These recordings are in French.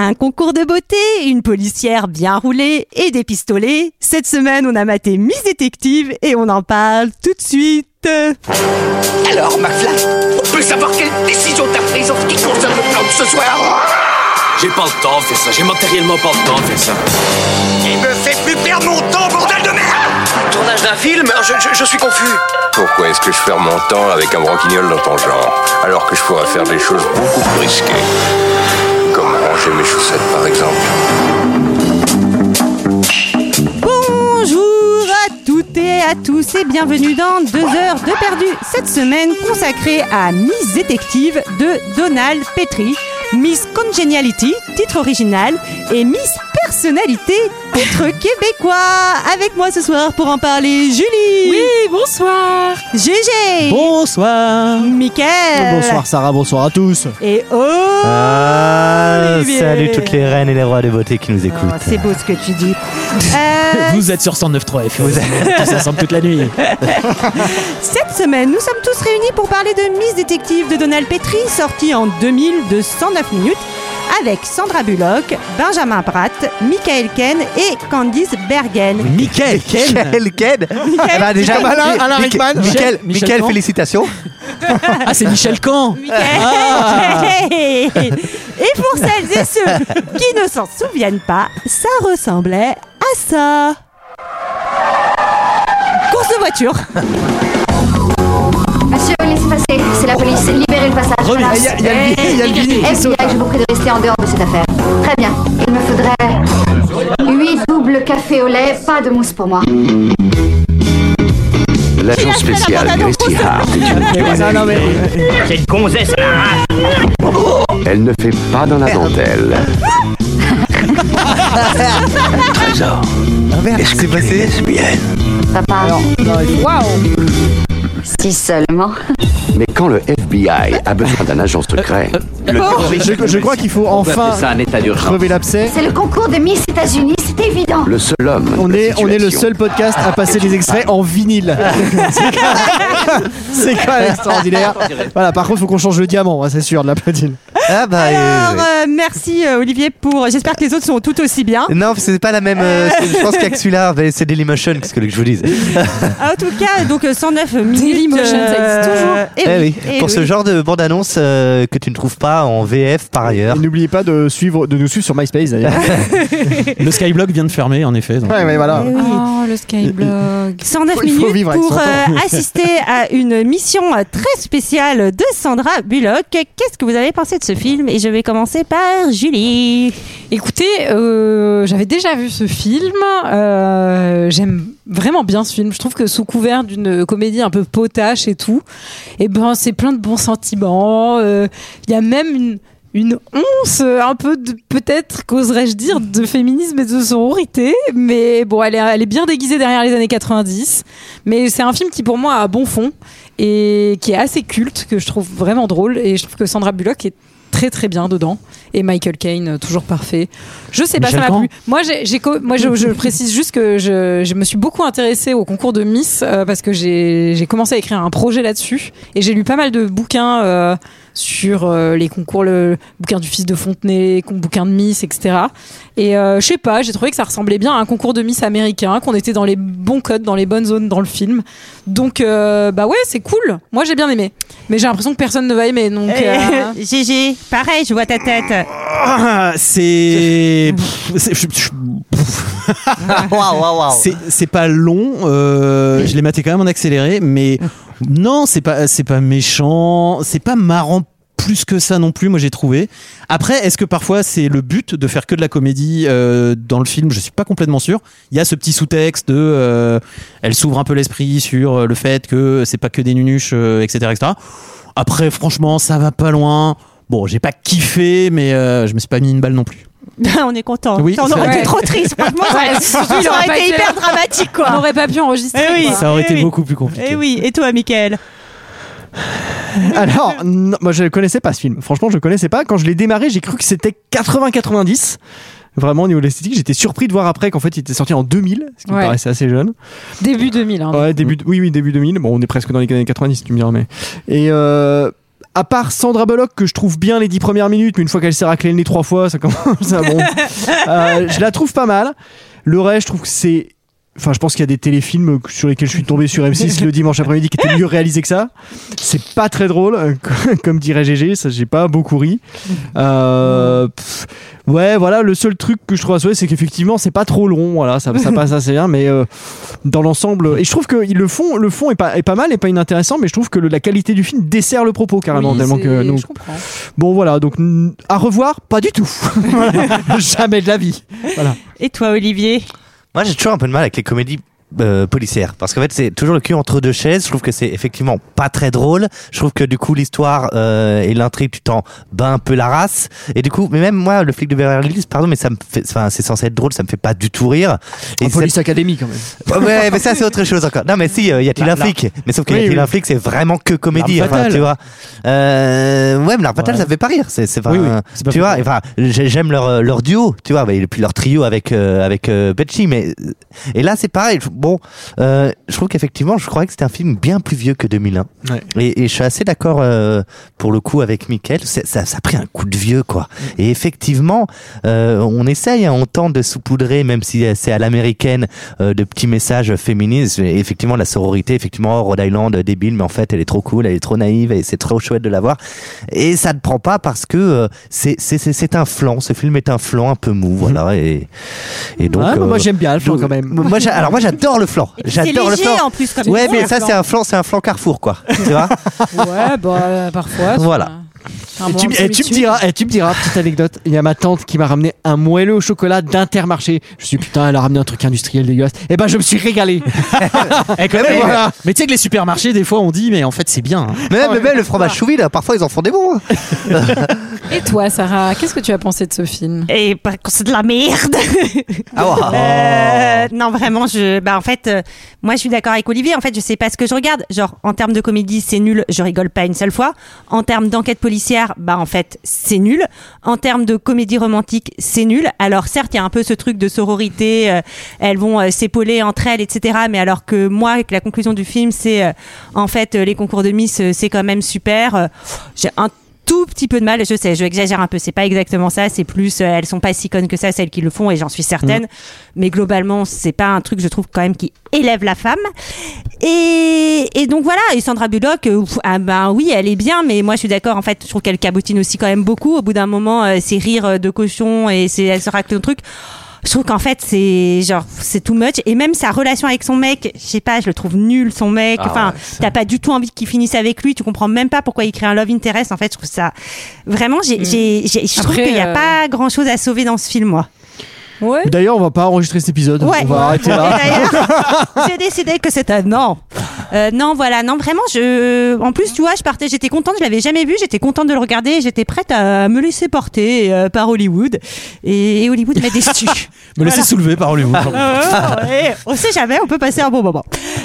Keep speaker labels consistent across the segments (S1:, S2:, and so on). S1: Un concours de beauté, une policière bien roulée et des pistolets. Cette semaine, on a maté Miss Détective et on en parle tout de suite.
S2: Alors, McFly, on peut savoir quelle décision t'as prise en ce qui concerne le plan de ce soir
S3: J'ai pas le temps de faire ça, j'ai matériellement pas le temps de faire ça.
S2: Il me fait plus perdre mon temps, bordel de merde
S3: Tournage d'un film je, suis confus.
S4: Pourquoi est-ce que je perds mon temps avec un branquignol dans ton genre, alors que je pourrais faire des choses beaucoup plus risquées Comme ranger mes chaussettes, par exemple.
S1: Bonjour à toutes et à tous et bienvenue dans 2 heures de perdu cette semaine consacrée à Miss Détective de Donald Petrie, Miss Congeniality, titre original, et Miss Personnalité, titre québécois. Avec moi ce soir pour en parler, Julie,
S5: Oui, bonsoir
S1: GG,
S6: Bonsoir
S1: Euh,
S5: Oh,
S1: Mickaël,
S6: Bonsoir Sarah, bonsoir à tous
S1: et oh
S7: Ah,
S1: Olivier.
S7: salut toutes les reines et les rois de beauté qui nous
S1: Oh,
S7: écoutent.
S1: C'est beau ce que tu dis. Euh,
S6: Vous êtes sur 109.3 FM, vous êtes tous ensemble toute la nuit.
S1: Cette semaine, nous sommes tous réunis pour parler de Miss Détective de Donald Petrie, sorti en 2000 de 109 minutes, avec Sandra Bullock, Benjamin Pratt, Michael Ken et Candice Bergen.
S6: Mickaël Ken
S8: Michael Ken Eh ben, déjà,
S6: Michael-
S8: Michael-
S6: Alain Rickman.
S8: Michael,
S6: Michel- Michel
S8: Michael,
S6: Caen.
S8: félicitations.
S6: Ah, c'est Michel Caen
S1: Michael Et pour celles et ceux qui ne s'en souviennent pas, ça ressemblait à ça. Course de voiture.
S9: Monsieur, laissez passer, c'est la police. Libérez le passage.
S6: Remis.
S9: Voilà.
S6: Il y a-
S8: Ah, Il y a le Vini, il y a le Vini.
S10: Eh.
S9: FBI, je vous prie de rester en dehors de cette affaire. Très bien. Il me faudrait 8 doubles cafés au lait, pas de mousse pour moi.
S4: L'agent spécial Gracie Hart est une
S6: Non, non, mais...
S2: Cette gonzesse, là
S4: Elle ne fait pas dans la dentelle. Trésor,
S8: Qu'est-ce qui s'est passé
S4: lesbienne.
S9: Papa. Si seulement.
S4: Mais quand le FBI a besoin d'un agent secret,
S5: Euh,
S6: je, je crois qu'il faut enfin
S4: un état d'urgence.
S6: crever l'abcès.
S9: C'est le concours de Miss États-Unis, c'est évident.
S4: Le seul homme.
S6: On
S4: de
S6: est,
S4: la
S6: on est le
S4: situation.
S6: seul podcast à passer les extraits en vinyle. C'est quand même- C'est quand même extraordinaire. Voilà, par contre, faut qu'on change le diamant, hein, c'est sûr, de la platine.
S8: Ah bah. euh,
S1: Alors, euh, merci euh, Olivier pour. J'espère que les autres sont tout aussi bien.
S8: Non, c'est pas la même. euh, c'est- je pense qu'il y a que celui-là, mais c'est Dailymotion, qu'est-ce que vous voulez que je vous dise
S1: En tout cas, donc euh, 109 minutes.
S5: Dailymotion, ça existe toujours.
S1: eh
S8: Eh
S1: oui, eh
S8: Pour ce
S1: oui.
S8: genre de bande-annonce euh, que tu ne trouves pas en VF par
S6: Et
S8: ailleurs.
S6: n'oubliez pas de, suivre, de nous suivre sur MySpace d'ailleurs.
S11: Le Skyblock vient de fermer, en effet. donc.
S6: Ouais, mais voilà.
S1: Eh oui.
S5: Oh, le Skyblog
S1: 109
S6: Faut- il faut
S1: minutes
S6: vivre avec
S1: pour
S6: son temps.
S1: euh, assister à une mission euh, très spéciale de Sandra Bullock. Qu'est-ce que vous avez pensé de ce film Et je vais commencer par Julie.
S5: Écoutez, euh, j'avais déjà vu ce film. euh, J'aime vraiment bien ce film. Je trouve que sous couvert d'une comédie un peu potache et tout, et ben c'est plein de bons sentiments. euh, Il y a même une une once, euh, un peu de, peut-être, qu'oserais-je dire, de féminisme et de sororité. Mais bon, elle est, elle est bien déguisée derrière les années 90. Mais c'est un film qui, pour moi, a bon fond et qui est assez culte, que je trouve vraiment drôle. Et je trouve que Sandra Bullock est très très bien dedans et Michael Caine euh, toujours parfait je sais pas
S6: Michel
S5: ça m'a
S6: Caen.
S5: plu moi j'ai, j'ai co- moi je, je précise juste que je, je me suis beaucoup intéressée au concours de Miss euh, parce que j'ai, j'ai commencé à écrire un projet là-dessus et j'ai lu pas mal de bouquins euh, sur euh, les concours, le bouquin du fils de Fontenay, con- bouquin de Miss, etc. Et euh, je sais pas, j'ai trouvé que ça ressemblait bien à un concours de Miss américain, qu'on était dans les bons codes, dans les bonnes zones dans le film. Donc euh, bah ouais, c'est cool. Moi j'ai bien aimé, mais j'ai l'impression que personne ne va aimer. Donc
S1: Eh.
S5: euh,
S1: GG, pareil, je vois ta tête.
S11: Ah, c'est. Pff, c'est- je- je- pff,
S8: Waouh, waouh, waouh.
S11: C'est c'est pas long. euh, je l'ai maté quand même en accéléré, mais non, c'est pas, c'est pas méchant. C'est pas marrant plus que ça non plus. Moi, j'ai trouvé. Après, est-ce que parfois c'est le but de faire que de la comédie euh, dans le film Je suis pas complètement sûr. Il y a ce petit sous-texte de, euh, elle s'ouvre un peu l'esprit sur euh, le fait que c'est pas que des nunuches, euh, etc., etc. Après, franchement, ça va pas loin. Bon, j'ai pas kiffé, mais euh, je me suis pas mis une balle non plus.
S1: Ben, On est content.
S11: Oui,
S1: Ça, on
S11: c'est
S1: aurait
S5: vrai.
S1: été trop triste. Franchement, ça aurait- ça
S5: surtout, il
S1: aurait
S5: aurait pas
S1: été
S5: été
S1: hyper
S5: là.
S1: dramatique,
S5: on
S1: quoi.
S5: n'aurait pas pu enregistrer.
S1: Eh oui. Eh
S5: quoi.
S1: Ça aurait été beaucoup
S11: plus compliqué.
S1: Et oui, et toi, Michael
S6: Alors, non, moi je connaissais pas ce film. Franchement, je connaissais pas. Quand je l'ai démarré, j'ai cru que c'était 80-90. Vraiment, au niveau de l'esthétique, j'étais surpris de voir après qu'en fait il était sorti en 2000, ce qui me
S5: Ouais.
S6: paraissait assez jeune.
S5: Début 2000. hein.
S6: Oh, Ouais, début, de- oui, oui, début 2000. Bon, on est presque dans les années 90, tu me diras, mais. Et euh, À part Sandra Bullock, que je trouve bien les dix premières minutes, mais une fois qu'elle s'est raclée le nez trois fois, ça commence à bon. Euh, je la trouve pas mal. Le reste, je trouve que c'est. Enfin, je pense qu'il y a des téléfilms sur lesquels je suis tombé sur M6 le dimanche après-midi qui étaient mieux réalisés que ça. C'est pas très drôle, euh, comme dirait GG, ça j'ai pas beaucoup ri. Euh, pff, ouais, voilà, le seul truc que je trouve à souhait, c'est qu'effectivement, c'est pas trop long, voilà, ça, ça passe assez bien, mais euh, dans l'ensemble. Et je trouve que ils le fond, le fond est pas, est pas mal et pas inintéressant, mais je trouve que le- la qualité du film dessert le propos carrément.
S5: Oui,
S6: tellement
S5: c'est-
S6: que, donc,
S5: je comprends.
S6: bon, voilà, donc n- à revoir, pas du tout. Voilà, Jamais de la vie. Voilà.
S1: Et toi, Olivier
S8: Moi, j'ai toujours un peu de mal avec les comédies euh, policières parce qu'en fait c'est toujours le cul entre deux chaises je trouve que c'est effectivement pas très drôle je trouve que du coup l'histoire euh, et l'intrigue tu t'en bats un peu la race et du coup mais même moi le flic de Beverly Hills pardon mais ça me fait enfin c'est censé être drôle ça me fait pas du tout rire et
S6: En
S8: c'est-
S6: police académie quand même.
S8: Ouais, ouais, mais ça c'est autre chose encore. Non mais si, euh, y a-t-il
S6: La-
S8: un flic Mais sauf que
S6: Oui,
S8: y a-t-il
S6: oui.
S8: un flic, c'est vraiment que comédie.
S6: L'arme
S8: Enfin,
S6: fatale.
S8: tu vois. Euh, ouais, mais l'arme fatale, ça fait pas rire. C'est, c'est pas,
S6: Oui, oui,
S8: un-
S6: c'est pas
S8: tu vois. Enfin, j'ai- j'aime leur euh, leur duo, tu vois, bah, et puis leur trio avec euh, avec euh, Pesci, mais et là c'est pareil. Je- Bon, euh, je trouve qu'effectivement, je croyais que c'était un film bien plus vieux que 2001.
S6: Ouais.
S8: Et, et je suis assez d'accord euh, pour le coup avec Mickaël. C'est- Ça, ça a pris un coup de vieux, quoi.
S6: Mm.
S8: Et effectivement, euh, on essaye, hein, on tente de saupoudrer, même si euh, c'est à l'américaine, euh, de petits messages féministes. Et effectivement, la sororité, effectivement, oh, Rhode Island, euh, débile, mais en fait, elle est trop cool, elle est trop naïve, et c'est trop chouette de la voir. Et ça ne prend pas parce que euh, c'est- c'est c'est- c'est un flanc. Ce film est un flanc un peu mou, voilà. Et, et donc,
S6: Ouais, bah,
S8: euh,
S6: moi j'aime bien le flanc
S8: je-
S6: quand même.
S8: moi, j'a- alors moi j'adore le flan.
S1: Et puis c'est
S8: J'adore le
S1: léger,
S8: flan.
S1: en plus, comme
S8: Ouais,
S1: tu dis,
S8: mais
S1: un
S8: ça
S1: flan.
S8: c'est un flan, c'est un flan Carrefour quoi. Tu vois
S5: Ouais, bah, parfois.
S8: Voilà.
S5: c'est un
S6: Et tu,
S5: moment
S6: et tu me
S5: solitude.
S6: diras, et tu me diras, petite anecdote, il y a ma tante qui m'a ramené un moelleux au chocolat d'Intermarché. Je me suis dit, putain, elle a ramené un truc industriel dégueulasse. Et ben je me suis régalé.
S11: Eh, quand même, voilà. Mais tu sais que les supermarchés, des fois, on dit, mais en fait, c'est bien. hein.
S8: Mais même, mais même le fromage chouvi là, parfois ils en font des bons. hein.
S5: Et toi, Sarah, qu'est-ce que tu as pensé de ce film
S1: Et bah, quand c'est de la merde.
S8: Ah ouais.
S1: Euh, non, vraiment, je, bah, en fait, euh, moi, je suis d'accord avec Olivier. En fait, je sais pas ce que je regarde. Genre, en termes de comédie, c'est nul. Je rigole pas une seule fois. En termes d'enquête policière, bah, en fait, c'est nul. En termes de comédie romantique, c'est nul. Alors, certes, il y a un peu ce truc de sororité. euh, elles vont euh, s'épauler entre elles, etc. Mais alors que moi, avec la conclusion du film, c'est, euh, en fait, euh, les concours de Miss, euh, c'est quand même super. Euh, J'ai un tout petit peu de mal, je sais, je exagère un peu, c'est pas exactement ça, c'est plus, euh, elles sont pas si connes que ça, celles qui le font, et j'en suis certaine. Mais globalement, c'est pas un truc, je trouve, quand même, qui élève la femme. Et, et donc voilà, et Sandra Bullock, euh, ouf, ah ben oui, elle est bien, mais moi je suis d'accord, en fait, je trouve qu'elle cabotine aussi quand même beaucoup. Au bout d'un moment, euh, ses rires euh, de cochon, et c'est, elle se racle le truc. Je trouve qu'en fait, c'est genre, c'est too much. Et même sa relation avec son mec, je sais pas, je le trouve nul, son mec.
S6: Ah
S1: enfin, t'as pas du tout envie qu'il finisse avec lui. Tu comprends même pas pourquoi il crée un love interest. En fait, je trouve ça vraiment, j'ai,
S6: Hmm.
S1: j'ai, j'ai- je trouve
S5: Après,
S1: qu'il y a
S5: euh,
S1: pas grand chose à sauver dans ce film, moi.
S5: Ouais.
S6: D'ailleurs, on va pas enregistrer cet épisode.
S1: Ouais.
S6: On va arrêter là.
S1: Et d'ailleurs, J'ai décidé que c'est un non. Euh, non, voilà, non, vraiment, je. En plus, tu vois, je partais, j'étais contente, je l'avais jamais vu, j'étais contente de le regarder, j'étais prête à me laisser porter euh, par Hollywood. Et, et Hollywood m'a déçue.
S11: Me laisser soulever par Hollywood.
S1: Ah ouais, on sait jamais, on peut passer un bon moment.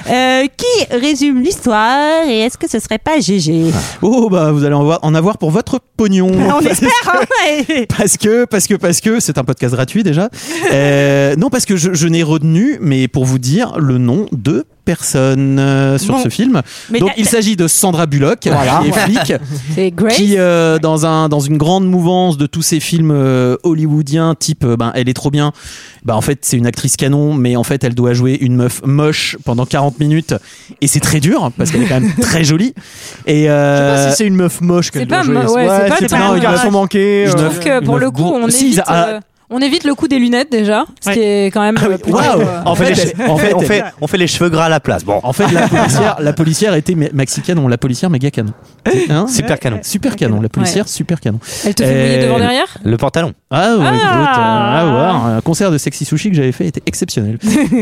S1: Euh, qui résume l'histoire et est-ce que ce serait pas GG
S11: oh, bah, vous allez en avoir, en avoir pour votre pognon.
S1: On espère, hein ouais.
S11: Parce que, parce que, parce que, c'est un podcast gratuit déjà. Euh, non, parce que je, je n'ai retenu, mais pour vous dire, le nom de personne euh, sur
S1: Bon.
S11: ce film.
S1: Mais
S11: Donc,
S1: t'as-
S11: il
S1: t'as-
S11: s'agit de Sandra Bullock, qui est flic,
S5: C'est Grace.
S11: qui euh, dans un dans une grande mouvance de tous ces films euh, hollywoodiens, type, euh, ben, elle est trop bien. Bah, en fait, c'est une actrice canon, mais en fait, elle doit jouer une meuf moche pendant 40 minutes, et c'est très dur parce qu'elle est quand même très jolie. Et euh,
S6: Je sais pas Ah, si c'est une meuf moche qu'elle
S5: c'est
S6: doit
S5: pas
S6: jouer.
S5: mo- ouais, c'est pas-
S6: c'est
S5: c'est
S6: pas
S5: pas
S6: une
S5: moche.
S6: façon manquée.
S11: Je
S5: Je
S6: euh,
S5: trouve que pour
S11: neuf
S5: le coup,
S11: bons-
S5: on,
S11: Si,
S5: évite,
S11: ah.
S5: euh, on évite le coup des lunettes déjà, ce qui est quand
S6: Ah
S5: même. euh, plutôt,
S11: waouh.
S5: euh,
S6: Oh.
S11: En fait, elle- en fait,
S8: on fait on fait les cheveux gras à la place. Bon,
S11: En fait, la policière, la policière était me- mexicaine, on la policière méga canon. Hein
S8: super canon.
S11: super canon, la policière super canon.
S5: Elle te fait mouiller
S11: Euh,
S5: devant derrière
S8: Le pantalon.
S11: Ah ouais,
S5: Ah.
S11: écoute, euh, à voir. Un concert de sexy sushi que j'avais fait était exceptionnel.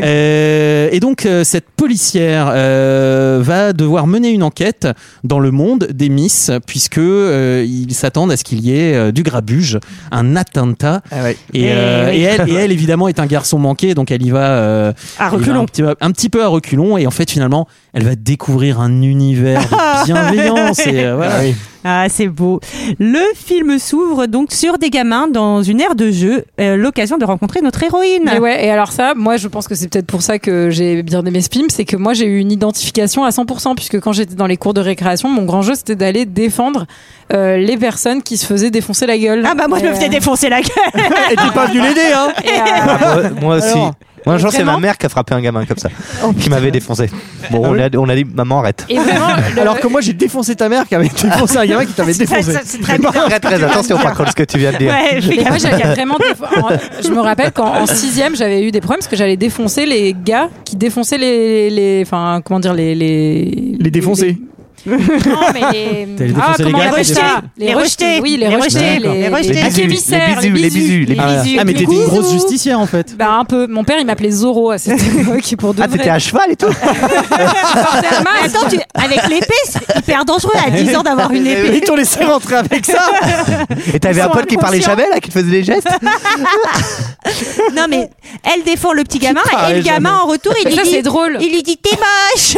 S11: Euh, et donc euh, cette policière euh, va devoir mener une enquête dans le monde des Miss, puisque euh, ils s'attendent à ce qu'il y ait euh, du grabuge, un attentat.
S6: Ah ouais.
S11: Et,
S1: Eh
S11: euh,
S1: oui.
S11: et elle, et elle, évidemment est un garçon manqué, donc elle y va. euh,
S1: À
S11: il va
S1: reculons.
S11: Un petit, peu, un petit peu à reculons et en fait finalement elle va découvrir un univers de bienveillance et, euh, voilà.
S1: Ah, c'est beau. Le film s'ouvre donc sur des gamins dans une aire de jeu, euh, l'occasion de rencontrer notre héroïne.
S5: Mais ouais, et alors ça, moi je pense que c'est peut-être pour ça que j'ai bien aimé ce film, c'est que moi j'ai eu une identification à 100%, puisque quand j'étais dans les cours de récréation, mon grand jeu c'était d'aller défendre euh, les personnes qui se faisaient défoncer la gueule.
S1: Ah bah moi je me faisais défoncer la gueule.
S6: Et t'es pas venu l'aider, hein
S5: Et, euh,
S8: Ah, moi, moi aussi.
S6: Alors
S8: moi, un jour, c'est
S5: Vraiment
S8: ma mère qui a frappé un gamin comme ça, qui m'avait défoncé. Bon,
S6: Ah
S8: on,
S6: oui
S8: a, on a dit, maman, arrête.
S5: et vraiment, le-
S6: Alors que moi j'ai défoncé ta mère qui avait défoncé un gamin qui t'avait défoncé.
S1: Ça, c'est très
S8: Fais très très attention par contre ce que tu viens de dire.
S1: Ouais, je fais
S5: Mais
S1: gaffe.
S5: moi, j'avais vraiment des fois- en- je me rappelle qu'en en sixième, j'avais eu des problèmes parce que j'allais défoncer les gars qui défonçaient les, les, enfin, comment dire, les, les,
S6: Les défoncer.
S5: les- non, mais les, euh, ah,
S11: T'allais défoncer les
S5: comment
S11: gars
S5: on
S11: qui
S5: appelle ça
S1: défonçaient.
S5: les,
S1: Les
S5: rejetés,
S1: rejetés.
S5: oui, les,
S1: Les
S5: rejetés,
S1: rejetés, d'accord.
S5: les,
S1: Les rejetés.
S5: les
S8: Les bisous,
S5: émissaires,
S8: les bisous, les bisous, les
S11: Ah,
S5: bisous,
S11: ah, mais
S5: les
S11: t'étais une
S5: bisous.
S11: grosse justicière en fait.
S5: Bah, un peu. Mon père, il m'appelait Zoro à cette époque pour de
S8: Ah, t'étais
S5: vrai.
S8: à cheval et tout
S5: Porter un masque.
S1: Ah, Attends, tu- avec l'épée, c'est hyper dangereux à 10 ans d'avoir une épée.
S6: Ils t'ont laissé rentrer avec ça
S8: Et t'avais
S1: Ils
S8: un
S1: sont
S8: pote qui parlait
S1: inconscients.
S8: jamais, là, qui te faisait des gestes
S1: Non mais elle défend le petit gamin et le
S6: paraît
S1: gamin en retour il lui
S5: Ça,
S1: dit
S5: c'est drôle.
S1: il lui dit t'es moche.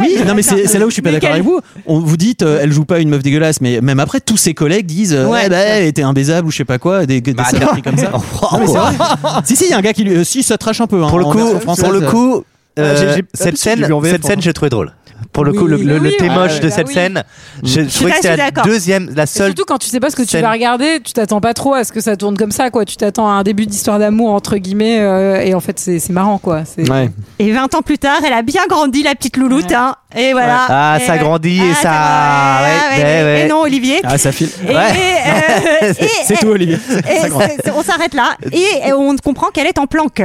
S11: Oui, non mais c'est c'est là où je suis pas d'accord avec vous. On vous dites, euh, elle joue pas une meuf dégueulasse, mais même après, tous ses collègues disent, euh,
S1: Ouais.
S11: eh ben, elle était imbaisable ou je sais pas quoi, des, des saloperies comme ça.
S8: Bah, Oh,
S11: mais c'est si si, il y a un gars qui lui, euh, si ça trache un peu. hein,
S8: Pour le
S11: en version
S8: coup,
S11: française.
S8: pour le coup euh,
S6: J'ai- j'ai-
S8: cette
S6: j'ai
S8: scène,
S6: vu en VF,
S8: cette scène, j'ai trouvé drôle. Pour le coup, le,
S5: Oui,
S8: le, le
S5: oui,
S8: thé
S5: oui,
S8: moche
S5: oui,
S8: de
S5: bah
S8: cette
S5: oui.
S8: scène, je, je trouvais
S1: suis
S8: que c'était la
S1: d'accord.
S8: deuxième, la
S5: Et
S8: seule.
S5: Surtout quand tu sais pas ce que tu
S8: scène.
S5: vas regarder, tu t'attends pas trop à ce que ça tourne comme ça, quoi. Tu t'attends à un début d'histoire d'amour entre guillemets, euh, et en fait c'est c'est marrant, quoi. C'est-
S11: Ouais.
S1: Et 20 ans plus tard, elle a bien grandi la petite louloute
S5: Ouais.
S1: hein. Et voilà.
S8: Ah,
S1: Et
S8: ça
S1: ouais.
S8: grandit et
S1: Ah,
S8: ça.
S1: ça-
S8: ouais,
S1: ouais,
S8: ouais,
S1: ouais.
S8: ouais.
S1: Et non Olivier.
S11: Ah, ça file.
S1: Et- et, euh, et-
S11: C'est
S1: et-
S11: tout, Olivier.
S1: et c'est- c'est- on s'arrête là et, et on comprend qu'elle est en planque.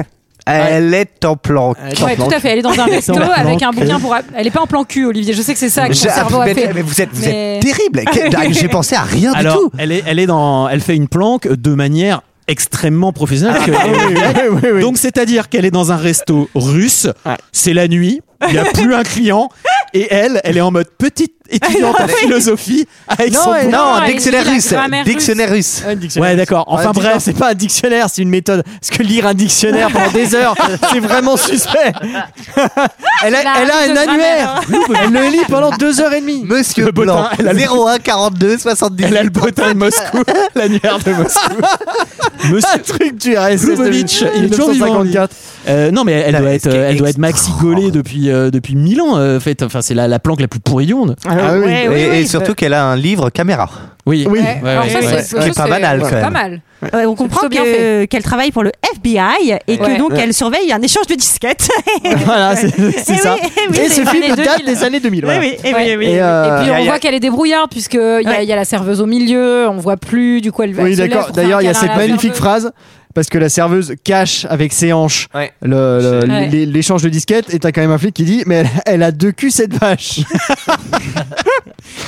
S8: Elle est en planque.
S5: Ouais, tout à fait. Elle est dans un resto avec un bouquin pour. Elle est pas en plan cul, Olivier. Je sais que c'est ça que
S8: J'ai-
S5: son cerveau a
S8: mais,
S5: fait.
S8: mais vous êtes, vous
S5: Mais-
S8: êtes terrible. Que- J'ai pensé à rien
S11: Alors,
S8: du tout.
S11: elle est, elle est dans, elle fait une planque de manière extrêmement professionnelle.
S6: Ah,
S11: parce que- Donc, c'est-à-dire qu'elle est dans un resto russe. C'est la nuit. Il n'y a plus un client. Et elle, elle est en mode petite
S6: Ah
S11: étudiante en philosophie avec son.
S8: non,
S11: bouquin.
S8: un
S5: elle
S8: dictionnaire
S5: écrit la
S8: russe.
S5: grammaire
S8: Dictionnaire russe.
S11: Ouais, d'accord. Enfin bref,
S6: Ah, c'est pas un dictionnaire, c'est une méthode. Parce que lire un dictionnaire pendant des heures, c'est vraiment suspect. elle a,
S5: La
S6: elle a
S5: règle
S6: un
S5: de
S6: annuaire. Elle le lit pendant deux heures et demie.
S8: Monsieur
S11: Le botin,
S8: Blanc,
S11: elle a le-
S8: 01 42 78.
S11: elle a le bottin de Moscou, l'annuaire de Moscou. Monsieur
S6: Un truc du RSS.
S11: Lubovitch, il est toujours vivant. lui.
S6: 1954.
S11: Euh, non, mais elle,
S6: Bah,
S8: Non,
S11: doit
S8: mais
S11: être,
S8: ce qui
S11: euh,
S8: est
S11: elle doit être maxi gaulée depuis euh, depuis mille ans. euh, en fait, enfin, c'est la, la planque la plus pourrie du monde.
S6: Ah oui.
S1: Ouais,
S8: Et,
S1: oui,
S8: et
S1: oui.
S8: surtout qu'elle a un livre caméra.
S11: Oui.
S6: Oui.
S5: Ouais, alors
S11: ouais,
S5: ça,
S11: ouais.
S5: c'est-
S11: Ouais.
S5: c'est-
S8: C'est pas banal, quand
S5: C'est pas
S8: même.
S5: mal.
S1: Ouais, Euh, on comprend
S5: plutôt bien
S1: que- qu'elle travaille pour le FBI et que
S5: Ouais.
S1: donc elle surveille un échange de disquettes.
S6: Voilà, c'est
S1: Eh
S6: c'est ça.
S1: oui, eh oui,
S6: et
S1: c'est
S6: ce
S1: les
S6: film
S5: années
S6: date
S5: 2000.
S6: des années 2000. voilà.
S1: Oui, oui, eh oui,
S5: Ouais.
S1: eh oui.
S6: Et, euh,
S5: Et puis
S6: y a-
S5: on
S6: y a-
S5: voit qu'elle est débrouillarde puisque il y, a-
S1: Ouais.
S5: il y a la serveuse au milieu, on voit plus, du coup elle va.
S6: Oui,
S5: elle se lève,
S6: d'accord.
S5: on fait
S6: D'ailleurs,
S5: un
S6: il y a
S5: câlin
S6: cette
S5: à la
S6: magnifique
S5: serveuse.
S6: phrase parce que la serveuse cache avec ses hanches
S8: Ouais.
S6: le- le-
S5: Ouais.
S6: l'é- l'échange de disquettes et t'as quand même un flic qui dit mais elle, elle a deux culs cette vache.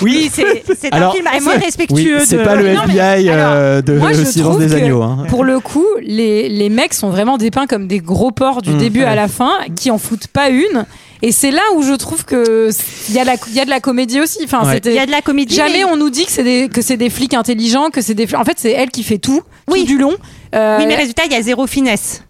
S1: Oui, c'est c'est un
S11: Alors,
S1: film assez
S11: Oui,
S1: respectueux.
S11: c'est
S1: de-
S11: pas le
S5: Non, mais-
S11: FBI euh, de
S5: Moi, je
S11: Silence
S5: trouve
S11: des
S5: que-
S11: Agneaux. hein.
S5: Pour le coup, les, les mecs sont vraiment dépeints comme des gros porcs
S6: Mmh.
S5: du début à la fin, qui en foutent pas une. Et c'est là où je trouve que il y, a la- il y a de la comédie aussi. Enfin,
S11: Ouais.
S5: c'était-
S1: Il y a de la comédie.
S5: Jamais
S1: mais-
S5: on nous dit que c'est des que c'est des flics intelligents, que c'est des flics- en fait c'est elle qui fait tout,
S1: Oui.
S5: tout du long. Euh,
S1: Oui, mais résultat, il y a zéro finesse.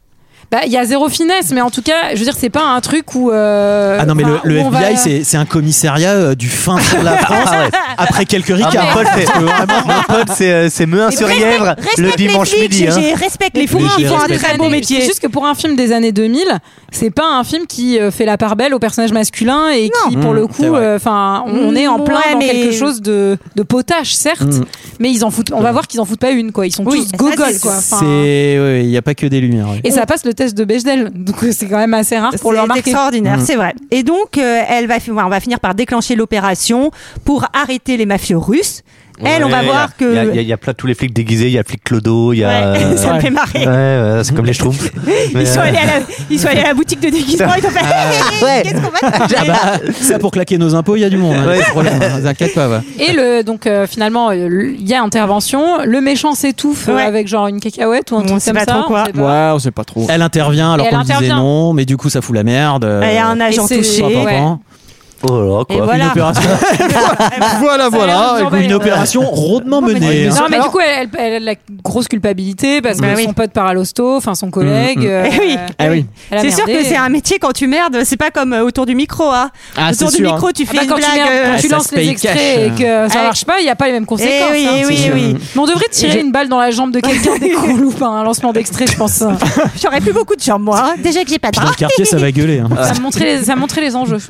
S5: bah, il y a zéro finesse, mais en tout cas, je veux dire, c'est pas un truc où. euh,
S11: Ah non, mais le,
S5: enfin,
S11: le
S5: où on va-
S11: FBI, c'est c'est un commissariat euh, du fin fond de la France après quelques
S8: Ah,
S11: ricards.
S5: mais-
S8: Paul, c'est- Mon pote, c'est euh, c'est Meuin sur Yèvre le
S1: Respecte
S8: dimanche
S1: les flics,
S8: midi. hein.
S1: j'ai- Respecte les
S11: Mais
S1: fourrins,
S11: je
S1: ils font un
S11: respecte.
S1: très beau
S5: années-
S1: métier.
S5: C'est juste que pour un film des années 2000, c'est pas un film qui euh, fait la part belle au personnage masculin et qui, pour le coup,
S11: Mmh, c'est vrai.
S5: euh, enfin, on on est en plein
S1: Mmh, Ouais,
S5: dans
S1: mais-
S5: quelque chose de, de potache, certes,
S11: Mm.
S5: mais ils en foutent. On va voir qu'ils en foutent pas une, quoi. Ils sont
S1: Oui,
S5: tous
S1: ça,
S5: gogoles,
S1: c'est-
S5: quoi. Enfin,
S11: C'est. ouais, Il n'y a pas que des lumières. ouais.
S5: et ça passe le test de Bechdel, donc euh, c'est quand même assez rare pour le
S1: C'est
S5: remarquer.
S1: extraordinaire,
S8: Mmh.
S11: Mm.
S1: c'est vrai. Et donc, euh, elle va, fi- on va finir par déclencher l'opération pour arrêter les mafieux russes. Elle, on va
S8: Ouais,
S1: voir
S8: Il y a,
S1: que.
S8: il y a- il y a plein- tous les flics déguisés, il y a le flic Clodo, il y a. euh,
S1: Ouais, ça me fait marrer.
S8: Ouais, ouais, c'est comme les schtroumpfs. Mais,
S1: Ils sont,
S8: euh, Ah,
S1: allés à la, ils sont allés à la boutique de déguisement, ils ont fait Hé, hé, hé,
S8: ouais.
S1: Qu'est-ce qu'on va te manger
S11: Ah bah, Ça, pour claquer nos impôts, il y a du monde. hein, pas de problème, hein, T'inquiète pas. ouais.
S5: Et le, donc euh, finalement, euh, le- il y a intervention. Le méchant s'étouffe euh,
S1: Ouais.
S5: avec genre une cacahuète ou un
S1: On
S5: truc
S1: sait
S5: comme
S1: pas
S5: ça.
S1: trop quoi.
S5: on sait pas.
S6: on sait pas trop.
S11: Elle intervient alors
S5: Et
S11: qu'on
S5: elle
S11: lui disait
S5: intervient.
S11: non, mais du coup, ça fout la merde. euh,
S1: Il y a un agent
S5: c'est-
S1: touché.
S11: pas important.
S8: Voilà, Oh quoi.
S1: Et voilà.
S11: Une opération.
S5: l'air
S11: voilà,
S5: de vous
S11: voilà.
S5: emballer.
S11: Une opération rondement menée.
S5: non,
S11: hein.
S5: mais du coup, elle, elle a de la grosse culpabilité parce que
S1: Bah oui.
S5: son pote part à l'hosto, enfin
S11: Mmh,
S5: son collègue. euh,
S1: Eh oui.
S5: elle
S6: Ah oui.
S5: a
S1: C'est sûr
S5: merdé.
S1: que c'est un métier quand tu merdes, c'est pas comme euh, autour du micro. Hein.
S11: Ah,
S1: autour
S11: c'est
S1: du
S11: sûr.
S1: micro,
S11: hein.
S1: tu
S5: Ah
S1: fais
S5: bah,
S1: une
S5: quand tu,
S1: blague.
S5: merdes,
S1: euh,
S5: quand tu
S11: ça
S5: lances
S11: se
S5: les
S11: paye
S5: extraits
S11: cash, hein.
S5: et que ça
S1: euh.
S5: marche pas, il n'y a pas les mêmes
S1: eh
S5: conséquences.
S1: oui,
S5: hein.
S1: eh
S5: C'est
S1: oui,
S5: sûr.
S1: oui.
S5: Mais on devrait tirer une balle dans la jambe de quelqu'un dès qu'on loupe un lancement d'extrait, je pense. Ça
S1: euh, J'aurais plus beaucoup de jambes, moi. hein. Déjà que j'ai pas de
S11: Puis Dans
S1: bras.
S11: le quartier, ça va gueuler. hein.
S5: montrait les, ça montrait les enjeux.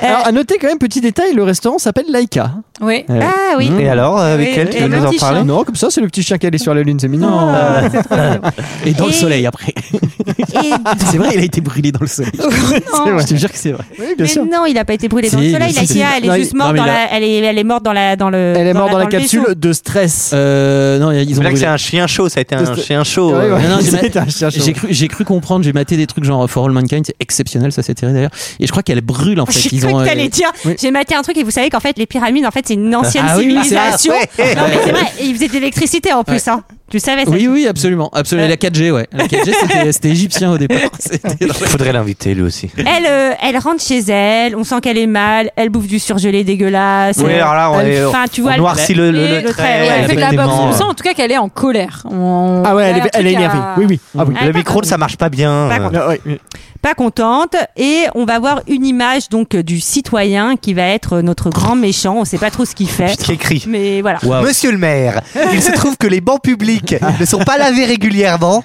S6: Alors, à noter quand même, petit détail, le restaurant s'appelle Laika.
S5: Oui.
S1: Ah oui.
S8: Et alors, euh, avec
S1: Et-
S8: elle, tu
S1: et
S8: veux
S1: le
S8: nous en
S1: petit
S8: parler
S6: Ah
S11: Hein
S6: Non, comme ça, c'est le petit chien qui allait sur la lune, c'est mignon.
S1: Ah, c'est trop mignon.
S11: Et dans le
S1: Et-
S11: soleil après.
S1: Et-
S11: c'est vrai, il a été brûlé dans le soleil.
S1: Non.
S11: Je te jure que c'est vrai.
S6: Oui, bien
S1: Mais
S6: sûr.
S1: non, il a pas été brûlé dans
S11: Si,
S1: le soleil.
S11: si,
S1: La
S11: si.
S1: Kia, elle
S6: Non,
S1: est juste
S6: il-
S1: morte
S6: non, mais
S1: dans
S6: il a-
S1: la. Elle est, elle est morte dans la dans le.
S6: Elle est morte dans la
S1: le vaisseau.
S6: capsule de stress.
S11: Euh, non, ils
S8: C'est
S11: ont
S8: là que
S11: brûlé.
S8: c'est un chien chaud, ça a été un
S6: Juste-
S8: chien chaud.
S6: Ouais,
S8: euh,
S6: ouais.
S11: non, j'ai ma-
S6: C'était un chien chaud.
S11: J'ai cru, j'ai cru comprendre, j'ai maté des trucs genre For All Mankind, c'est exceptionnel, ça c'est terrible d'ailleurs. Et je crois qu'elle brûle en fait.
S1: Oh, J'ai
S11: Ils
S1: cru
S11: ont,
S1: que
S11: euh,
S1: t'allais dire.
S11: oui.
S1: J'ai maté un truc et vous savez qu'en fait, les pyramides, en fait, c'est une ancienne
S11: Ah oui, oui, c'est vrai.
S1: civilisation. non, mais c'est vrai, ils faisaient de l'électricité en plus. Hein. Tu savais ça.
S11: Oui, oui, absolument. absolument. La 4G, ouais. La 4G, c'était- c'était égyptien au départ. C'était-
S8: Faudrait l'inviter lui aussi.
S1: Elle, euh, elle rentre chez elle, on sent qu'elle est mal, elle bouffe du surgelé dégueulasse.
S8: Oui,
S1: euh,
S8: alors là, on,
S1: elle-
S8: est-
S1: enfin, tu
S8: on
S1: vois, elle-
S8: noircit le, le- le
S1: le trait,
S8: trait.
S1: ouais,
S8: ouais,
S5: elle fait de la boxe.
S8: absolument.
S5: On sent en tout cas qu'elle est en colère. On-
S6: Ah ouais, elle
S5: il y a
S6: est,
S5: un
S6: elle est
S5: truc
S6: énervée.
S5: à-
S6: Oui, oui. Ah oui.
S1: Ah,
S8: Le micro, ça marche pas bien.
S1: Pas
S8: euh,
S1: contre.
S6: Ah, ouais, oui.
S1: pas contente et on va voir une image donc euh, du citoyen qui va être euh, notre grand méchant. On sait pas trop ce qu'il fait,
S8: Qui écrit
S1: mais voilà.
S8: Monsieur le maire, il se trouve que les bancs publics ne sont pas lavés régulièrement.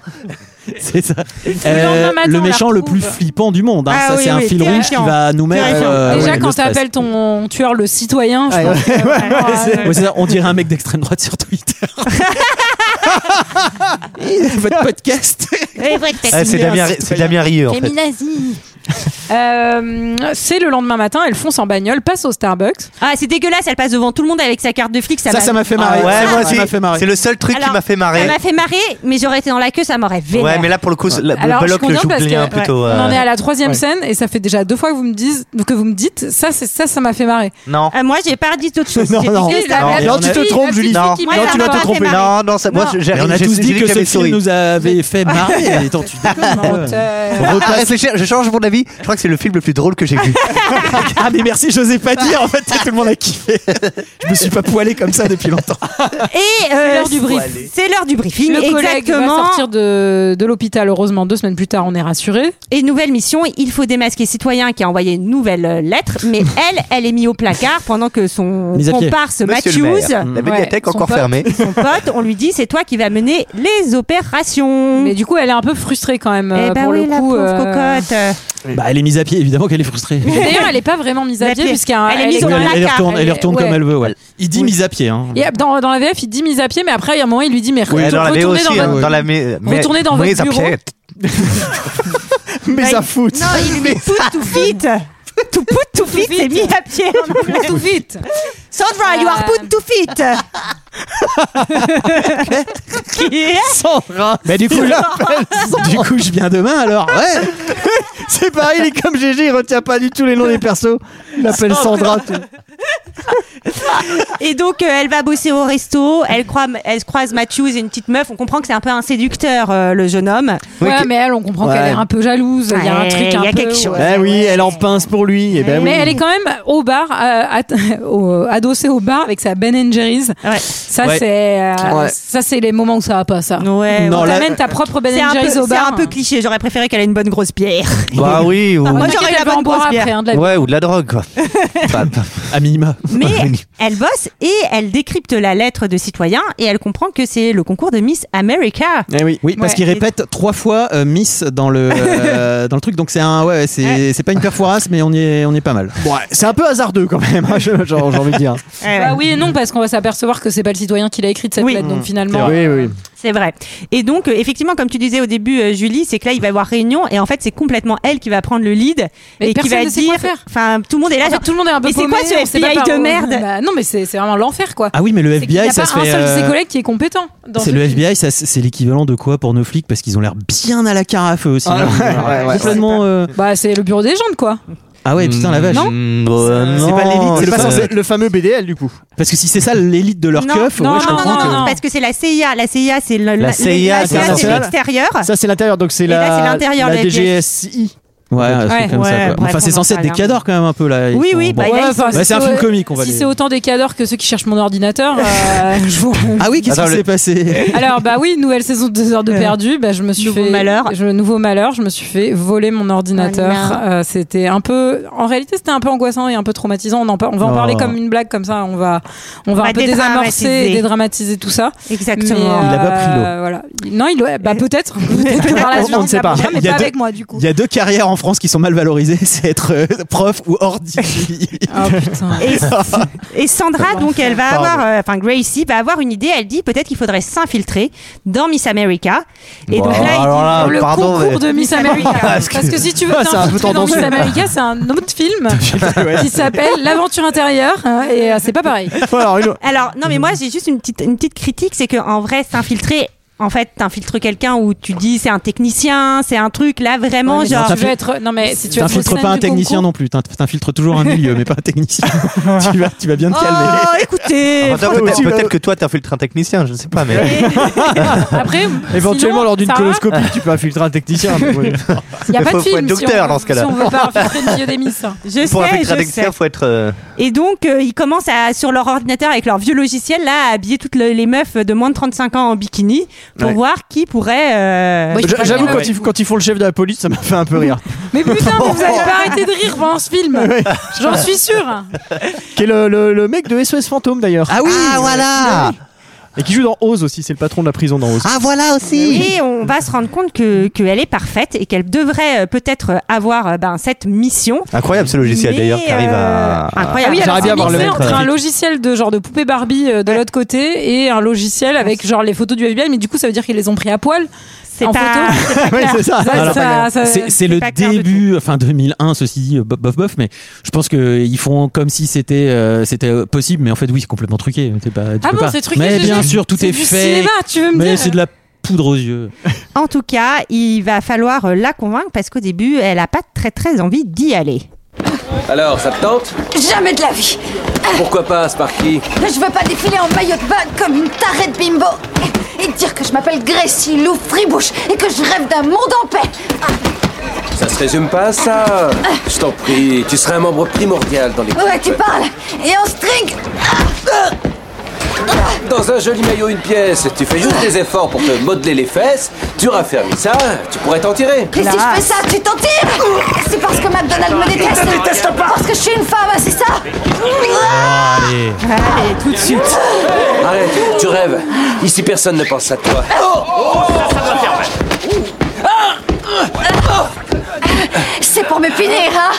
S11: C'est ça. Euh,
S5: lendemain matin,
S11: le
S5: on la
S11: méchant le
S5: retrouve.
S11: plus flippant du monde. hein.
S1: Ah
S11: ça,
S1: oui,
S11: c'est un
S1: oui,
S11: fil rouge qui
S1: terrifiant.
S11: va nous mettre.
S1: Terrifiant.
S11: euh,
S5: Déjà,
S11: ouais,
S5: quand
S11: le stress.
S5: t'appelles ton tueur le citoyen, je pense que-
S1: Ah ouais,
S5: Ouais,
S11: Ouais, c'est ça, on dirait un mec d'extrême droite sur Twitter. Votre podcast.
S8: Ah, c'est Damien, c'est Damien Rieu en fait.
S5: Féminazie. Euh, c'est le lendemain matin, elle fonce en bagnole, passe au Starbucks.
S1: Ah, c'est dégueulasse, elle passe devant tout le monde avec sa carte de flic. Ça,
S11: Ça,
S1: m'a-
S11: ça m'a fait marrer.
S8: ouais, moi
S11: ça m'a fait
S8: aussi.
S11: marrer.
S8: C'est le seul truc
S1: Alors,
S8: qui m'a fait
S1: ça
S8: marrer.
S1: m'a fait marrer, mais j'aurais été dans la queue, ça m'aurait vénère.
S8: Ouais, mais là pour le coup, la- le
S5: Alors, je
S8: bloc
S5: suis
S8: le
S5: contente
S8: joue
S5: parce
S8: bien
S5: que
S8: plutôt.
S5: on
S8: euh,
S5: en est à la troisième scène et ça fait déjà deux fois que vous me dites, que vous me dites, ça, c'est ça, ça m'a fait marrer.
S8: Non.
S1: Ah, moi, j'ai pas dit d'autre chose.
S6: Non,
S1: J'ai
S6: non.
S1: dit que ça
S8: Non,
S1: m'avait-
S8: non,
S6: tu te trompes, Julie.
S8: Non.
S1: Moi, ça
S6: tu
S1: m'a
S6: vas te
S1: pas fait
S6: tromper.
S1: marrer.
S8: Non, non, ça, moi,
S1: Non.
S8: j'ai
S11: Et on a
S8: j'ai-
S11: tous
S8: j'ai
S11: dit que
S8: qu'il y
S11: ce
S8: avait
S11: film
S8: souris.
S11: nous avait fait marrer. Attends, tu déconnes.
S5: Menteur.
S8: Ah, réfléchis, je change mon avis. Je crois que c'est le film le plus drôle que j'ai vu.
S11: Ah mais merci, j'osais pas dire. En fait, tout le monde a kiffé. Je me suis pas poilé comme ça depuis longtemps.
S1: Et euh,
S5: l'heure du brief.
S1: C'est l'heure du briefing,
S5: Le collègue va
S1: exactement.
S5: sortir de, de l'hôpital, heureusement, deux semaines plus tard, on est rassuré.
S1: Et nouvelle mission, il faut démasquer citoyen qui a envoyé une nouvelle euh, lettre, mais elle, elle est mise au placard pendant que son
S11: Mise à pied.
S1: comparse
S8: Monsieur le
S1: Matthews,
S8: maire, la bibliothèque
S5: Ouais, son
S8: encore
S5: pote.
S8: fermée.
S1: son pote, on lui dit c'est toi qui vas mener les opérations.
S5: Mais du coup, elle est un peu frustrée quand même.
S1: eh
S5: euh,
S1: ben
S5: pour
S1: oui,
S5: le
S1: la
S5: coup,
S1: pauvre
S5: euh,
S1: cocotte. euh,
S11: Bah elle est mise à pied, évidemment qu'elle est frustrée.
S5: D'ailleurs, elle est pas vraiment mise à
S1: La
S5: pied
S1: pied.
S5: puisqu'il y a un-
S1: Elle est mise
S5: est-
S1: dans
S11: elle,
S1: la
S11: elle y
S1: carte,
S11: retourne, elle y
S5: elle est-
S11: retourne comme
S5: ouais.
S11: elle veut. ouais. Il dit mise à pied. Hein.
S5: Il y a- dans, dans la VF, il dit mise à pied, mais après, il y a un moment, il lui dit mais
S8: Ouais,
S5: retourne-
S8: dans la V
S5: retournez dans
S8: aussi,
S5: votre
S8: hein, dans la mais,
S5: Retournez dans votre bureau.
S6: Mais à foutre.
S1: Non, il lui met put tout fit. Tout put tout fit, c'est mis à pied.
S5: tout vite.
S1: Sandra, you are put tout fit. Qui est
S11: Sandra. Bah du coup, là, du coup, je viens demain alors. Ouais.
S6: C'est pareil, il est comme GG, il retient pas du tout les noms des persos. Il l'appelle Sandra. Eh tu-
S1: Et donc, euh, elle va bosser au resto. Elle, croit, elle croise Matthews et une petite meuf. On comprend que c'est un peu un séducteur, euh, le jeune homme.
S5: Ouais, mais elle, on comprend
S6: Ouais.
S5: qu'elle est un peu jalouse. Il y a un
S1: Ouais,
S5: truc
S1: il y
S5: un
S1: a
S5: peu,
S1: quelque chose.
S5: ouais.
S6: Eh oui, elle en pince pour lui. Eh ben
S5: Mais elle
S6: oui.
S5: est quand même au bar, euh, at- au- adossée au bar avec sa Ben Jerry's.
S1: Ouais.
S5: Ça,
S11: Ouais.
S5: c'est euh,
S11: Ouais.
S5: ça, c'est les moments où ça va pas, ça.
S1: Ouais,
S11: Non,
S5: On
S1: ouais.
S11: là-
S5: t'amène ta propre Ben
S1: C'est un, peu,
S5: Jerry's au
S1: c'est
S5: bar.
S1: un peu cliché. J'aurais préféré qu'elle ait une bonne grosse bière.
S8: Bah oui, ou,
S1: Moi,
S5: T'inquiète,
S1: j'aurais
S5: elle
S1: la
S5: va en
S1: bonne
S5: boire
S1: grosse bière.
S5: après, hein, de la
S8: ouais, ou de la drogue quoi. Pas- pas-
S11: À minima.
S1: Mais
S8: Oui.
S1: elle bosse et elle décrypte la lettre de citoyen et elle comprend que c'est le concours de Miss America.
S11: Eh oui. Oui, parce
S1: Ouais.
S11: qu'il répète trois fois euh, Miss dans le euh, dans le truc. Donc c'est un ouais, c'est c'est pas une perforace, mais on y est on y est pas mal.
S6: Ouais, c'est un peu hasardeux quand même, hein, je- genre, j'ai envie de dire.
S1: Ouais,
S5: Bah
S1: ouais.
S5: oui et non parce qu'on va s'apercevoir que c'est pas le citoyen qui l'a écrite cette
S1: Oui.
S5: lettre donc finalement
S6: Oui, oui.
S1: C'est vrai. Et donc, euh, effectivement, comme tu disais au début, euh, Julie, c'est que là, il va y avoir réunion et en fait, c'est complètement elle qui va prendre le lead
S5: Mais
S1: et qui
S5: personne
S1: va
S5: ne sait
S1: dire.
S5: quoi faire.
S1: Enfin, tout le monde est là.
S5: en fait,
S1: genre,
S5: tout le monde est un peu
S1: Mais c'est
S5: paumé,
S1: quoi ce
S5: on sait pas
S1: FBI
S5: par
S1: de
S5: où-
S1: merde
S5: Bah non mais c'est c'est vraiment l'enfer quoi.
S11: Ah oui, mais le
S5: C'est qu'il y a
S11: FBI, ça
S5: pas
S11: se
S5: un
S11: fait.
S5: seul de ses
S11: euh,
S5: collègues qui est compétent. dans
S11: C'est
S5: ce
S11: le
S5: film.
S11: FBI, ça, c'est l'équivalent de quoi pour nos flics Parce qu'ils ont l'air bien à la carafe eux aussi.
S6: Ah ouais,
S11: Ils ont l'air
S6: ouais, ouais.
S11: complètement. euh,
S5: Bah c'est le bureau des gens quoi.
S11: Ah ouais, putain la vache.
S5: Non.
S8: Mm, euh,
S11: C'est pas l'élite,
S8: non,
S6: bah, C'est
S11: c'est le
S6: pas
S11: fa-
S6: censé être le fameux BDL du coup.
S11: Parce que si c'est ça l'élite de leur
S1: non,
S11: keuf,
S5: non,
S11: ouais, je
S1: non, non,
S11: comprends
S1: non,
S11: que-
S1: non, parce que c'est la CIA. La CIA, c'est le-
S8: La CIA,
S1: c'est
S6: c'est
S1: l'extérieur.
S6: Ça c'est l'intérieur, donc c'est
S1: Et là, c'est
S6: la,
S1: l'intérieur,
S6: la
S1: la DGS.
S6: DGSI.
S11: Ouais, un truc
S5: Ouais.
S11: comme ça.
S5: Ouais,
S11: quoi.
S5: bref,
S11: enfin, c'est
S5: on en
S11: censé être des
S5: parlera.
S11: cadors quand même un peu là. Ils
S5: Oui,
S11: sont-
S5: oui,
S11: bon.
S5: bah, il y a-
S11: enfin,
S5: si
S11: c'est un
S5: c'est-
S11: film comique, on va
S5: Si
S11: dire.
S5: c'est autant des cadors que ceux qui cherchent mon ordinateur, euh, je vous-
S11: Ah oui, qu'est-ce qui s'est passé
S5: Alors bah oui, nouvelle saison de 2 heures de perdu, bah je me suis fait malheur. Je, nouveau malheur, je me suis fait voler mon ordinateur. Euh, c'était un peu en réalité c'était un peu angoissant et un peu traumatisant, on en par- on va en
S1: Oh.
S5: parler comme une blague comme ça, on va on va
S1: On
S5: un
S1: va
S5: peu
S1: dédramatiser.
S5: désamorcer et dédramatiser tout ça.
S1: Exactement.
S5: Mais, euh,
S6: Il a pas pris l'eau.
S5: Voilà. Non, il bah peut-être peut-être que par la suite,
S6: On ne sait
S5: il
S6: pas.
S5: l'apprendra, mais
S11: Il y a
S5: pas
S11: deux-
S5: avec moi du coup.
S11: Il y a deux carrières en France qui sont mal valorisées, c'est être euh, prof ou ordi.
S5: Ah putain.
S1: Et, et Sandra, donc, elle va
S11: Pardon.
S1: avoir, euh, enfin, Gracie va avoir une idée. Elle dit peut-être qu'il faudrait s'infiltrer dans Miss America. Et donc
S8: Bon,
S1: là, il
S8: alors
S1: dit-
S8: là,
S5: le
S8: pardon,
S5: concours
S8: mais-
S5: de Miss America. Parce
S8: Parce
S5: que,
S8: que-
S5: si tu veux
S6: Ah, c'est un peu
S5: t'infiltrer dans Miss
S6: tendancieux.
S5: America, c'est un autre film qui s'appelle L'aventure intérieure hein, et euh, c'est pas pareil.
S6: Alors, une-
S1: Alors, non, mais
S8: Mhm.
S1: moi, j'ai juste une petite, une petite critique, c'est qu'en vrai, s'infiltrer, en fait, t'infiltres quelqu'un où tu dis c'est un technicien, c'est un truc, là, vraiment,
S5: Ouais, mais
S1: genre.
S5: si tu veux être non mais si tu veux être au
S11: T'infiltres
S5: sein
S11: pas un
S5: du
S11: technicien
S5: concours-
S11: non plus, t'in- t'infiltres toujours un milieu, mais pas un technicien. tu, vas, tu vas bien te calmer.
S1: Oh, écoutez!
S8: Attends,
S1: franchement.
S8: Peut-être
S6: bah,
S8: peut-être que toi, t'infiltres un technicien, je ne sais pas, mais.
S5: Après
S6: éventuellement,
S5: Oh, sinon,
S6: lors d'une
S5: Sarah,
S6: coloscopie, tu peux infiltrer un technicien. mais ouais.
S5: il y a pas
S8: Faut-
S5: de
S8: faut
S5: film
S8: être
S5: si
S8: docteur
S5: on-
S8: dans ce cas-là.
S5: Si on veut pas infiltrer le milieu des Miss.
S1: Je
S8: Pour
S1: sais,
S8: infiltrer un
S1: je sais.
S8: technicien, faut être. euh,
S1: Et donc, euh, ils commencent à, sur leur ordinateur, avec leur vieux logiciel, là, à habiller toutes le- les meufs de moins de 35 ans en bikini pour
S6: Ouais.
S1: voir qui pourrait. euh,
S5: Oui.
S6: J'a- J'avoue, quand, ils- quand ils font le chef de la police, ça m'a fait un peu rire.
S5: Mais putain, mais vous avez pas arrêté de rire pendant ce film. J'en suis sûre.
S6: Qui est le, le- le mec de SOS Fantôme d'ailleurs.
S11: Ah oui
S8: Ah voilà
S6: Et qui joue dans Oz aussi, c'est le patron de la prison dans Oz.
S8: Ah voilà aussi
S1: Et on va se rendre compte que qu'elle est parfaite et qu'elle devrait euh, peut-être avoir euh, ben, cette mission.
S8: Incroyable ce logiciel
S1: Mais,
S8: d'ailleurs qui arrive à. Ah
S1: euh, incroyable.
S5: Ah oui, alors
S6: J'aimerais bien
S5: c'est
S6: voir le
S5: mixé
S6: mec,
S5: entre
S6: ouais.
S5: un logiciel de genre de poupée Barbie euh, de l'autre côté et un logiciel avec genre les photos du FBI, mais du coup ça veut dire qu'ils les ont pris à poil
S1: C'est
S5: en
S1: pas-
S5: photo.
S1: c'est pas
S6: Ouais,
S1: clair.
S6: c'est ça.
S5: Ça,
S11: Alors,
S5: ça- ça- euh,
S11: C'est c'est le
S1: pas clair du
S11: début, enfin 2001, ceci dit, euh, bof bof bof, mais je pense que ils font comme si c'était euh, c'était euh, possible, mais en fait oui, c'est complètement truqué. t'es Pas, tu
S5: Ah
S11: peux
S5: bon,
S11: pas.
S5: c'est truqué.
S11: Mais
S5: c'est-
S11: bien sûr, tout
S5: c'est
S11: est,
S5: du
S11: fait.
S5: cinéma, tu veux me
S11: Mais
S5: dire
S11: c'est de la poudre aux yeux.
S1: En tout cas, il va falloir euh, la convaincre parce qu'au début, elle n'a pas très très envie d'y aller.
S3: Alors, ça te tente
S10: Jamais de la vie
S3: Pourquoi pas, Sparky
S10: Je veux pas défiler en maillot de bain comme une tarée de bimbo Et dire que je m'appelle Gracie Lou Fribouche et que je rêve d'un monde en paix
S3: Ça se résume pas à ça. Je t'en prie, tu serais un membre primordial dans l'équipe.
S10: Ouais, tu parles Et en string
S3: Dans un joli maillot, une pièce, tu fais juste des efforts pour te modeler les fesses, tu raffermis ça, tu pourrais t'en tirer.
S10: Et si je fais ça, tu t'en tires C'est parce que McDonald me déteste
S2: te déteste pas
S10: Parce que je suis une femme, c'est ça
S11: Allez.
S1: Allez, tout de suite.
S3: Arrête, tu rêves. Ici, personne ne pense à toi.
S10: C'est pour me punir, hein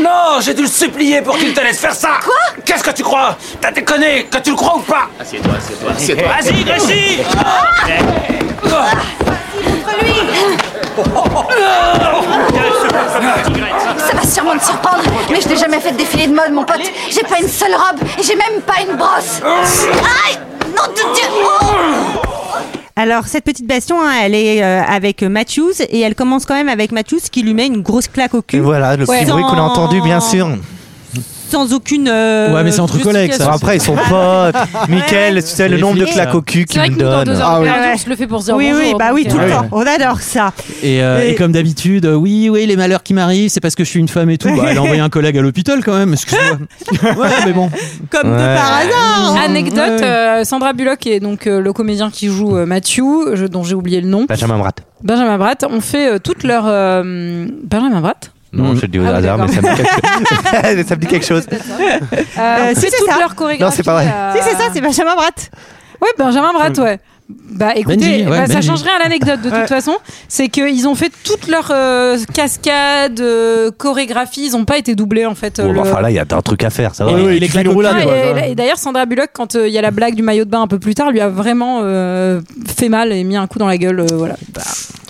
S3: Non, j'ai dû le supplier pour qu'il te laisse faire ça. Quoi Qu'est-ce que tu crois T'as déconné, que tu le crois ou pas Assieds-toi, assieds-toi, assieds-toi. Vas-y, Gracie
S10: Ça va sûrement te surprendre, mais je n'ai jamais fait de défilé de mode, mon pote. J'ai pas une seule robe et j'ai même pas une brosse. Aïe Non, de Dieu Oh
S1: Alors cette petite bastion, hein, elle est euh, avec Matthews et elle commence quand même avec Matthews qui lui met une grosse claque au
S8: Et
S1: cul
S8: voilà, le
S1: Ouais.
S8: petit bruit qu'on a entendu, bien
S1: Sans-
S8: sûr.
S1: sans aucune. euh,
S11: Ouais, mais c'est entre collègues, ça.
S8: Bon, après, ils sont potes. Michael, tu sais, le
S11: Les
S8: nombre de
S11: flics,
S8: claques
S11: ça.
S8: au cul
S5: C'est
S8: qu'il
S5: vrai que
S8: me
S5: nous, dans
S8: donne.
S5: deux
S6: Ah
S5: heures de
S6: ouais.
S5: perdu, je le fais pour se dire
S1: Oui,
S5: bonjour.
S1: oui, bah
S5: donc,
S1: oui,
S5: euh,
S1: tout le
S6: ouais.
S1: temps. On adore ça.
S11: Et, euh,
S1: Et-
S11: et comme d'habitude, euh, oui, oui, les malheurs qui m'arrivent, c'est parce que je suis une femme et tout. Bah, elle a envoyé un collègue à l'hôpital quand même, excuse-moi. Ouais, mais bon.
S1: Comme de
S8: Ouais.
S1: par hasard.
S5: Anecdote,
S11: Ouais.
S5: euh, Sandra Bullock et donc euh, le comédien qui joue euh, Matthew, je- dont j'ai oublié le nom,
S8: Benjamin Bratt.
S5: Benjamin Bratt, ont fait euh, toute leur euh, Benjamin Bratt.
S8: Non, je te dis au
S5: Ah oui, Ah,
S8: hasard, mais ça me dit quelque chose. ça me dit quelque chose.
S5: Euh,
S1: si,
S5: c'est
S1: c'est
S5: toute
S1: ça.
S5: leur chorégraphie.
S8: Non, c'est pas vrai. Hum.
S5: euh,
S1: Si c'est ça, c'est Benjamin Bratt.
S5: Ouais, Benjamin Bratt, ouais. Bah écoutez,
S11: Benji, ouais,
S5: bah, ça
S11: Benji.
S5: changerait à l'anecdote de toute
S1: Ouais.
S5: façon. C'est qu'ils ont fait toutes leurs euh, cascades, euh, chorégraphies, ils n'ont pas été doublés en fait. euh,
S8: Bon,
S5: le-
S8: bah, enfin, là, il y a un truc à faire, ça va.
S6: Et oui, il
S11: les
S6: fait
S11: claques
S6: une
S11: au cul.
S6: roulade.
S5: Ah, et-
S6: quoi, ça.
S5: et d'ailleurs, Sandra Bullock, quand euh, il y a la blague du maillot de bain un peu plus tard, lui a vraiment euh, fait mal et mis un coup dans la gueule. euh, voilà. Bah,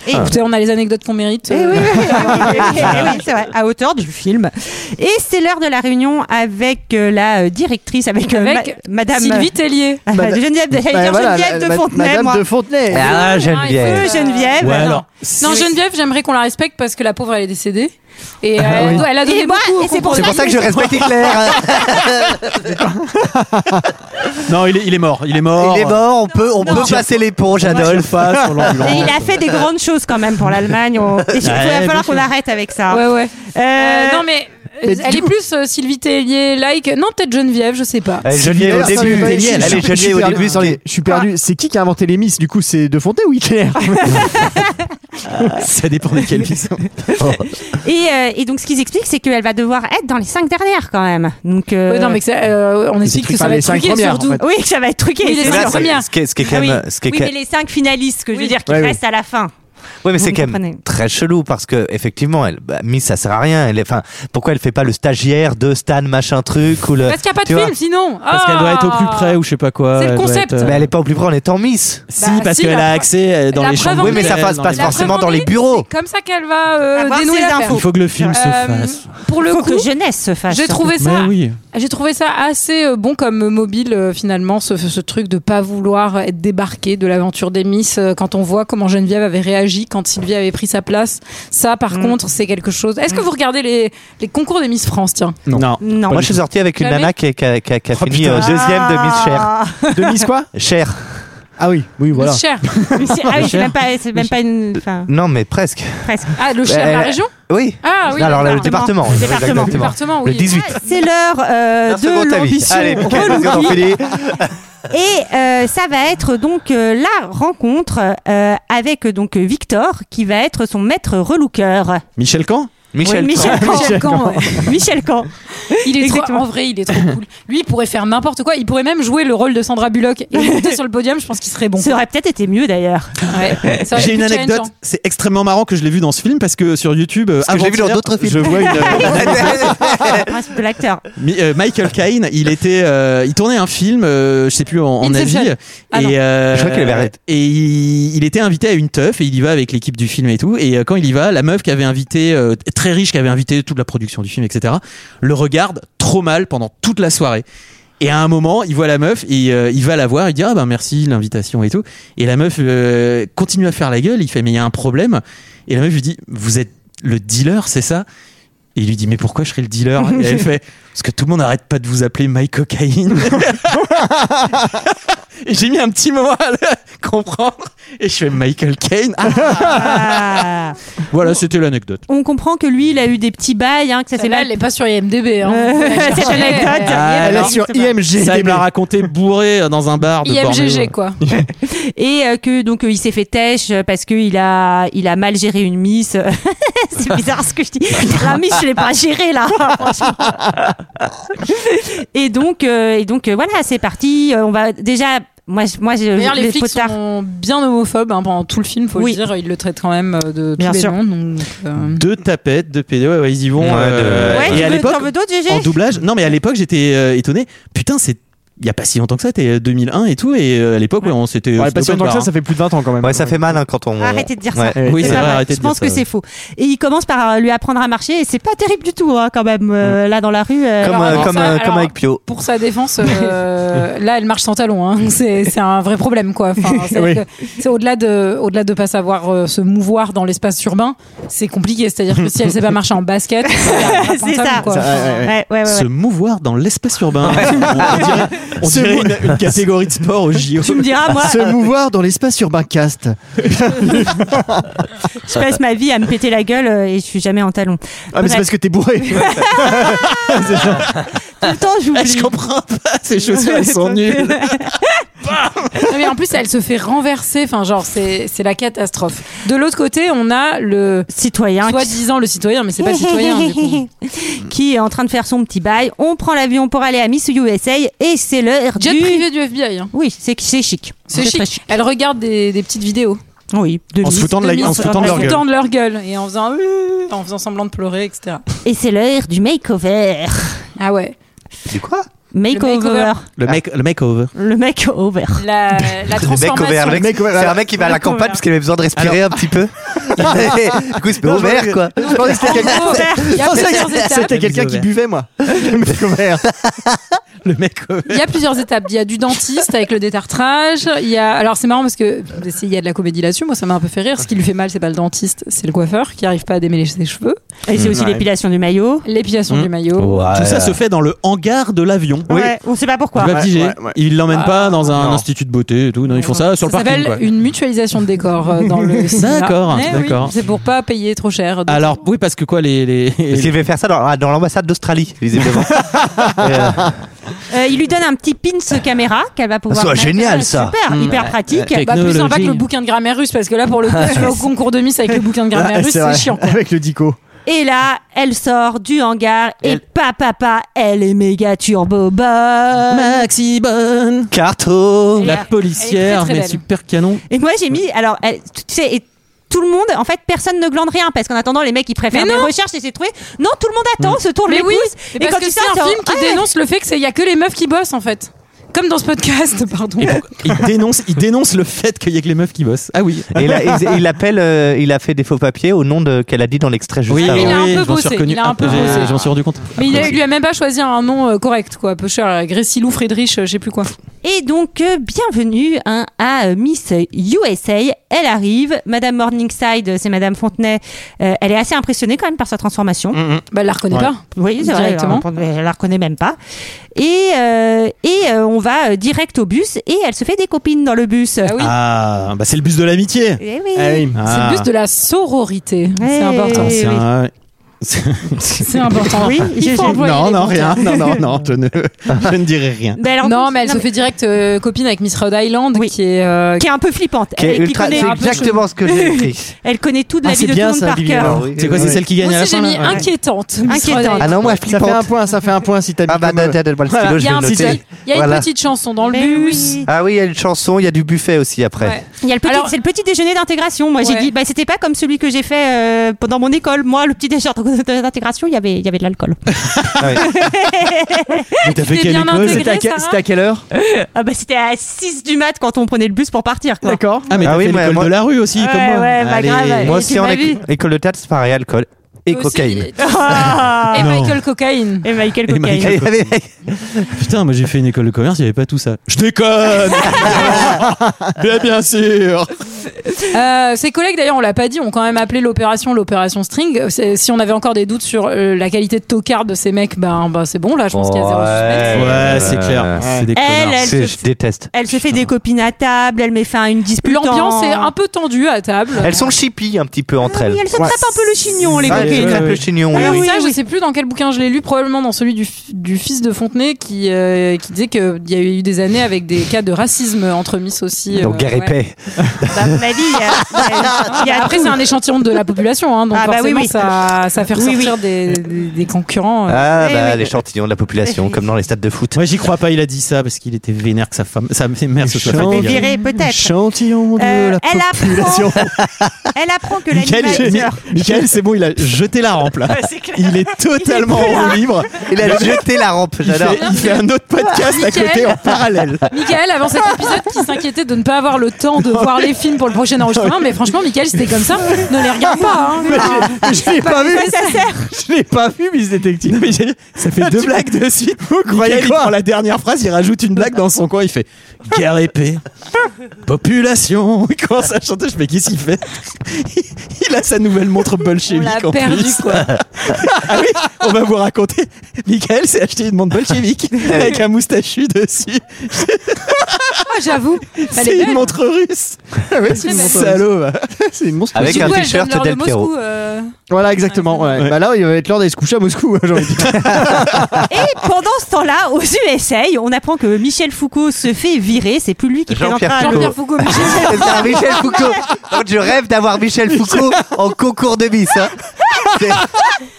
S1: Et-
S5: Écoutez, on a les anecdotes qu'on mérite.
S1: Eh
S5: euh,
S1: oui, oui, oui, oui, oui, Ah oui, c'est vrai, à hauteur du film. Et c'est l'heure de la réunion avec euh, la euh, directrice, avec, euh,
S5: Avec
S1: ma- Madame
S5: Sylvie Tellier.
S1: Ah,
S6: Mada-
S1: Geneviève, j'allais
S6: Bah,
S1: dire
S6: voilà,
S1: Geneviève
S6: la-
S1: de
S6: ma-
S1: Fontenay,
S6: Madame
S1: moi.
S6: de Fontenay.
S8: Ah,
S5: Ah, il
S8: Geneviève.
S5: faut-
S1: Euh, Geneviève.
S11: Ouais,
S1: alors.
S11: alors.
S5: Non, Geneviève, j'aimerais qu'on la respecte parce que la pauvre, elle est décédée. Et euh,
S11: Ah
S5: elle,
S11: oui.
S5: elle a donné
S12: Et moi,
S5: beaucoup.
S12: et c'est pour
S11: C'est pour ça que je respecte Hitler. Non, il est, il est mort. Il est mort.
S8: Il est mort, on peut, on peut passer l'éponge, Adolphe.
S1: Et il a fait des grandes choses quand même pour l'Allemagne. on- Et surtout, il
S8: Ouais,
S1: va
S8: bien
S1: falloir qu'on
S8: sûr.
S1: arrête avec ça.
S5: Ouais, ouais.
S1: Euh,
S5: Euh, non, mais. euh,
S1: Mais
S5: elle
S1: du
S5: est plus euh, Sylvie Tellier, like. Non, peut-être Geneviève, je sais pas.
S11: Eh,
S5: Euh,
S8: Elle est Geneviève au début.
S6: Eh, Je suis-
S8: Elle
S6: je suis- je
S8: est
S6: suis
S8: Geneviève au
S6: perdu,
S8: début.
S6: attendez, Je suis perdu. C'est qui qui a inventé les Miss Du coup, c'est De Fontaine ou Hitler
S11: Ça dépend de quel
S1: Et, euh, et donc, ce qu'ils expliquent, c'est qu'elle va devoir être dans les cinq dernières quand même. Donc, euh,
S5: Ouais, non, mais que ça, euh, on explique que ça va être truqué, surtout.
S1: Oui, que ça va être truqué.
S5: Oui, les
S1: c'est
S5: cinq
S1: sûr.
S5: premières.
S8: Ce qui est- ce qui est quand
S1: Ah oui.
S8: même- euh, ce qui est
S1: Oui,
S8: quand-
S1: mais les cinq finalistes, que je veux dire, qui
S8: Ouais, oui.
S1: restent à la fin.
S8: Oui, mais
S1: Vous
S8: c'est quand
S1: comprenez.
S8: même très chelou parce que effectivement, elle, bah, Miss, ça sert à rien. Elle, est- enfin, pourquoi elle fait pas le stagiaire de Stan machin truc ou le
S5: Parce qu'il n'y a pas
S8: tu
S5: de
S8: vois
S5: film sinon. Ah.
S11: Parce qu'elle doit être au plus près ou je sais pas quoi.
S5: C'est le
S11: elle doit
S5: concept.
S11: être, euh,
S8: Mais Bah, elle est pas au plus près en étant Miss.
S11: Si, Bah, parce si, qu'elle la a preuve- accès, euh, dans la les preuve chambres en
S8: Oui, mais ça
S11: est-
S8: passe,
S11: dans
S8: passe
S11: les-
S8: forcément dans les bureaux.
S5: Comme ça qu'elle va euh,
S1: Avoir
S5: dénouer
S1: ses
S5: l'affaire.
S1: infos.
S11: Il faut que le film se
S5: Euh,
S11: fasse.
S5: Pour le
S1: Faut
S5: coup,
S1: que jeunesse se fasse.
S5: J'ai
S1: surtout.
S5: trouvé ça.
S11: Mais oui.
S5: J'ai trouvé ça assez euh, bon comme mobile euh, finalement ce, ce truc de pas vouloir être débarqué de l'aventure des Miss euh, quand on voit comment Geneviève avait réagi quand Sylvie avait pris sa place. Ça par contre c'est quelque chose. Est-ce que vous regardez les, les concours des Miss France tiens
S11: Non.
S1: Non.
S8: Moi, je suis sorti avec une
S5: Jamais.
S8: nana qui, qui a, qui a- qui a fini
S11: putain.
S8: euh, deuxième de Miss Cher.
S1: Ah.
S5: Ah
S6: De Miss quoi
S8: Cher.
S6: Ah oui, oui, voilà.
S5: Le Cher.
S1: Mais c'est- Ah oui, c'est
S8: Cher.
S1: même pas, c'est même pas une. Enfin,
S8: Non, mais presque.
S1: presque.
S5: Ah le Cher de la
S8: Euh,
S5: région.
S8: Oui.
S5: Ah oui.
S8: Alors, le département.
S1: Le département.
S8: Exactement.
S5: Département, oui.
S8: Le 18.
S1: C'est l'heure euh,
S8: Merci pour
S1: de
S8: ta vie.
S1: l'ambition
S8: Allez, Mickaël, vas-y, on en
S1: relouquée.
S8: finit.
S1: Et euh, ça va être donc euh, la rencontre euh, avec donc Victor qui va être son maître relooker.
S11: Michel Camp
S1: Oui, Michel Camp.
S5: Michel Camp, ouais.
S1: Michel Camp.
S5: Il est trop,
S1: Exactement.
S5: en vrai, il est trop cool. Lui, il pourrait faire n'importe quoi. Il pourrait même jouer le rôle de Sandra Bullock et monter sur le podium. Je pense qu'il serait bon.
S1: Ça aurait peut-être été mieux d'ailleurs.
S5: Ouais. Ça aurait
S11: J'ai
S5: été
S11: une
S5: challengeant.
S11: anecdote, c'est extrêmement marrant que je l'ai vu dans ce film parce que sur YouTube, euh,
S8: Parce que j'ai vu dans
S11: avant-hier,
S8: d'autres films.
S11: Je vois une, euh,
S1: Le principe de l'acteur.
S11: Mi- euh, Michael Caine, il était, euh, il tournait un film, euh, je sais plus en, en Asie,
S5: Inception. Ah non.
S11: et euh,
S8: Je crois qu'il avait arrêté.
S11: et il, il était invité à une teuf et il y va avec l'équipe du film et tout. Et euh, quand il y va, la meuf qui avait invité, euh, très riche, qui avait invité toute la production du film, etc., le regarde trop mal pendant toute la soirée. Et à un moment, il voit la meuf et euh, il va la voir, il dit ah ben merci l'invitation et tout. Et la meuf euh, continue à faire la gueule, il fait mais il y a un problème. Et la meuf lui dit vous êtes le dealer, c'est ça et il lui dit mais pourquoi je serais le dealer Et elle fait parce que tout le monde n'arrête pas de vous appeler My Cocaine. et j'ai mis un petit moment à le comprendre et je fais Michael Caine.
S1: Ah.
S11: voilà, c'était l'anecdote.
S1: On comprend que lui, il a eu des petits bails, hein, que ça s'est
S5: Celle-là,
S1: mal.
S5: elle n'est pas sur IMDB. Hein.
S1: Euh,
S5: Vous pouvez
S1: cette
S5: la chercher.
S1: anecdote.
S5: Euh,
S11: Ah,
S6: Elle est
S11: alors,
S6: sur IMG.
S11: Ça, il me l'a raconté bourré euh, dans un bar de
S5: IMGG,
S11: Bornéo.
S5: quoi.
S1: Et euh, que donc euh, il s'est fait têche euh, parce qu'il a il a mal géré une miss. c'est bizarre ce que je dis. La miss je l'ai pas gérée là. franchement. et donc euh, et donc euh, voilà c'est parti. Euh, on va déjà moi je- moi je
S5: D'ailleurs, les, flics
S1: potards-
S5: sont bien homophobes hein, pendant tout le film, faut
S1: Oui.
S5: le dire. Ils le traitent quand même euh, de
S1: Bien
S5: tous
S1: sûr.
S5: les noms. Donc, euh,
S11: Deux tapettes, deux PD, E, ouais, ouais, ils y vont.
S8: Ouais,
S11: euh,
S8: de-
S1: Ouais,
S11: et à
S1: tu veux,
S11: l'époque,
S1: t'en veux d'autres GG
S11: en doublage. Non, mais à l'époque, j'étais euh, étonné. Putain, c'est il y a pas si longtemps que ça, t'es euh, 2001 et tout. Et euh, à l'époque, ouais, on s'était.
S6: Ouais,
S11: c'était
S6: pas si
S11: open
S6: longtemps que
S11: bar,
S6: ça,
S11: hein.
S6: ça fait plus de 20 ans quand même.
S8: Ouais, ça fait mal hein, quand on.
S1: Arrêtez de dire ça.
S8: Ouais.
S11: Oui,
S1: C'est
S11: c'est
S1: pas
S11: vrai,
S1: vrai.
S11: arrêtez
S1: Je
S11: de
S1: pense
S11: dire
S1: que
S11: ça.
S1: c'est faux. Et il commence par euh, lui apprendre à marcher et c'est pas terrible du tout hein, quand même euh, là dans la rue. euh,
S8: Comme,
S5: Alors,
S8: euh,
S5: alors,
S8: comme,
S5: ça,
S8: euh,
S5: alors-
S8: comme avec Pio.
S5: pour sa défense, euh, là, elle marche sans talon. hein. C'est c'est un vrai problème, quoi. Enfin, c'est
S6: Oui.
S5: que c'est au-delà de, au-delà de pas savoir euh, se mouvoir dans l'espace urbain, c'est compliqué. C'est-à-dire que si elle sait pas marcher en basket,
S1: C'est
S5: c'est
S1: ça.
S5: Quoi.
S1: ouais, ouais, ouais, ouais.
S11: Se mouvoir dans l'espace urbain. on dirait, on
S6: Se
S11: dirait une, une catégorie de sport au JO.
S1: Tu me diras moi euh,
S6: Se mouvoir dans l'espace urbain cast.
S1: je passe ma vie à me péter la gueule euh, et je suis jamais en talon.
S6: Ah, mais c'est parce que t'es bourré.
S1: Tout le temps j'oublie.
S11: Je comprends pas, ces chaussures, elles sont nulles.
S5: Non, mais en plus, elle se fait renverser. Enfin, genre, c'est c'est la catastrophe. De l'autre côté, on a le
S1: Citoyen. qui-
S5: soi-disant le citoyen, mais c'est pas le citoyen. du coup.
S11: Mm.
S1: qui est en train de faire son petit bail. On prend l'avion pour aller à Miss USA et c'est l'heure
S5: Jet
S1: du.
S5: privé du FBI. hein.
S1: Oui, c'est c'est chic.
S5: C'est
S1: très
S5: chic. Elle regarde des, des petites vidéos.
S1: Oui, de
S11: En se
S1: Miss.
S11: foutant de, la- en se foutant de leur
S5: en
S11: gueule.
S5: foutant de leur gueule et en faisant, euh, en faisant semblant de pleurer, etc.
S1: Et c'est l'heure du makeover.
S5: Ah ouais.
S8: Du quoi
S1: Makeover.
S5: makeover.
S6: Ah.
S11: Le, make, le makeover.
S1: Le makeover.
S5: La, la
S8: Le mec au vert,
S5: transformation.
S8: le mec- c'est un mec qui va à la campagne parce qu'il avait besoin de respirer un petit peu. du coup, il se met au vert, quoi.
S6: Je pensais que c'était quelqu'un-
S5: Oh, Il y a plusieurs étapes.
S6: c'était quelqu'un qui buvait, moi. Le mec au vert.
S11: Le makeover.
S5: Il y a plusieurs étapes. Il y a du dentiste avec le détartrage. Il y a, alors c'est marrant parce que il y a de la comédie là-dessus. Moi, ça m'a un peu fait rire. Ce qui lui fait mal, c'est pas le dentiste, c'est le coiffeur qui arrive pas à démêler ses cheveux.
S1: Et c'est aussi
S11: Ouais.
S1: l'épilation du maillot.
S5: L'épilation
S11: Mm.
S5: du
S8: Oh,
S5: maillot.
S11: Tout ça se fait dans le hangar de l'avion.
S1: Ouais, on sait pas pourquoi.
S11: Je vais piger. Ils l'emmènent pas dans un
S1: Non.
S11: institut de beauté et tout. Non, ils font ça sur
S5: Ça
S11: le parking.
S5: s'appelle
S11: quoi.
S5: une mutualisation de décors euh, dans le cinéma.
S11: D'accord,
S5: Eh oui,
S11: d'accord.
S5: c'est pour pas payer trop cher. Donc,
S11: Alors oui, parce que quoi, les les.
S8: Parce qu'il devait faire ça dans, dans l'ambassade d'Australie, visiblement.
S1: Euh, il lui donne un petit pins caméra qu'elle va pouvoir.
S8: soit
S1: mettre. Ah,
S8: génial, ça.
S1: Super,
S8: Mm.
S1: hyper
S8: Ouais.
S1: pratique.
S8: Ouais.
S5: bah, plus sympa que
S8: Technologie.
S5: le bouquin de grammaire russe parce que là pour le coup tu vas au concours de Miss avec le bouquin de grammaire
S6: Ah,
S5: russe
S6: vrai.
S5: c'est chiant.
S6: Avec le dico.
S1: Et là, elle sort du hangar et papa, papa, elle est méga turbo bonne.
S11: Maxibonne.
S8: Carto.
S1: Et
S11: La
S1: elle-
S11: policière,
S1: elle est très, très
S11: mais
S1: belle.
S11: super canon.
S1: Et moi, j'ai mis. Alors, elle- tu sais, et tout le monde, en fait, personne ne glande rien parce qu'en attendant, les mecs, ils préfèrent
S5: Mais
S1: des
S5: non.
S1: recherches et c'est trouvé. Non, tout le monde attend, se tourne
S5: Mais
S1: les
S5: oui,
S1: pouces.
S5: mais parce que
S1: tu
S5: c'est
S1: sors,
S5: un
S1: c'est-
S5: film qui
S1: ah Ouais.
S5: dénonce le fait que c'est il y a que les meufs qui bossent en fait. Comme dans ce podcast, pardon.
S11: Il dénonce, il dénonce le fait qu'il y ait que les meufs qui bossent. Ah oui.
S8: Et là, il, il appelle, euh, il a fait des faux papiers au nom de qu'elle a dit dans l'extrait juste
S11: Oui,
S8: avant.
S11: oui,
S5: a un peu
S11: j'en
S5: bossé,
S11: suis reconnu. Ah,
S5: il a un peu
S11: j'ai-
S5: bossé.
S11: J'en suis rendu compte.
S5: Mais il a- lui a même pas choisi un nom euh, correct quoi, peu cher, euh, Gressilou, Friedrich, euh, je sais plus quoi.
S1: Et donc, euh, bienvenue hein, à euh, Miss USA. Elle arrive. Madame Morningside, euh, c'est Madame Fontenay. Euh, elle est assez impressionnée quand même par sa transformation.
S5: Bah elle la reconnaît
S1: Ouais.
S5: pas.
S1: Oui, c'est vrai, hein,
S5: Directement.
S1: elle, elle la reconnaît même pas. Et, euh, et euh, on va euh, direct au bus et elle se fait des copines dans le bus.
S5: oui.
S11: Ah, bah c'est le bus de l'amitié.
S1: Eh oui.
S11: Ah.
S5: C'est plus de la sororité, c'est
S1: Eh
S5: important.
S1: oui.
S11: C'est un-
S5: C'est important.
S1: Oui,
S5: il
S1: j'ai-
S5: faut
S1: j'ai-
S5: employer
S11: Non,
S5: les
S11: non,
S5: bons
S11: rien.
S5: termes.
S11: Non, non, non, je ne, je ne dirai rien.
S1: Ben alors,
S5: non,
S1: donc,
S5: mais elle se fait direct euh, copine avec Miss Rhode Island, qui est. euh,
S1: qui est un peu flippante.
S8: Qui est
S1: Elle, qui
S8: ultra-
S1: connaît
S8: c'est
S1: un peu-
S8: exactement ce que j'ai écrit.
S1: elle connaît toute la
S11: Ah,
S1: vie
S11: c'est
S1: de
S11: bien
S1: tout le
S11: ça,
S1: monde par
S11: Viviane.
S1: cœur.
S8: oui,
S11: C'est quoi, c'est
S8: oui.
S11: celle qui gagne
S5: Moi
S11: à la
S5: aussi,
S11: fin
S5: j'ai mis
S11: là Ouais.
S5: inquiétante. Miss
S1: Inquiétante.
S5: Rhode Island.
S8: Ah non, moi,
S6: Ça fait un
S8: flippante.
S6: point, ça fait un point si t'as
S8: Ah bah, t'as t'as le
S5: Il
S8: stylo,
S5: y
S8: je
S5: a,
S8: vais
S5: un
S8: le
S5: petit-
S8: noter.
S5: il y a
S8: Voilà.
S5: une petite chanson dans le
S1: Mais
S5: bus.
S1: oui.
S8: Ah oui, il y a une chanson, il y a du buffet aussi après.
S5: Ouais.
S1: Il y a le petit-
S5: Alors-
S1: c'est le petit déjeuner d'intégration. Moi, j'ai
S5: Ouais.
S1: dit, bah, c'était pas comme celui que j'ai fait euh, pendant mon école. Moi, le petit déjeuner d'intégration, il y avait, il y avait de l'alcool.
S11: Mais t'as
S5: fait t'es quelle bien école intégrée, Sarah
S11: quelle heure
S1: Ah, bah, c'était à 6 du mat quand on prenait le bus pour partir. quoi.
S6: D'accord.
S11: Ah, mais
S8: Ah
S11: t'as
S8: oui,
S11: fait
S8: mais
S11: l'école
S8: moi-
S11: de la rue aussi,
S1: Ouais,
S11: comme moi.
S1: ouais, bah,
S11: Allez.
S1: grave, ouais.
S8: Moi
S1: Et tu
S8: aussi, en
S1: m'as
S8: éco-
S1: vu.
S8: école de théâtre, c'est pareil, alcool et
S5: Aussi,
S8: cocaïne.
S5: et-
S1: Ah.
S5: Et Michael Cocaine.
S1: Et Michael
S11: Et
S1: Cocaine.
S11: Michael- Putain, moi j'ai fait une école de commerce, il n'y avait pas tout ça. Je déconne Bien, bien sûr
S5: Euh, ses collègues, d'ailleurs, on l'a pas dit, ont quand même appelé l'opération l'opération String. C'est- Si on avait encore des doutes sur euh, la qualité de tocard de ces mecs, ben, ben c'est bon, là, je pense qu'il y a zéro suspense.
S11: Ouais, c'est clair. C'est des
S1: Euh, Elle,
S11: connards.
S1: elle
S8: C'est-
S1: se-
S8: Je déteste.
S1: Elle se fait des copines à table, elle met fin à une dispute.
S5: L'ambiance
S1: en-
S5: est un peu tendue à table.
S8: Elles sont chippies un petit peu entre elles.
S1: Ah Oui, elle se trappe un peu le chignon, les Ah
S8: Ah,
S1: copines.
S8: elles se tapent le chignon, oui,
S5: Alors
S8: oui.
S5: ça,
S1: oui,
S5: je
S1: oui.
S5: sais plus dans quel bouquin je l'ai lu, probablement dans celui du, f- du fils de Fontenay qui, euh, qui disait qu'il y a eu des années avec des cas de racisme entre Miss aussi.
S8: Donc,
S5: euh,
S8: guerre et
S5: ouais.
S8: paix.
S1: Bah, à mon avis, il y a- il y a
S5: Après,
S1: tout.
S5: c'est un échantillon de la population, hein, donc
S1: Ah bah oui,
S5: forcément,
S1: oui.
S5: Ça, ça fait
S1: Oui, oui.
S5: ressortir Des, des- des concurrents. euh.
S8: Ah
S1: Eh
S8: bah,
S1: oui.
S8: l'échantillon de la population, comme dans les stades de foot.
S11: Moi j'y crois pas, il a dit ça parce qu'il était vénère que sa femme, sa mère se soit
S6: Chant-
S11: fait
S1: Mais
S11: virer.
S1: virée, peut-être.
S6: Chantillon de
S1: Euh,
S6: la
S1: elle, apprend,
S6: population.
S1: elle apprend que
S11: Michael,
S1: l'animateur.
S11: j'ai- Michael, c'est bon, il a jeté la rampe là. Il est totalement en roue libre.
S8: Il a jeté la rampe,
S11: Il
S8: j'adore.
S11: fait, il fait un autre podcast à
S5: Michael.
S11: côté en parallèle.
S5: Michael, avant cet épisode, qui s'inquiétait de ne pas avoir le temps de voir les films pour le prochain enregistrement, mais franchement, Michael, c'était comme ça, ne les regarde pas. hein.
S6: Je l'ai
S11: Ah,
S6: pas vu. Je l'ai pas vu, Miss Détective.
S11: Mais j'ai- ça fait deux blagues de suite. Vous
S6: croyez quoi
S11: Dans la dernière phrase, il rajoute une blague dans son coin. Il fait guerre épée, population. Il commence à chanter. Je fais qu'est-ce qu'il fait Il a sa nouvelle montre
S5: On
S11: bolchevique
S5: l'a
S11: en
S5: perdu,
S11: plus.
S5: quoi.
S11: Ah oui, on va vous raconter. Michael s'est acheté une montre bolchevique avec un moustachu dessus.
S5: Ah, J'avoue, elle est
S11: C'est une
S5: belle.
S11: montre russe.
S6: Ah
S5: c'est une montre
S11: Salaud. va. C'est une montre.
S8: Avec
S5: Du
S8: un
S5: coup, elle
S8: t-shirt
S5: donne l'heure de
S8: Del Piero.
S5: Moscou, euh,
S6: Voilà, exactement. ouais.
S11: Ouais.
S6: Bah là, il va être l'heure d'aller se coucher à Moscou. j'ai envie de dire.
S1: Et pendant ce temps-là, aux USA, on apprend que Michel Foucault se fait virer. C'est plus lui qui
S8: Jean-Pierre
S1: présentera le-
S5: Jean-Pierre Foucault, Michel.
S8: C'est un Michel Foucault. Donc, je rêve d'avoir Michel Foucault en concours de bis. hein. C'est-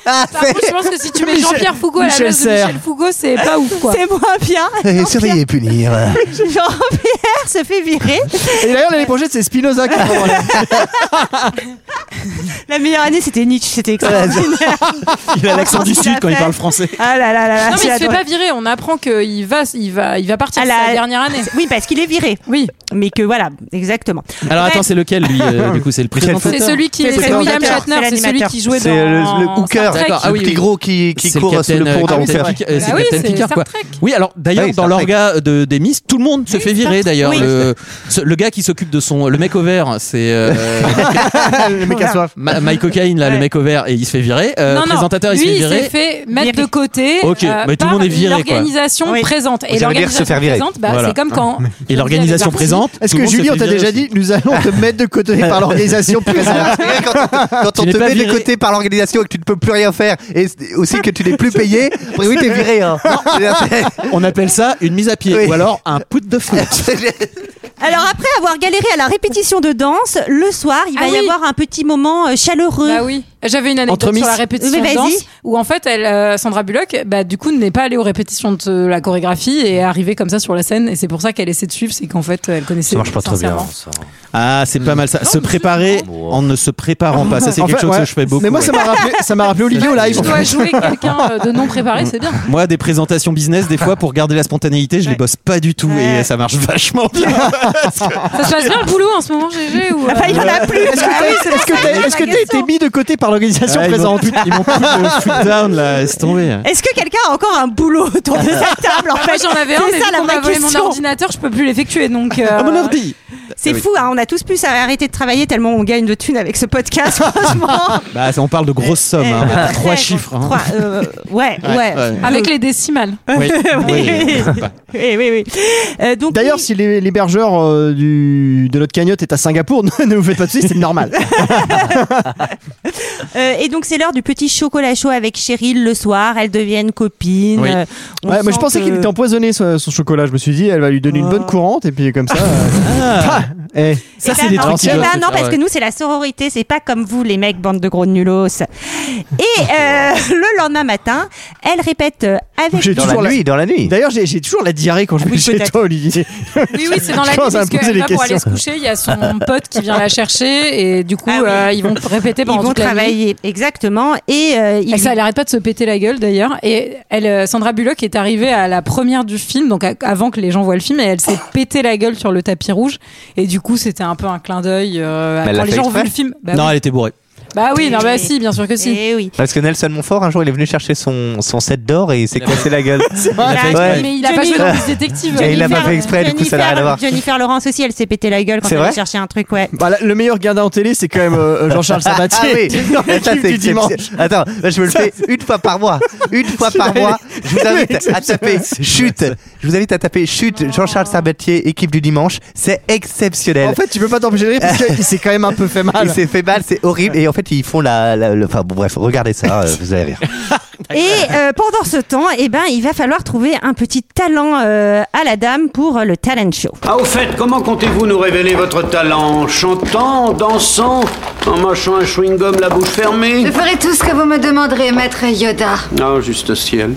S8: Ah,
S5: Par
S8: c'est-
S5: contre, je pense que si tu mets
S6: Michel-
S5: Jean-Pierre Foucault à la
S6: Michel
S5: place de
S6: Serres.
S5: Michel Foucault, c'est pas ouf, quoi.
S1: C'est moins bien.
S8: Et surveiller et punir.
S1: Jean-Pierre se fait virer.
S6: Et d'ailleurs, l'année prochaine, c'est Spinoza qui prend la-
S1: La meilleure année, c'était Nietzsche. C'était extraordinaire.
S11: Il a l'accent du
S1: Il a
S11: sud quand il
S1: fait.
S11: parle français.
S1: Ah là là là là.
S5: Non, mais
S1: j'ai
S5: il se fait
S1: adoré.
S5: pas virer. On apprend qu'il va, il va, il va partir
S1: À
S5: de
S1: la-
S5: sa dernière année.
S1: Oui, parce qu'il est viré.
S5: Oui,
S1: Mais que voilà, exactement.
S11: Alors
S1: Bref.
S11: attends, c'est lequel lui euh, Du coup, c'est le présentateur.
S5: c'est celui qui,
S1: C'est
S5: c'est
S1: l'animateur.
S5: William Shatner,
S1: C'est
S5: c'est celui
S1: l'animateur.
S5: qui jouait dans.
S8: C'est le, le hooker,
S5: Star Trek.
S11: D'accord, ah
S8: le
S11: oui,
S8: petit
S11: oui.
S8: gros qui, qui
S11: C'est
S8: court
S11: le
S8: sous le
S11: capitaine,
S8: pont
S11: euh,
S8: dans
S11: Capitaine
S8: Hooker.
S11: Picard, euh,
S5: Bah
S11: c'est
S5: oui,
S11: Capitaine
S5: c'est
S11: Picard,
S5: Star
S11: quoi.
S5: Trek.
S11: Oui, alors d'ailleurs
S8: Oui,
S11: dans
S8: Star
S11: l'orga de des Miss, tout le monde se fait virer d'ailleurs.
S1: Oui.
S11: Le, ce- le gars qui s'occupe de son, le mec au vert, c'est euh,
S8: Ah,
S6: le mec mec a soif.
S11: Ma- Mike Cocaine, là, le mec au vert, et il se fait virer. Euh,
S5: non, non,
S11: présentateur,
S5: lui,
S11: il se fait
S5: il
S11: virer.
S5: s'est fait mettre de côté. euh,
S11: Ok, mais tout le
S5: par
S11: monde est viré, quoi.
S5: L'organisation
S11: Oui.
S5: présente.
S11: Vous
S5: Et
S11: allez dire
S5: l'organisation
S11: se faire virer.
S5: présente, bah,
S11: Voilà.
S5: c'est comme
S1: Ah,
S5: quand.
S11: Et l'organisation présente.
S6: Est-ce
S11: tout le
S6: que
S11: monde se
S6: Julie,
S11: fait
S6: on t'a
S11: virer
S6: déjà
S11: aussi.
S6: dit, nous allons te mettre de côté par l'organisation présente
S12: Quand on
S6: Tu n'es
S12: te
S6: pas
S12: met de
S6: viré.
S12: côté par l'organisation et que tu ne peux plus rien faire, et c- aussi que tu n'es plus payé, après oui, t'es viré. Hein.
S11: On appelle ça une mise à pied ou alors un put de foot.
S1: Alors après avoir galéré à la répétition de danse, le soir, il va
S5: Ah
S1: y
S5: oui.
S1: avoir un petit moment euh, chaleureux.
S5: Bah oui. J'avais une anecdote
S1: Entre Miss-
S5: sur la répétition
S1: Oui,
S5: de
S1: vas-y.
S5: danse où en fait elle, euh, Sandra Bullock bah, du coup n'est pas allée aux répétitions de la chorégraphie et est arrivée comme ça sur la scène et c'est pour ça qu'elle essaie de suivre c'est qu'en fait elle connaissait
S11: Ça marche pas très bien,
S5: sincèrement.
S11: Ah, c'est pas mal ça. se préparer en ne se préparant pas. Ça, c'est
S6: En
S11: quelque
S6: fait,
S11: chose
S6: ouais.
S11: que je fais beaucoup.
S6: Mais moi, ça
S11: ouais.
S6: m'a rappelé, ça m'a rappelé Olivier au live.
S5: Tu dois jouer quelqu'un euh, de non préparé c'est bien
S11: Moi, des présentations business, des fois, pour garder la spontanéité, je les bosse pas du tout et ça marche vachement bien.
S6: Ah,
S5: ça se passe bien le boulot en ce moment GG ou, euh,
S1: Enfin, il y en a plus.
S6: Est-ce que
S1: Ah
S6: t'as-
S1: oui, c'est
S6: est-ce que
S1: ça,
S6: t'as
S1: c'est
S6: est-ce que
S1: la
S6: t'as été mis de côté par l'organisation
S11: Ah, ils m'ont
S6: présente
S11: plus- ils m'ont plus au foot down là, laisse tomber.
S1: Est-ce que quelqu'un a encore un boulot autour de sa table en
S5: Moi
S1: fait
S5: j'en avais un,
S1: C'est
S5: mais
S1: ça
S5: vu
S1: la
S5: qu'on m'a
S1: vraie
S5: volé mon
S1: question.
S5: ordinateur, je peux plus l'effectuer. Donc,
S11: Ah,
S5: euh,
S1: C'est fou, hein, on a tous plus à arrêter de travailler tellement on gagne de thunes avec ce podcast, franchement.
S11: Bah, ça, on parle de grosses sommes, hein.
S1: Eh,
S11: trois
S1: ouais,
S11: chiffres. hein.
S1: trois, euh, ouais,
S11: Ouais,
S1: ouais,
S11: ouais.
S5: Avec les décimales.
S11: Oui, oui.
S1: oui, oui, oui. Euh, donc,
S6: D'ailleurs, si l'hé- l'hébergeur euh, du- de notre cagnotte est à Singapour, ne, ne vous faites pas de soucis, c'est normal.
S1: euh, et donc c'est l'heure du petit chocolat chaud avec Cheryl le soir. Elles deviennent copines.
S6: Oui.
S1: euh, on
S6: Ouais, moi, je
S1: sent
S6: pensais
S1: que- Oh.
S6: qu'il était empoisonné son, son chocolat. Je me suis dit, elle va lui donner une bonne courante et puis comme ça. euh, ah, eh.
S1: Eh ben non, eh ben non,
S11: Ah,
S1: parce que nous, c'est la sororité, c'est pas comme vous, les mecs, bande de gros nulos. Et euh, le lendemain matin, elle répète euh, avec
S6: J'ai toujours
S12: dans la nuit.
S6: D'ailleurs, j'ai j'ai toujours la diarrhée quand je vais chez toi, Olivier.
S5: Oui, oui, c'est dans la
S6: Je
S5: nuit.
S6: commence à
S5: Parce
S6: me poser
S5: qu'elle
S6: des
S5: va pour aller se
S6: questions.
S5: coucher, il y a son pote qui vient la chercher et du coup, euh, ils vont répéter pendant
S1: Ah Ils vont
S5: toute la nuit.
S1: travailler, exactement. Et euh, ils-
S5: Et ça, elle arrête pas de se péter la gueule d'ailleurs. Et elle, euh, Sandra Bullock est arrivée à la première du film, donc à- avant que les gens voient le film, et elle s'est pété la gueule sur le tapis rouge. Et du coup, c'était un peu un clin d'œil. euh,
S8: Mais elle
S5: quand
S8: l'a
S5: les
S8: fait
S5: gens ont
S8: exprès
S5: vu le film. Bah
S11: Non,
S5: oui.
S11: elle était bourrée.
S5: Bah oui, non, bah
S1: Eh
S5: si, bien sûr que si.
S1: oui.
S8: Parce que Nelson Montfort, un jour, il est venu chercher son, son set d'or et il s'est cassé la gueule.
S1: vrai.
S8: Ouais.
S5: Mais il a pas joué dans les détectives.
S8: Et il a pas fait exprès, du coup, ça n'a rien à voir.
S1: Jennifer Lawrence aussi, elle s'est pété la gueule quand
S8: C'est
S1: elle a
S8: vrai
S1: cherché un truc, ouais.
S6: Bah, la- le meilleur gardien en télé, c'est quand même euh, Jean-Charles Sabatier.
S12: Ah oui.
S6: dans
S12: Ça,
S6: l'équipe
S12: c'est
S6: du dimanche.
S12: exceptionnel. Attends, là, je me le fais une fois par mois. Une fois par mois. Je vous invite à taper chute. Je vous invite à taper chute Jean-Charles Sabatier, équipe du dimanche. C'est exceptionnel.
S6: En fait, tu peux pas t'empêcher de rire parce qu'il s'est quand même un peu fait mal.
S12: Il s'est fait mal, c'est horrible. Et en fait, ils font la. la- le- Enfin, bon, bref, regardez ça, euh, vous allez rire.
S1: Et euh, pendant ce temps, eh ben, il va falloir trouver un petit talent euh, à la dame pour euh, le talent show.
S13: Ah, au fait, comment comptez-vous nous révéler votre talent En chantant, en dansant, en mâchant un chewing-gum la bouche fermée
S10: Je ferai tout ce que vous me demanderez, maître Yoda.
S13: Ah, juste ciel.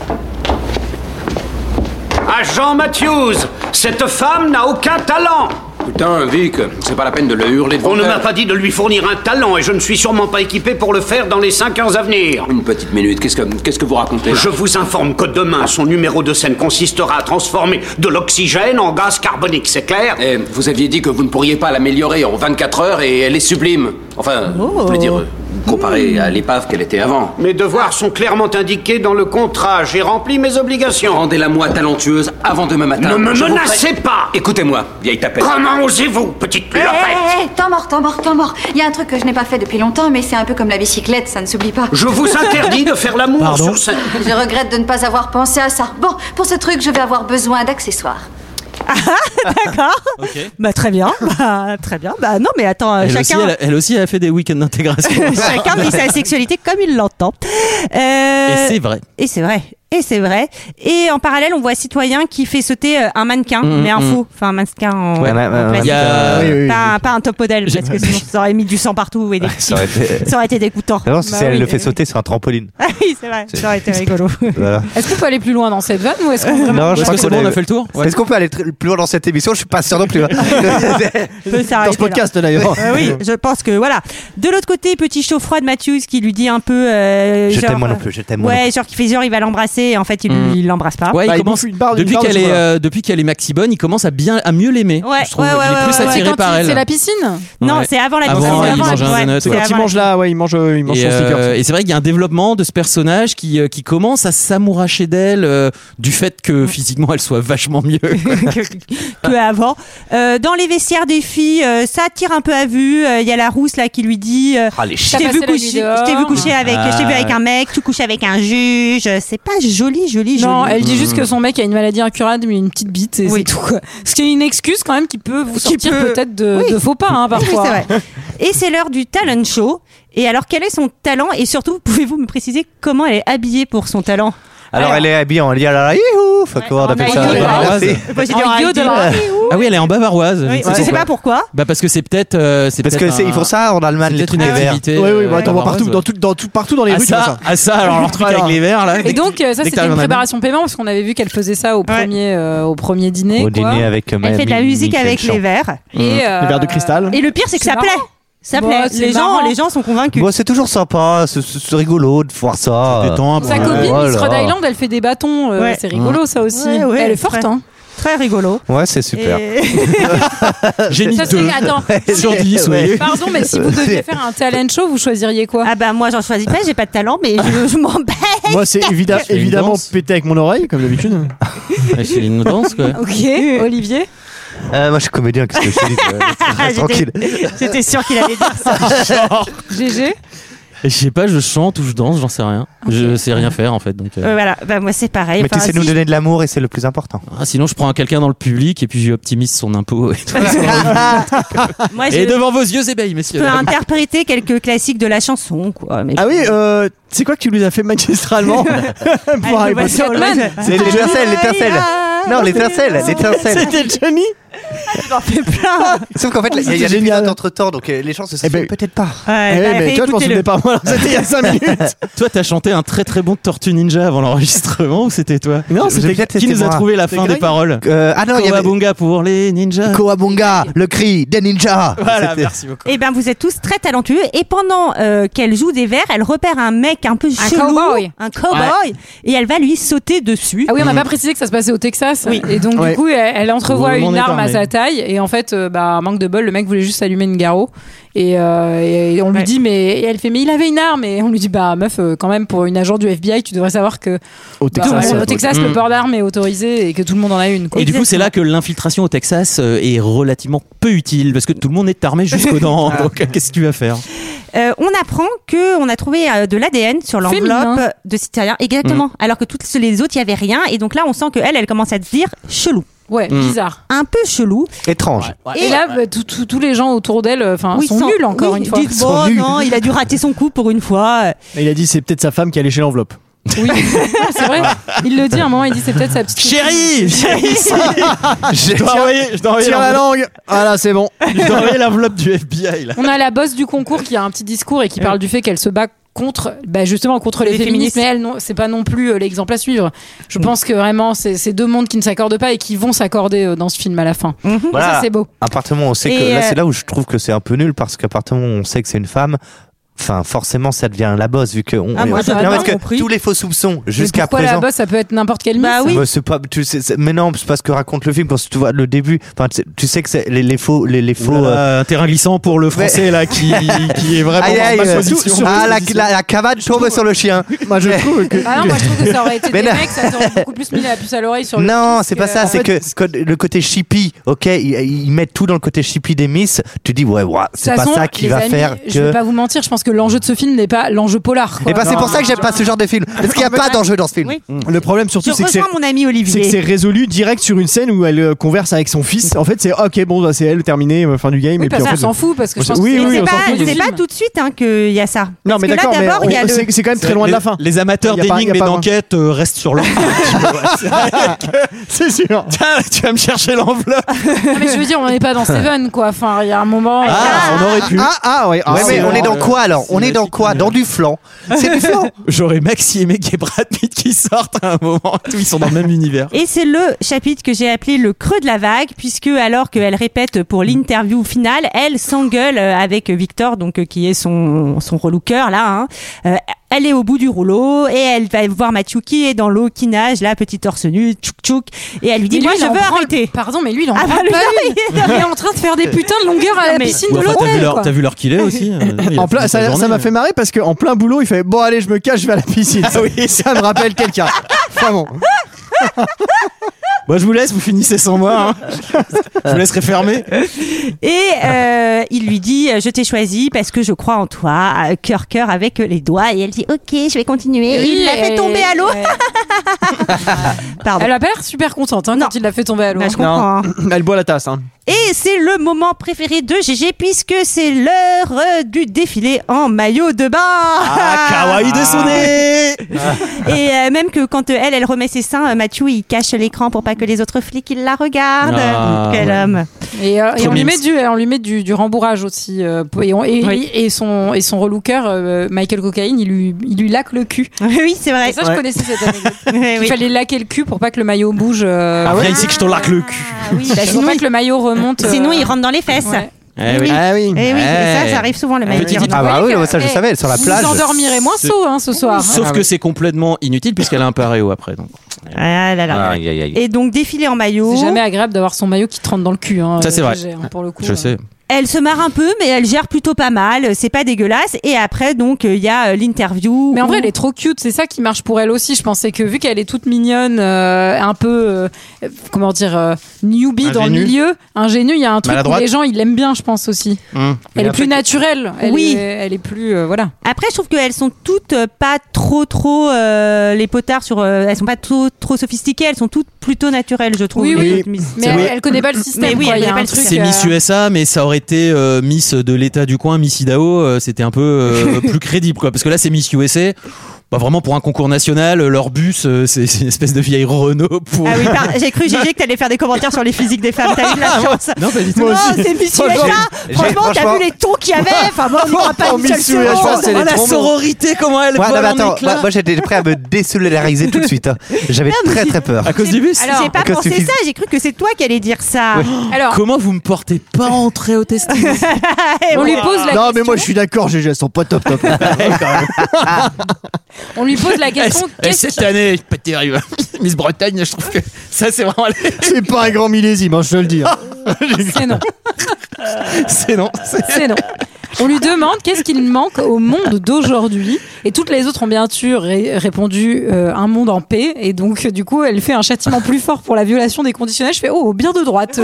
S13: Ah, Jean Matthews Cette femme n'a aucun talent
S2: Putain, Vic, c'est pas la peine de le hurler devant
S13: On ne
S2: elle.
S13: m'a pas dit de lui fournir un talent et je ne suis sûrement pas équipé pour le faire dans les 5 ans à venir.
S2: Une petite minute, qu'est-ce que, qu'est-ce que vous racontez là
S13: Je vous informe que demain, son numéro de scène consistera à transformer de l'oxygène en gaz carbonique, c'est clair
S2: Eh, vous aviez dit que vous ne pourriez pas l'améliorer en 24 heures et elle est sublime. Enfin, je voulais dire, euh, comparée à l'épave qu'elle était avant.
S13: Mes devoirs sont clairement indiqués dans le contrat. J'ai rempli mes obligations.
S2: Rendez-la-moi talentueuse avant demain matin.
S13: Ne me
S2: Je vous
S13: menacez
S2: prie.
S13: pas
S2: Écoutez-moi, vieille tapette.
S13: Comment osez-vous, petite
S10: Hé,
S13: lopette
S10: hé, hé, temps eh, mort, temps mort, temps mort. Il y a un truc que je n'ai pas fait depuis longtemps, mais c'est un peu comme la bicyclette, ça ne s'oublie pas.
S13: Je vous interdis de faire l'amour
S11: Pardon
S13: sur scène.
S10: Je regrette de ne pas avoir pensé à ça. Bon, pour ce truc, je vais avoir besoin d'accessoires.
S1: D'accord Bah très bien, bah, très bien. Bah non, mais attends, euh,
S11: Elle, aussi,
S1: chacun.
S11: elle, elle aussi, elle a fait des week-ends d'intégration.
S1: Chacun vit sa sexualité comme il l'entend. Euh,
S11: Et c'est vrai.
S1: Et c'est vrai. Et c'est vrai. Et en parallèle, on voit un citoyen qui fait sauter euh, un mannequin,
S11: Mhm,
S1: mais un
S11: mhm.
S1: faux, enfin un mannequin en,
S11: Ouais,
S1: en
S11: ouais, ouais,
S1: plastique.
S11: il y a-
S1: Pas,
S11: Oui, oui, oui.
S1: un- pas un top modèle, parce que sinon ça aurait mis du sang partout et des
S8: Ça aurait été- Ah
S1: ça aurait été dégoûtant.
S8: Non, si
S1: Bah
S8: elle
S1: oui.
S8: le fait sauter sur un trampoline.
S1: Ah oui, c'est vrai, ça aurait été rigolo.
S8: Voilà.
S5: Est-ce qu'on peut aller plus loin dans cette vanne ou est-ce qu'on vraiment-
S8: Non, je crois
S11: que c'est
S8: qu'on
S11: bon, on
S8: a-
S11: a fait le tour Ouais.
S12: Est-ce qu'on peut aller tr- plus loin dans cette émission Je suis pas sûr non plus. hein.
S1: On peut s'arrêter
S6: Dans ce podcast, d'ailleurs.
S1: là. Euh, oui, je pense que voilà. De l'autre côté, petit chaud froid de Matthews qui lui dit un peu. euh,
S8: Je
S1: genre,
S8: t'aime moi non
S1: euh,
S8: plus, je t'aime moi non
S1: Ouais, genre qui fait genre il va l'embrasser l'embrasser et en fait il
S11: Mm.
S1: il l'embrasse pas.
S6: Bah,
S11: Ouais, il commence, depuis qu'elle est, euh, depuis qu'elle est Maxibonne, il commence à bien à mieux l'aimer.
S1: Ouais,
S11: je trouve,
S1: ouais, ouais,
S11: il est plus
S1: ouais, ouais.
S11: attiré
S1: C'est quand
S11: par
S1: il-
S11: elle.
S1: c'est la
S5: piscine
S1: Non, c'est avant la piscine.
S11: Avant,
S1: C'est avant
S11: il
S1: la
S11: mange un
S1: piscine.
S11: donut,
S1: C'est
S11: ouais.
S1: avant
S14: il
S1: la
S14: mange là, ouais, il mange, euh, il mange
S11: Et,
S14: son sticker.
S11: euh, et c'est vrai qu'il y a un développement de ce personnage qui, euh, qui commence à s'amouracher d'elle euh, du fait que physiquement elle soit vachement mieux. quoi.
S1: peu avant. Euh, dans les vestiaires des filles, euh, ça tire un peu à vue. Euh, Il y a la rousse là qui lui dit euh,
S11: Ah, les
S1: Je t'ai vu,
S5: T'as passé
S1: coucher-
S5: la nuit
S1: je t'ai vu
S5: dehors.
S1: coucher avec, je t'ai vu
S5: Ah,
S1: avec
S5: ouais.
S1: un mec, tu couches avec un juge. C'est pas joli, joli, joli.
S5: Non, elle dit juste
S11: Mmh.
S5: que
S1: Mhm.
S5: son mec a une maladie incurable, mais une petite bite, et c'est tout. Quoi. Ce qui est une excuse quand même qui peut vous sortir
S1: peut-
S5: peut-être de,
S1: Oui.
S5: de faux pas, hein,
S1: Oui,
S5: parfois.
S1: c'est vrai. Et c'est l'heure du talent show. Et alors, quel est son talent Et surtout, pouvez-vous me préciser comment elle est habillée pour son talent
S8: Alors, elle est habillée en liala, youhou, enfin, comment on appelle ça
S11: en bavaroise.
S8: Merci.
S1: Moi, j'ai dit en
S5: En
S1: Haïti.
S5: Yoda.
S11: Ah oui, elle est en bavaroise.
S1: Oui,
S11: C'est
S1: Je sais
S11: pourquoi.
S1: pas pourquoi.
S11: Bah parce que c'est peut-être. euh, c'est
S8: Parce
S11: peut-être
S8: que c'est-
S11: un-
S8: ils font ça en Allemagne, les
S11: c'est peut-être
S8: trucs
S11: une
S8: les verts.
S11: activité,
S14: Oui, oui, bah,
S11: euh,
S14: attends, on voit partout,
S11: bavaroise,
S14: dans, tout- dans tout- partout dans les
S11: à
S14: rues, tu vois
S11: ça,
S14: ça.
S11: à ça, alors leur truc
S14: Voilà.
S11: avec les verts là.
S5: Et donc, euh, ça,
S11: Dès que
S5: c'était
S11: t'arrives
S5: une
S11: en Allemagne.
S5: préparation paiement parce qu'on avait vu qu'elle faisait ça au premier, euh, au premier dîner.
S15: Au
S5: quoi.
S15: dîner avec, euh,
S1: Elle fait de la
S15: Mi-
S1: musique
S15: Michael
S1: avec
S15: Chan.
S1: les verres.
S5: Et, Les euh, verres de
S1: cristal. Et le pire, c'est que
S5: c'est
S1: ça
S5: marrant.
S1: plaît. Ça
S5: Bon,
S1: plaît.
S5: c'est
S1: Les gens,
S5: marrant.
S1: les gens sont convaincus.
S8: Bon, c'est toujours sympa, c'est- c'est c'est rigolo de voir ça. Oh
S5: Sa copine,
S11: Oh
S5: Miss Rhode Island, elle fait des bâtons. euh,
S1: Ouais.
S5: C'est rigolo, ça aussi.
S1: Ouais, ouais,
S5: elle est forte,
S1: très-
S5: hein.
S1: Très rigolo.
S8: Ouais, c'est super.
S1: Et-
S11: J'ai mis
S5: Ça, c'est-
S11: deux
S5: attends.
S11: sur dix. oui.
S5: Pardon, mais si vous deviez faire un talent show, vous choisiriez quoi
S1: Ah bah moi, j'en choisis pas. J'ai pas de talent, mais je, je m'en bats.
S14: Moi, c'est évidemment,
S11: une
S14: évidemment
S11: danse.
S14: pété avec mon oreille, comme d'habitude.
S11: hein. Ouais, C'est une danse quoi.
S5: Ok, Olivier
S8: Euh, moi, je suis comédien, qu'est-ce que je te dis euh,
S1: J'étais-
S8: Tranquille.
S1: J'étais sûre qu'il allait dire ça. Euh,
S5: GG
S11: Et Je sais pas, je chante ou je danse, j'en sais rien. Je sais rien faire en fait. Donc, euh.
S1: Ouais, voilà. Bah moi, c'est pareil.
S8: Mais tu
S1: Enfin,
S8: sais
S1: si
S8: nous donner de l'amour et c'est le plus important.
S11: Ah, sinon, je prends quelqu'un dans le public et puis j'optimise son impôt. Et, tout.
S1: je- Moi,
S11: Et
S1: je
S11: devant vos yeux ébahis, messieurs.
S1: peux
S11: dames.
S1: interpréter quelques classiques de la chanson, quoi. Mais
S14: Ah oui, euh, c'est quoi que tu nous as fait magistralement
S1: Allez,
S14: pour arriver
S1: voici
S14: sur le-
S1: Oldman.
S8: C'est l'étincelle, l'étincelle. Ah, Non, l'étincelle, l'étincelle.
S14: C'était Johnny
S1: Ah, J'en fais plein.
S8: Sauf qu'en fait, il y a des minutes entre temps, donc euh, les gens se seraient fait peut-être pas.
S1: Ouais,
S14: ben, Eh oui,
S1: bah,
S14: mais toi, je m'en
S1: réécoutez-le.
S14: souvenais pas. Moi, alors, c'était il y a 5 minutes.
S11: Toi, t'as chanté un très très bon Tortue Ninja avant l'enregistrement ou c'était toi
S14: Non,
S11: C'était-
S8: peut-être
S11: Qui
S8: c'était
S11: nous a
S8: moi.
S11: trouvé la
S8: C'est
S11: fin
S8: Greg
S11: des paroles
S8: Euh, ah non, il y avait
S11: Kowabunga pour les ninjas.
S8: Koabunga, le cri des ninjas.
S11: Voilà,
S8: C'était-
S11: merci beaucoup.
S1: Eh ben, vous êtes tous très talentueux. Et pendant euh, qu'elle joue des vers, elle repère un mec un peu chelou,
S5: cow-boy.
S1: un cowboy, et elle va lui sauter dessus.
S5: Ah oui, on
S11: Mhm.
S5: n'a pas précisé que ça se passait au Texas.
S1: Oui.
S5: Et donc,
S14: Ouais.
S5: du coup, elle, elle entrevoit
S14: Le monde
S5: une
S14: est
S5: arme à
S14: armé.
S5: sa taille. Et en fait, euh, bah, manque de bol, le mec voulait juste allumer une garrot. Et, euh, et- et on lui
S1: Ouais.
S5: dit, mais et elle fait, mais il avait une arme. Et on lui dit, bah, meuf, euh, quand même, pour une agent du FBI, tu devrais savoir que
S14: Au
S5: bah,
S14: Texas.
S5: au Texas, le port d'armes est autorisé et que tout le monde en a une. quoi.
S11: Mm. Et du coup, c'est là que l'infiltration au Texas euh, est relativement peu utile parce que tout le monde est armé jusqu'aux dents.
S14: Ah.
S11: Donc, euh, qu'est-ce que tu vas faire
S1: Euh, on apprend que on a trouvé euh, de l'ADN sur l'enveloppe
S5: Féminin. Mm.
S1: de Cythérien. Exactement. Alors que toutes les autres, il y avait rien. Et donc là, on sent que elle, elle commence à se dire chelou.
S5: Ouais,
S11: Mm.
S5: bizarre.
S1: Un peu chelou.
S8: Étrange.
S5: Et là, bah, tout- tout- tous les gens autour d'elle euh, enfin,
S1: Oui,
S5: Ah, sont
S1: sans-
S5: nuls encore
S1: oui,
S5: une fois.
S1: dites,
S8: Sont
S1: bon,
S8: nuls.
S1: non, il a dû rater son coup pour une fois.
S14: Et il a dit, c'est peut-être sa femme qui a léché l'enveloppe.
S5: Oui, c'est vrai. Il le dit à un moment, il dit c'est peut-être sa petite.
S11: Chérie Chérie Je dois envoyer- je dois envoyer
S14: Tire la
S11: l'enveloppe-
S14: langue Voilà, c'est bon.
S11: je dois envoyer l'enveloppe du FBI là.
S5: On a la boss du concours qui a un petit discours
S8: Eh
S5: et qui parle du fait qu'elle se bat contre, bah justement contre les,
S1: Les
S5: féministes,
S1: féministes.
S5: mais elle, non, c'est pas non plus euh, l'exemple à suivre.
S8: Mm.
S5: Je pense que vraiment, c'est c'est deux mondes qui ne s'accordent pas et qui vont s'accorder euh, dans ce film à la fin.
S1: Mhm.
S5: Et
S14: Bah,
S8: Voilà.
S5: Ça, c'est beau.
S8: Appartement, on sait que
S1: Et
S8: là,
S1: euh,
S8: c'est là où je trouve que c'est un peu nul parce qu'appartement, on sait que c'est une femme. Enfin, forcément, ça devient la bosse vu que on.
S1: Ah, moi,
S8: on-
S1: j'aurais
S8: Non,
S1: pas
S8: parce que
S1: compris.
S8: tous les faux soupçons
S5: Mais
S8: jusqu'à
S5: pourquoi la
S8: présent.
S5: boss, ça peut être n'importe quelle
S1: Bah
S5: miss
S1: oui.
S8: Mais c'est pas, tu sais, c'est- mais non, c'est parce que raconte le film quand tu vois le début. Enfin, tu sais- tu sais que c'est les, les faux, les, les faux. euh,
S11: un terrain glissant pour le français là qui, qui est vraiment
S8: Aïe, aïe,
S11: dans ma
S8: euh,
S11: position.
S8: ah, la, la, la cavade tombe sur le chien.
S14: Moi, je trouve que.
S5: Ah non, moi je trouve que ça aurait été
S8: Mais
S5: des
S8: non.
S5: mecs, ça aurait beaucoup plus mis la puce à l'oreille sur le
S8: Non,
S5: disque,
S8: c'est pas
S5: euh,
S8: ça, c'est que co- le côté chippy, ok, ils, ils mettent tout dans le côté chippy des Miss, tu dis, ouais, ouais
S5: De
S8: c'est
S5: toute
S8: pas
S5: façon,
S8: ça qui
S5: les
S8: va
S5: amis,
S8: faire
S5: Je
S8: que.
S5: vais pas vous mentir, je pense que l'enjeu de ce film n'est pas l'enjeu polar. quoi.
S8: Et bah, c'est
S5: Non.
S8: pour ça que j'aime pas ce genre de film, parce qu'il n'y a pas d'enjeu dans ce film.
S1: Oui.
S6: Mm.
S14: Le problème
S1: Je
S14: surtout, c'est que c'est.
S1: rejoins mon ami
S14: C'est
S1: Olivier.
S14: que c'est résolu direct sur une scène où elle euh, converse avec son fils. En fait, c'est ok, bon, bah, c'est elle, terminé, euh, fin du game.
S5: Oui,
S14: et puis
S5: parce
S14: en
S5: qu'on
S14: fait,
S5: s'en fout, parce que je pense
S14: Oui,
S5: que
S1: Mais
S14: oui,
S1: c'est
S14: on s'en
S1: pas,
S14: fout du
S1: c'est
S5: film.
S1: pas tout de suite hein, qu'il y a ça.
S14: Non,
S1: Parce
S14: mais
S1: que
S14: d'accord,
S1: là,
S14: mais
S1: d'abord, il y a
S14: on-
S1: le-
S14: c'est c'est quand même très loin de la
S11: Les-
S14: fin.
S11: Les amateurs
S14: Y a pas-
S11: d'énigmes
S14: y
S11: et
S14: a pas moins.
S11: d'enquêtes euh, restent sur leur.
S14: C'est sûr.
S11: Tiens, tu vas me chercher l'enveloppe.
S5: Non, mais je veux dire, on n'est pas dans Seven, quoi. Enfin, il y a un moment.
S11: Ah, on aurait pu.
S14: Ah, ah, ouais. ah,
S8: Ouais, mais
S14: c'est
S8: on est dans
S14: vrai.
S8: quoi alors On est dans quoi Dans du flan.
S14: Ah.
S8: C'est du flan.
S11: J'aurais maxi aimé qu'il y ait Brad Pitt qui sorte à un moment. Tous ils sont dans le même univers.
S1: Et c'est le chapitre que j'ai appelé le creux de la vague, puisque alors qu'elle répète pour l'interview finale, elle s'engueule euh, avec Victor, donc euh, qui est son son relooker là. hein. Euh, Elle est au bout du rouleau et elle va voir Mathieu qui est dans l'eau, qui nage, là, petit torse nu, tchouk tchouk. Et elle lui dit
S5: Mais lui,
S1: Moi,
S5: il
S1: je
S5: en
S1: veux
S5: prend
S1: arrêter.
S5: Pardon, mais lui, il en
S1: Ah
S5: prend
S1: bah, lui,
S5: pas
S1: non,
S5: une.
S1: mais-
S5: Il est en train de faire des putains de longueurs à la piscine
S11: Ou
S5: de
S11: enfin, t'as vu
S5: l'hôtel.
S11: leur-
S5: quoi.
S11: T'as vu l'heure qu'il est aussi euh, il a
S6: En plein,
S11: fait sa
S6: ça
S11: journée. hein.
S6: ça m'a fait marrer parce que en plein boulot, il fait bon allez, je me cache, je vais à la piscine.
S11: Ah
S6: Ça, ça me rappelle quelqu'un. Vraiment.
S11: Bon, Bah, je vous laisse, vous finissez sans moi. hein. je vous laisserai fermer.
S1: Et euh, il lui dit euh, Je t'ai choisi parce que je crois en toi, euh, cœur cœur avec les doigts. Et elle dit Ok, je vais continuer. Et il l'a fait tomber à l'eau.
S5: euh,
S1: Pardon.
S5: Elle a pas l'air super contente hein, quand il l'a fait tomber à l'eau.
S1: je comprends.
S6: Elle boit la tasse. Hein.
S1: Et c'est le moment préféré de GG puisque c'est l'heure euh, du défilé en maillot de bain.
S11: Ah, kawaii Desune
S1: Et euh, même que quand euh, elle, elle remet ses seins, euh, Mathieu, il cache l'écran pour pas que les autres flics ils la regardent.
S5: Ah,
S1: Quel
S5: ouais.
S1: homme.
S5: Et, euh, et
S1: Trop
S5: on, lui
S1: mimes.
S5: met du, on lui met du, du rembourrage aussi. euh, et, on- et-
S1: Oui.
S5: et son, et son relooker, euh, Michael Cocaine, il lui, il lui laque le cul.
S1: Oui, c'est vrai.
S5: Et ça, je
S11: Ouais.
S5: connaissais cette anecdote. Il
S1: Eh oui.
S5: fallait laquer le cul pour pas que le maillot bouge. euh,
S11: Ah, viens ici que je te laque le cul.
S5: Ah
S1: oui, bah,
S5: Pour
S1: sinon,
S5: pas
S1: il-
S5: que le maillot remonte. euh.
S1: sinon, il rentre dans les fesses.
S11: Eh
S1: oui.
S11: Ah
S1: Eh oui, et ça, ça arrive souvent, le maillot.
S11: Petite-
S12: Ah bah oui, non,
S6: Eh,
S12: ça je savais, sur la
S5: Eh, vous
S12: plage.
S5: Vous endormirez moins
S11: Ce-
S5: saut hein, ce soir.
S11: Sauf que c'est complètement inutile puisqu'elle a un paréo après. Donc.
S1: Ah là là.
S11: Aïe, aïe, aïe.
S1: Et donc, défilé en maillot.
S5: C'est jamais agréable d'avoir son maillot qui te rentre dans le cul. hein,
S11: Ça, c'est
S5: euh,
S11: vrai.
S5: j'ai, hein, pour le coup,
S11: Je
S5: euh.
S11: sais.
S1: Elle se marre un peu, mais elle gère plutôt pas mal. C'est pas dégueulasse. Et après, donc, il y a euh, l'interview.
S5: Mais en
S1: où-
S5: vrai, elle est trop cute. C'est ça qui marche pour elle aussi. Je pensais que vu qu'elle est toute mignonne, euh, un peu, euh, comment dire, euh, newbie dans le
S1: Ingénue.
S5: milieu, ingénue, il y a un truc où
S1: Maladroite.
S5: les gens, ils l'aiment bien, je pense aussi.
S12: Hum.
S5: Elle est plus naturelle. Elle
S1: Oui.
S5: Est, elle est plus, euh, voilà.
S1: Après, je trouve qu'elles sont toutes euh, pas trop, trop euh, les potards sur. euh, elles sont pas trop, trop sophistiquées. Elles sont toutes plutôt naturelles, je trouve.
S5: Oui,
S1: les
S5: oui.
S1: autres Miss.
S5: Mais elle, elle connaît pas le système.
S1: Mais oui,
S5: quoi.
S1: elle
S5: Il y a
S1: connaît
S5: un
S1: pas le
S5: truc,
S11: C'est
S5: euh,
S11: Miss USA, mais ça aurait été euh, Miss de l'État du coin, Miss Idaho, euh, c'était un peu euh, plus crédible, quoi. Parce que là, c'est Miss USA. Bah, vraiment pour un concours national, euh, leur bus, euh, c'est c'est une espèce de vieille Renault pour.
S1: Ah oui,
S5: bah,
S1: par- j'ai cru, Gégé, que t'allais faire des commentaires sur les physiques des femmes. T'as eu de la chance.
S11: Non, pas du tout.
S1: Non,
S11: Ah, Moi aussi.
S1: c'est Miss USA.
S11: Franchement, j'ai-
S1: Franchement, t'as
S11: franchement-
S1: vu les tons qu'il y avait. Enfin, moi, on n'aura pas une seule seconde.
S11: Oh, la sororité, comment elle
S12: Ouais,
S11: vole
S12: non, mais
S11: en
S12: attends, bah,
S11: éclats.
S12: moi, moi, j'étais prêt à me désolidariser tout de suite. hein. J'avais
S1: Non, mais
S12: très
S1: c'est-
S12: très peur.
S11: À cause du bus
S1: Alors, j'ai pas pensé ça, j'ai cru que c'est toi qui allais dire ça.
S5: Alors,
S11: Comment vous me portez pas entrée au testing
S5: Eh,
S1: on lui pose
S5: la
S6: Non, mais moi je suis d'accord, GG, elles sont pas top top.
S11: Bah,
S5: On lui pose la question.
S11: Et
S5: qu'est-ce
S11: cette année, pas terrible. Miss Bretagne, je trouve que ça, c'est vraiment.
S6: c'est pas un grand millésime, hein, je te le dis. hein.
S5: C'est non.
S11: C'est non.
S5: C'est non. On lui demande qu'est-ce qu'il manque au monde d'aujourd'hui. Et toutes les autres ont bien sûr ré- répondu euh, un monde en paix. Et donc, euh, du coup, elle fait un châtiment plus fort pour la violation des conditionnels. Je fais, oh, bien de
S1: Ah
S5: droite.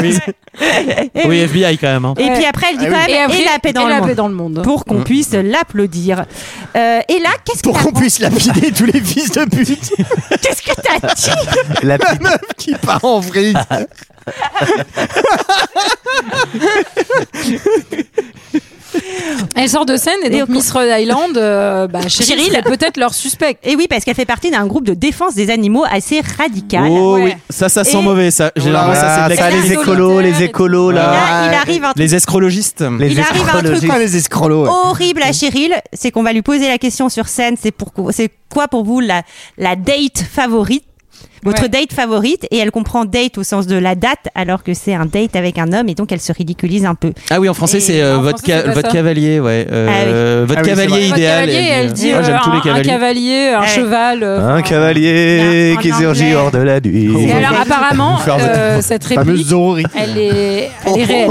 S11: Oui. oui, FBI quand même. hein.
S1: Et puis après, elle dit quand même, et,
S5: après,
S1: la paix dans,
S5: et
S1: le,
S5: la
S1: monde.
S5: paix dans le monde.
S1: Pour
S11: Mm.
S1: qu'on puisse l'applaudir. Euh, et là, qu'est-ce que
S6: Pour
S1: t'as-
S6: qu'on puisse lapider tous les fils de pute.
S1: qu'est-ce que t'as dit
S6: La meuf qui part en vrille.
S12: Ah,
S5: Elle sort de scène et
S1: Et
S5: donc
S1: au-
S5: Miss Rhode Island, euh, bah, Cheryl,
S1: Cheryl.
S5: c'est peut-être leur suspect.
S1: Et Eh oui, parce qu'elle fait partie d'un groupe de défense des animaux assez radical.
S11: Oh oui, ça, ça sent
S1: Et-
S11: mauvais, ça.
S6: Ah,
S11: Généralement, ça, c'est de la
S12: ça,
S11: crise.
S12: les écolos, les écolos là.
S1: il arrive un truc-
S11: Ah, Les escrologistes.
S1: Il arrive un truc Oh.
S12: Ah,
S1: les
S12: escrolos.
S1: horrible à Cheryl, c'est qu'on va lui poser la question sur scène, c'est pour c'est quoi pour vous la la date favorite votre date favorite et elle comprend date au sens de la date alors que c'est un date avec un homme et donc elle se ridiculise un peu.
S11: Ah oui, en français, c'est euh, votre, ca-
S5: c'est pas
S11: votre
S5: ça.
S11: cavalier, ouais. Euh, Votre
S12: Ah oui, c'est
S11: cavalier
S12: vrai.
S5: Votre
S11: idéal.
S5: cavalier, elle dit
S11: Ah, j'aime
S5: euh,
S11: tous
S5: un,
S11: les
S5: un
S11: cavaliers.
S5: cavalier, un cheval. euh,
S12: Un cavalier qui surgit hors de la nuit.
S5: Et alors apparemment,
S12: Faire de-
S5: euh, cette
S12: fameuse
S5: réplique,
S12: Zorori.
S5: elle est, elle est
S11: Oh,
S5: réelle.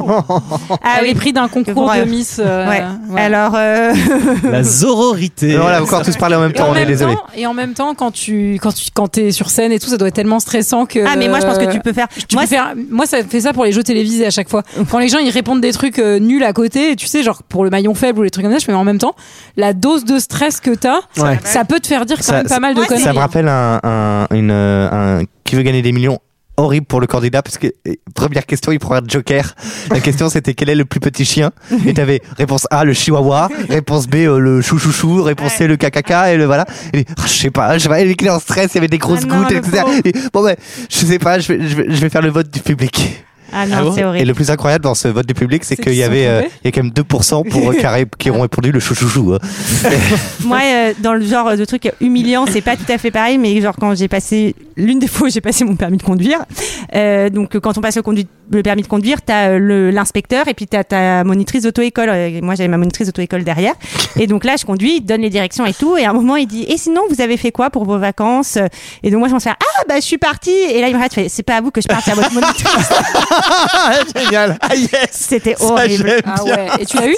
S1: Ah
S5: elle est prise d'un concours de
S1: Ouais.
S5: Miss. euh,
S1: Ouais.
S5: voilà.
S1: Alors Oh. euh,
S11: La zororité.
S12: Alors là, encore tous parler en même
S5: Et
S8: Oh,
S5: en
S12: temps, on est
S5: même
S12: désolé.
S5: temps- et en même temps, quand tu quand tu quand t'es sur scène et tout, ça doit être tellement stressant que. Euh,
S1: Ah, mais moi, je pense que tu peux faire-
S5: tu
S1: moi,
S5: peux faire- moi, ça fait ça pour les jeux télévisés à chaque fois. Quand les gens ils répondent des trucs euh, nuls à côté, et tu sais, genre pour le maillon faible ou les trucs comme ça, je fais mais en même temps, la dose de stress que t'as,
S12: Ouais.
S5: ça peut te faire dire quand même pas mal de conneries.
S12: ça me rappelle un, un- une, euh, un qui veut gagner des millions horrible pour le candidat parce que euh, première question il prend un joker la question c'était quel est le plus petit chien et t'avais réponse A le chihuahua réponse B euh, le chouchouchou réponse C le cacaca et le voilà et, ah, je sais pas je sais pas il est en stress il y avait des grosses
S1: Ah non,
S12: gouttes
S1: le
S12: etc
S1: pauvre.
S12: Et, bon ben je sais pas je vais, je vais, je vais faire le vote du public
S1: Ah non, Ah bon c'est horrible.
S8: Et le plus incroyable dans ce vote du public, c'est
S1: C'est
S8: qu'il
S1: qu'ils
S8: y
S1: sont
S8: avait euh,
S1: trompés.
S8: il y a quand même 2% pour euh, carré- qui ont répondu le chouchouchou. hein.
S1: Moi, euh, dans le genre de truc humiliant, c'est pas tout à fait pareil, mais genre quand j'ai passé l'une des fois où j'ai passé mon permis de conduire, euh, donc euh, quand on passe le, conduit- le permis de conduire, t'as euh, le- l'inspecteur et puis t'as ta monitrice d'auto-école. Euh, et Moi, j'avais ma monitrice d'auto-école derrière, et donc là, je conduis, il donne les directions et tout, et à un moment, il dit "Et sinon, vous avez fait quoi pour vos vacances Et donc moi, je pense faire "Ah bah, je suis partie." Et là, il me regarde, il fait "C'est pas à vous que je parte, c'est à votre monitrice."
S8: Génial.
S12: Ah,
S1: C'était
S5: Ça,
S1: Ah. horrible.
S5: j'aime Ah bien. ouais. Et tu l'as eu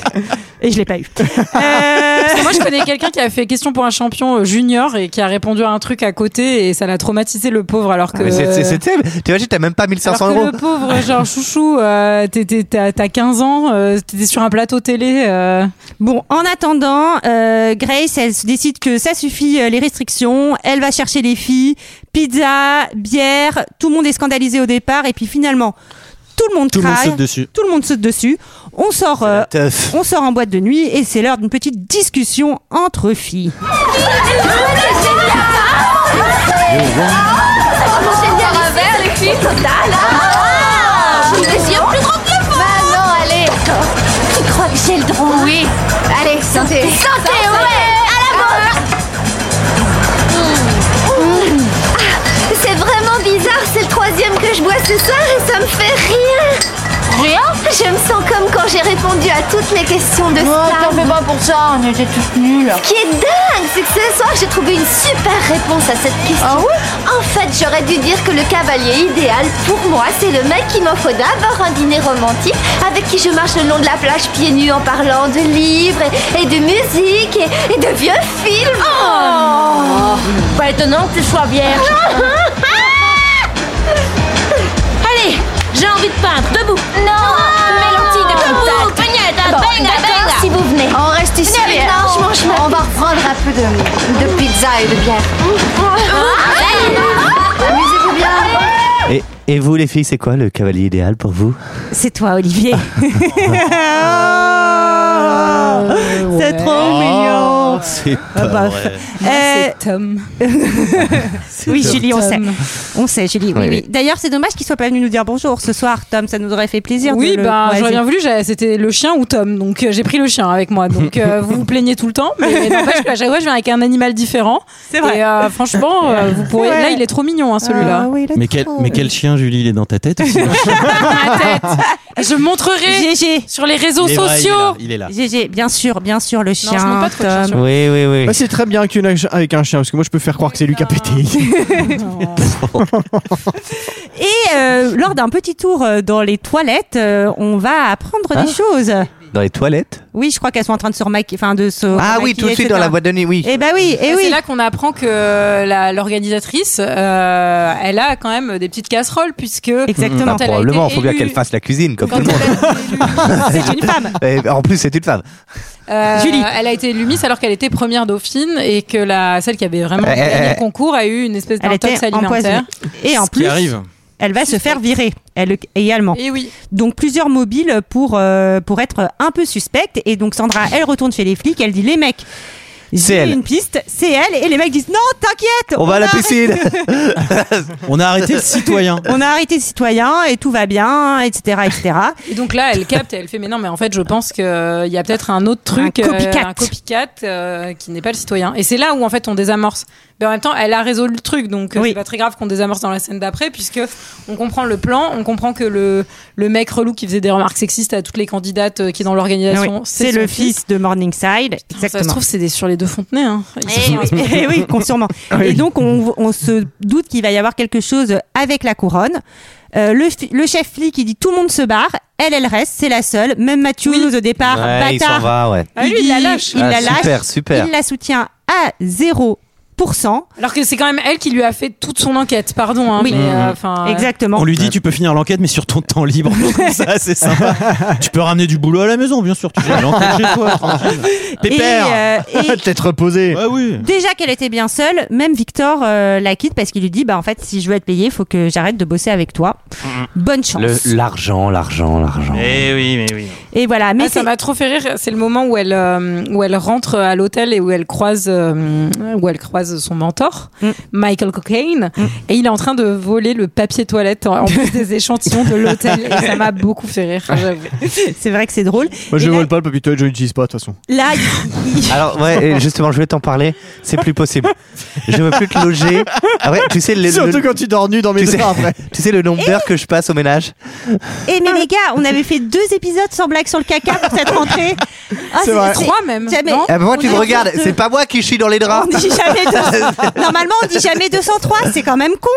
S1: Et je l'ai pas eu. Euh,
S5: Parce que moi, je connais quelqu'un qui a fait question pour un champion euh, junior et qui a répondu à un truc à côté et ça l'a traumatisé le pauvre alors que.
S8: Ah, Mais c'est- c'est- C'était, tu imagines, t'as même pas 1500
S5: alors que
S8: euros.
S5: le pauvre, genre chouchou, euh, t'es- t'es- t'as t'as 15 ans, euh, t'étais sur un plateau télé. euh,
S1: Bon, en attendant, euh, Grace, elle se décide que ça suffit euh, les restrictions. Elle va chercher les filles, pizza, bière. Tout le monde est scandalisé au départ et puis finalement, tout le monde
S11: Tout le monde
S1: craque.
S11: saute dessus.
S1: Tout le monde saute dessus. On sort, euh, on sort en boîte de nuit et c'est l'heure d'une petite discussion entre filles.
S10: Oh, hein. Ah. Je vous désire plus grand que le fond Bah non, allez Tu crois que j'ai le droit Oui Allez, santé Santé, Ah. ouais À la mort C'est vraiment bizarre, c'est le troisième que je bois ce soir et ça me fait rien Rien Je me sens comme quand j'ai répondu à toutes les questions de Star. t'en fais pas pour ça, on était toutes nulles. Ce qui est dingue, c'est que ce soir j'ai trouvé une super réponse à cette question.
S11: Ah
S10: En fait, j'aurais dû dire que le cavalier idéal pour moi, c'est le mec qui m'offre d'abord un dîner romantique, avec qui je marche le long de la plage pieds nus en parlant de livres et, et de musique et, et de vieux films. Pas étonnant que tu sois vierge. Allez, j'ai envie de peindre, debout. Non, Mélantine, debout.
S16: Bon, d'accord,
S10: si vous venez. On reste ici.
S16: Venez, venez.
S10: Non, je mange ma On va reprendre un peu de, de pizza et de bière. Amusez-vous bien.
S8: Et, et vous, les filles, c'est quoi le cavalier idéal pour vous
S1: C'est toi, Olivier. Ah,
S11: Ah,
S1: c'est trop mignon.
S8: C'est
S1: Ah bah, c'est
S5: Tom.
S1: oui,
S5: Tom.
S1: Julie, on sait.
S5: Tom.
S1: On sait, Julie. oui,
S5: Oui,
S1: oui.
S5: oui.
S1: D'ailleurs, c'est dommage qu'il soit pas venu nous dire bonjour ce soir, Tom. Ça nous aurait fait plaisir. de
S5: Oui,
S1: le
S5: ben j'aurais
S1: croiser.
S5: bien voulu. j'ai- C'était le chien ou Tom, donc euh, j'ai pris le chien avec moi. Donc euh, vous vous plaignez tout le temps, mais n'empêche que à chaque fois je viens avec un animal différent.
S1: C'est vrai.
S5: Et euh, franchement, euh, vous pourrez.
S1: Ouais.
S5: Là, il est trop mignon, hein,
S1: Ah
S5: celui-là.
S11: Mais quel, mais quel chien, Julie, il est dans ta tête aussi hein
S5: Ma tête. Je montrerai sur les réseaux
S11: Il est vrai, il est
S5: sociaux.
S11: là, il est là.
S1: GG, bien sûr, bien sûr, le chien.
S5: je monte pas trop de
S1: Tom.
S8: Oui, oui, oui.
S6: Bah, c'est très bien qu'il y en ait avec un chien, parce que moi je peux faire croire que c'est lui qui a pété.
S1: Et euh, lors d'un petit tour euh, dans les toilettes, euh, on va apprendre
S8: Hein
S1: des choses.
S8: Dans les toilettes
S1: Oui, je crois qu'elles sont en train de se remaquiller, enfin de se.
S8: Ah oui, tout de suite dans la boîte de nuit, oui.
S1: Eh ben oui, et
S5: Ah, C'est
S1: oui.
S5: là qu'on apprend que euh, la- l'organisatrice, euh, elle a quand même des petites casseroles puisque
S8: Bah,
S5: quand elle a
S8: probablement,
S5: été
S8: faut bien
S5: élue-
S8: qu'elle fasse la cuisine, comme
S5: Quand
S8: tout le monde.
S5: C'est une femme.
S8: Et en plus, c'est une femme.
S5: Euh,
S8: Julie.
S5: Elle a été élue Miss alors qu'elle était première dauphine et que la, celle qui avait vraiment
S8: Euh,
S5: gagné
S8: euh,
S5: le concours a eu une espèce
S1: Elle était
S5: d'intox alimentaire.
S1: empoisonnée. Et en
S5: Ce qui
S1: plus,
S5: arrive.
S1: elle va se faire virer, elle également.
S5: Et oui.
S1: Donc plusieurs mobiles pour euh, pour être un peu suspecte. Et donc Sandra, elle retourne chez les flics, elle dit les mecs.
S8: C'est
S1: J'ai
S8: elle.
S1: une piste, c'est elle. Et les mecs disent non, t'inquiète.
S8: On va à la
S1: a arrêté-
S8: piscine.
S11: On a arrêté le citoyen.
S1: On a arrêté le citoyen et tout va bien, etc., etc.
S5: Et donc là, elle capte et elle fait Mais non, mais en fait, je pense qu'il y a peut-être un autre truc,
S1: Un
S5: euh,
S1: copycat.
S5: un copycat, euh, qui n'est pas le citoyen. Et c'est là où en fait on désamorce. Mais en même temps, elle a résolu le truc, donc euh, c'est pas très grave qu'on désamorce dans la scène d'après, puisque on comprend le plan, on comprend que le, le mec relou qui faisait des remarques sexistes à toutes les candidates euh, qui est dans l'organisation,
S1: Oui, C'est
S5: son
S1: le fils de Morningside. Exactement.
S5: Ça se trouve, c'est des- sur les deux Fontenay. Hein. Ils se
S1: Eh
S5: sont
S1: oui,
S5: inspirés.
S1: eh oui, con- sûrement.
S8: Ah
S1: Et donc, on, on se doute qu'il va y avoir quelque chose avec la couronne. Euh, le, fi- le chef flic, il dit tout le monde se barre. Elle, elle reste, c'est la seule. Même Mathieu au départ, bâtard.
S8: Ouais, il s'en va, ouais.
S5: Ah, lui, il
S1: dit-
S5: la lâche.
S1: Il
S8: Ah,
S1: la lâche.
S8: super, super.
S1: Il la soutient à 0%.
S5: Alors que c'est quand même elle qui lui a fait toute son enquête, pardon. Hein,
S1: Oui.
S5: mais, euh,
S1: Mhm.
S5: enfin,
S1: Exactement.
S11: On lui dit tu peux finir l'enquête mais sur ton temps libre. Comme ça c'est sympa. tu peux ramener du boulot à la maison bien sûr. Tu fais l'enquête chez toi tranquille.
S1: Pépère. Et, euh, et-
S11: Peut-être reposé.
S6: Ah
S11: Ouais oui.
S1: Déjà qu'elle était bien seule, même Victor euh, la quitte parce qu'il lui dit bah en fait si je veux être payé, faut que j'arrête de bosser avec toi. Bonne chance.
S8: Le- L'argent, l'argent, l'argent.
S11: Eh oui, mais oui.
S1: Et voilà, mais
S5: Ah, ça m'a trop fait rire. C'est le moment où elle, euh, où elle rentre à l'hôtel et où elle croise, euh, où elle croise croise son mentor, Michael Cocaine, et il est en train de voler le papier toilette en, en plus des échantillons de l'hôtel. Et ça m'a beaucoup fait rire, j'avoue.
S1: C'est vrai que c'est drôle.
S6: Moi, je
S5: Et
S6: ne
S5: là-
S6: vole pas le papier toilette, je l'utilise pas de toute façon.
S1: Là,
S8: Alors, ouais, et justement, je vais t'en parler. C'est plus possible. Je veux plus te loger. Ah ouais, tu sais, le,
S6: Surtout
S8: quand
S6: tu dors nu dans mes
S8: tu sais,
S6: draps, après.
S8: Tu sais le nombre d'heures que je passe au ménage
S1: Eh mais les gars, on avait fait deux épisodes sans blague sur le caca pour cette rentrée. Ah,
S8: C'est vrai.
S5: Trois même.
S1: Jamais.
S8: Eh ben, Moi,
S1: On
S8: tu
S1: a
S8: me
S1: fait
S8: regardes.
S1: deux.
S8: C'est pas moi qui chie dans les draps.
S1: On dit jamais 200. Normalement, on dit jamais 203, c'est quand même con.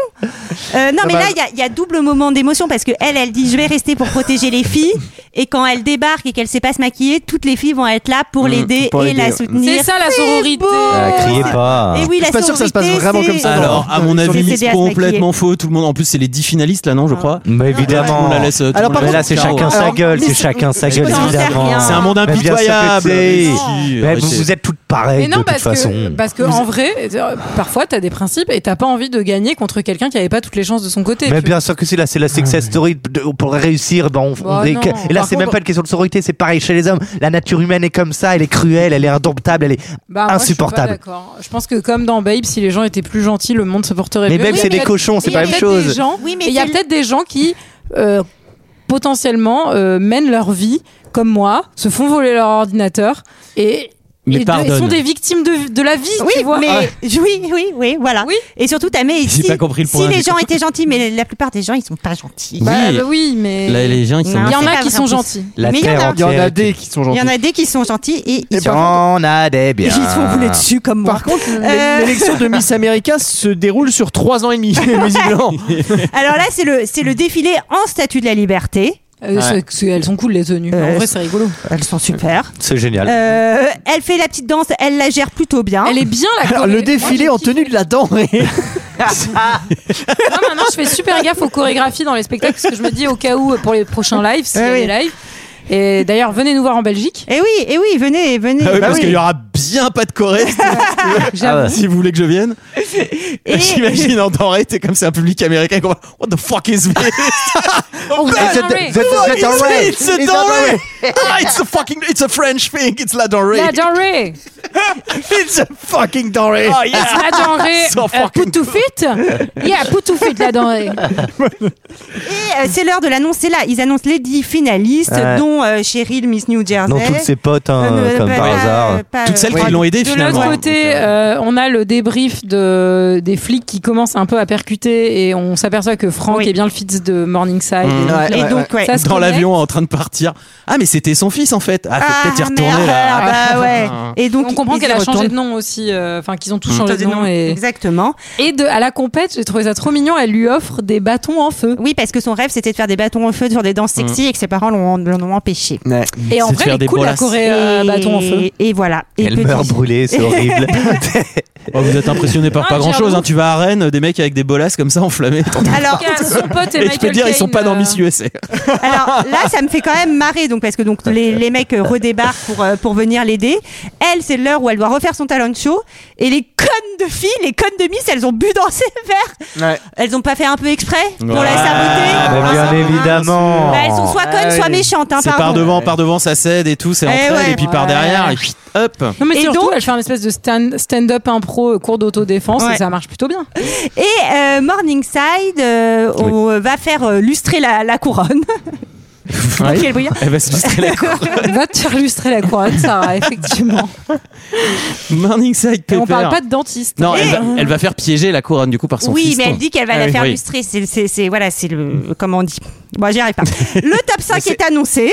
S1: Euh, non, mais là,
S8: Dommage.
S1: il y a- il y, a double moment d'émotion parce que elle, elle dit je vais rester pour protéger les filles. Et quand elle débarque et qu'elle sait pas se maquiller, toutes les filles vont être là pour
S8: Mm,
S1: l'aider
S8: pour
S1: et
S8: l'aider,
S1: la
S8: ouais.
S1: soutenir.
S5: C'est ça, la sororité.
S8: Ah, criez pas.
S1: Et oui, la
S6: pas sûr que ça se passe
S1: sororité,
S6: vraiment
S1: c'est-
S6: comme ça.
S11: Alors,
S6: dans-
S11: à mon
S6: dans-
S11: avis,
S6: sur
S11: Miss
S6: les CDS
S11: complètement
S6: maquillés.
S11: faux. Tout le monde, en plus, c'est les 10 finalistes là, non, je crois.
S8: Mais évidemment.
S11: On la laisse. euh, tout
S8: Alors,
S11: le
S8: par
S11: monde
S8: contre,
S11: laisse.
S8: c'est chacun sa gueule, c'est chacun sa gueule, évidemment.
S11: C'est un monde
S8: Mais bien sûr que
S11: impitoyable.
S8: c'est.
S11: Si, Bah,
S8: Mais
S11: arrêtez.
S8: vous, vous êtes toutes pareilles
S5: Mais non,
S8: de toute
S5: parce que, bah,
S8: façon.
S5: parce que en vrai, euh, parfois, t'as des principes et t'as pas envie de gagner contre quelqu'un qui avait pas toutes les chances de son côté.
S8: Mais
S5: tu vois.
S8: bien sûr que si là c'est la success story, de- on pourrait réussir. ben, on-
S5: Bah
S8: on est-
S5: non.
S8: et là
S5: Par
S8: c'est même
S5: contre-
S8: pas une question de sororité, c'est pareil chez les hommes. La nature humaine est comme ça, elle est cruelle, elle est indomptable, elle est
S5: Bah, moi, je suis pas
S8: insupportable.
S5: d'accord. je pense que comme dans Babe, si les gens étaient plus gentils, le monde se porterait
S8: Mais
S5: mieux.
S8: Babe, Oui, c'est mais- des cochons, c'est
S5: mais il y a
S8: pas la même
S5: peut-être des
S8: chose.
S5: gens-
S1: Oui, mais
S5: et il y a
S1: c'est-
S5: peut-être des gens qui euh, potentiellement euh, mènent leur vie comme moi, se font voler leur ordinateur et,
S11: Mais
S5: et de-
S11: pardonne.
S5: sont des victimes de, de la vie.
S1: Oui,
S5: tu vois.
S1: mais oui, oui, oui, voilà. Et surtout, t'as mais
S11: J'ai
S1: si,
S11: pas compris le
S1: si
S11: point,
S1: les
S11: du
S1: gens
S11: coup.
S1: étaient gentils, mais la plupart des gens, ils sont pas gentils.
S11: Oui. Bah, bah oui,
S5: mais
S11: Là, les gens, ils sont
S1: Non,
S5: Il y en
S1: c'est
S5: a
S1: pas
S5: qui
S1: vrai
S5: sont
S1: en plus.
S5: gentils.
S8: La
S1: Mais il y en
S8: terre
S1: a-
S8: entière.
S1: il y en a
S8: des
S6: qui sont
S1: Il y en a des qui sont gentils et
S8: Eh
S1: ils sont
S8: On a des biens.
S6: Ils se font rouler dessus
S1: comme
S6: Par contre,
S1: Euh.
S6: l'élection de Miss America se déroule sur 3 ans et demi, visiblement.
S1: Alors là, c'est le, c'est le défilé en statue de la liberté.
S5: Euh, c'est- c'est- elles sont cool les tenues.
S1: Euh,
S5: en vrai, c'est rigolo.
S1: Elles sont super.
S8: C'est génial.
S1: Euh, elle fait la petite danse, elle la gère plutôt bien.
S5: Elle est bien la
S6: Alors, le défilé en tenue de la denrée.
S5: Moi, maintenant, je fais super gaffe aux chorégraphies dans les spectacles parce que je me dis au cas où euh, pour les prochains lives, s'il y a
S1: Ah oui.
S5: des lives. Et d'ailleurs, venez nous voir en Belgique.
S1: Et Eh oui, et oui, venez, venez.
S11: Ah oui,
S5: Bah
S11: parce qu'il y aura bien pas de Corée Ah, si vous voulez que je vienne. J'imagine en denrée, t'es comme c'est un public américain qui va What the fuck is this?
S5: Oh,
S11: God.
S5: c'est- c'est-
S11: Fuck
S5: c'est
S11: is
S5: denrée.
S11: this? It's a
S5: It's a
S11: denrée!
S5: denrée.
S11: Ah, it's a fucking, it's a French thing, it's la denrée!
S5: La denrée.
S11: It's a fucking denrée!
S5: Ah, La denrée.
S11: So
S5: Euh, put to fit. Yeah, put to fit la denrée.
S1: Et, euh, c'est l'heure de l'annonce, c'est là. Ils annoncent les 10 finalistes,
S8: Ouais.
S1: dont euh, Cheryl, Miss New Jersey.
S8: Non, toutes ses potes, hein,
S1: Euh,
S8: comme
S1: pas-
S8: par
S1: pas-
S8: hasard.
S1: pas-
S11: Toutes celles qui l'ont aidé
S5: De
S11: finalement.
S5: l'autre côté, euh, on a le débrief de, des flics qui commencent un peu à percuter et on s'aperçoit que Franck est bien le fils de Morningside.
S11: Mmh. Ouais,
S5: Et
S11: ouais,
S5: donc,
S11: ouais.
S5: ça se
S11: dans
S5: connecte.
S11: l'avion en train de partir. Ah mais c'était son fils en fait. Ah faut
S5: Ah,
S11: peut-être y
S5: merde,
S11: retourner là.
S5: bah ouais.
S1: Ah, Et donc,
S5: on comprend
S1: ils y
S5: qu'elle a changé
S1: retournent.
S5: de nom aussi, euh, enfin qu'ils ont tous
S11: Mm.
S1: Mmh.
S5: changé de
S1: Changé de
S5: nom.
S1: nom,
S5: Et...
S1: Exactement.
S5: Et de, à la compète, j'ai trouvé ça trop mignon, elle lui offre des bâtons en feu.
S1: Oui, parce que son rêve, c'était de faire des bâtons en feu sur des danses sexy et que ses parents l'ont l'en ont empêché.
S5: Et en vrai, elle est cool la Corée euh, bâton en feu.
S1: Et voilà. Et
S8: Elle meurt brûlée, c'est horrible.
S11: Oh, vous êtes impressionné par
S5: Ah,
S11: pas grand chose.
S5: j'avoue.
S11: Tu vas à Rennes, des mecs avec des bolasses comme ça enflammés.
S1: Alors,
S5: son pote
S11: Et je peux dire ils sont pas dans
S5: euh,
S11: Miss USA.
S1: Alors là, ça me fait quand même marrer, donc parce que donc les, les mecs euh, redébarquent pour euh, pour venir l'aider. Elle, c'est l'heure où elle doit refaire son talent show et les connes de filles, les connes de Miss, elles ont bu dans ses verres.
S11: Ouais.
S1: Elles ont pas fait un peu exprès pour la
S8: Ah,
S1: saboter.
S8: bah, bien évidemment.
S1: Bah, elles sont soit connes,
S5: Ah
S1: soit méchantes. Hein,
S11: C'est par
S1: pardon.
S11: devant, par devant ça cède et tout, c'est
S1: Eh
S11: entre elles,
S1: ouais.
S11: et puis par
S1: Ouais.
S11: derrière et puis hop.
S5: Non mais
S1: Et
S5: surtout,
S1: donc-
S5: elle fait un espèce de stand- stand-up impro euh, cours d'autodéfense
S1: Ouais.
S5: et ça marche plutôt bien.
S1: Et euh, Morningside euh, on euh, va faire euh, lustrer la, la couronne.
S11: Ouais.
S1: Quel bruit.
S11: Elle va se lustrer ben, la cour.
S5: Va te faire lustrer la couronne, Sarah, effectivement.
S11: Morningside
S5: Et
S11: Pepper.
S5: on parle pas de Eh. dentiste.
S11: Non, elle va, elle va faire piéger la couronne du coup par son
S1: oui,
S11: fils.
S1: mais elle dit qu'elle va la faire lustrer. C'est, c'est, c'est- voilà, c'est le comment on dit. Moi, j'y arrive pas. Le top 5 est... annoncé.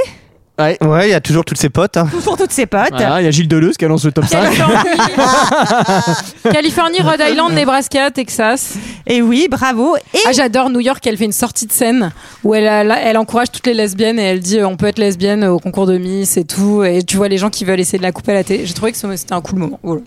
S8: Ouais, il y a toujours toutes ses potes. hein.
S1: Tout pour toutes ses potes.
S6: Voilà, il y a Gilles Deleuze qui annonce le top 5.
S5: Californie, Rhode Island, Nebraska, Texas.
S1: Et oui, bravo. Et
S5: Ah, j'adore New York, elle fait une sortie de scène où elle, a- elle encourage toutes les lesbiennes et elle dit euh, on peut être lesbienne au concours de Miss et tout. Et tu vois les gens qui veulent essayer de la couper à la télé. J'ai trouvé que ce- c'était un cool moment. Voilà.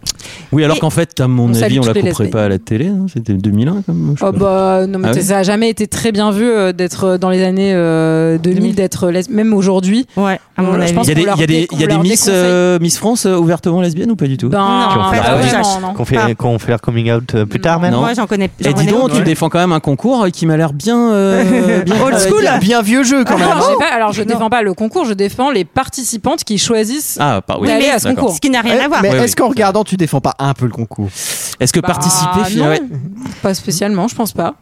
S11: Oui, alors
S5: Et-
S11: qu'en fait, à mon
S5: On salue
S11: avis, on la
S5: toutes les
S11: couperait
S5: lesbiennes.
S11: pas à la télé. hein, C'était 2001 comme. je sais
S5: Oh
S11: pas.
S5: bah non mais
S11: Ah
S5: t'as-
S11: oui
S5: ça a jamais été très bien vu euh, d'être euh, dans les années euh, 2000 d'être lesb- même aujourd'hui.
S1: Ouais, à mon avis.
S11: Il y a des, il y a des, il y a des Miss, euh, Miss France euh, ouvertement lesbiennes ou pas du tout Eh,
S5: Ben, Non,
S11: Qui ont
S5: pas
S11: fait leur-
S5: vraiment,
S11: Ah oui.
S5: non, non.
S8: Qu'on fait, qu'on fait leur coming out euh, plus tard, même.
S11: Non.
S1: Moi, j'en connais.
S11: Et dis donc, tu défends quand même un concours qui m'a l'air bien, euh, bien
S1: Old school.
S11: bien- bien vieux jeu quand même.
S5: Alors, j'ai pas- alors, Ah, je défends pas le concours, je défends les participantes qui choisissent
S11: Ah, pas oui.
S5: d'aller à ce
S11: D'accord.
S5: concours.
S1: Ce qui n'a rien à voir.
S6: Mais
S11: Oui,
S6: est-ce
S11: oui.
S6: qu'en regardant, tu défends pas un peu le concours
S17: Est-ce que
S5: Bah,
S17: participer
S5: non,
S17: finalement ouais.
S5: Ah, Pas spécialement, je pense pas.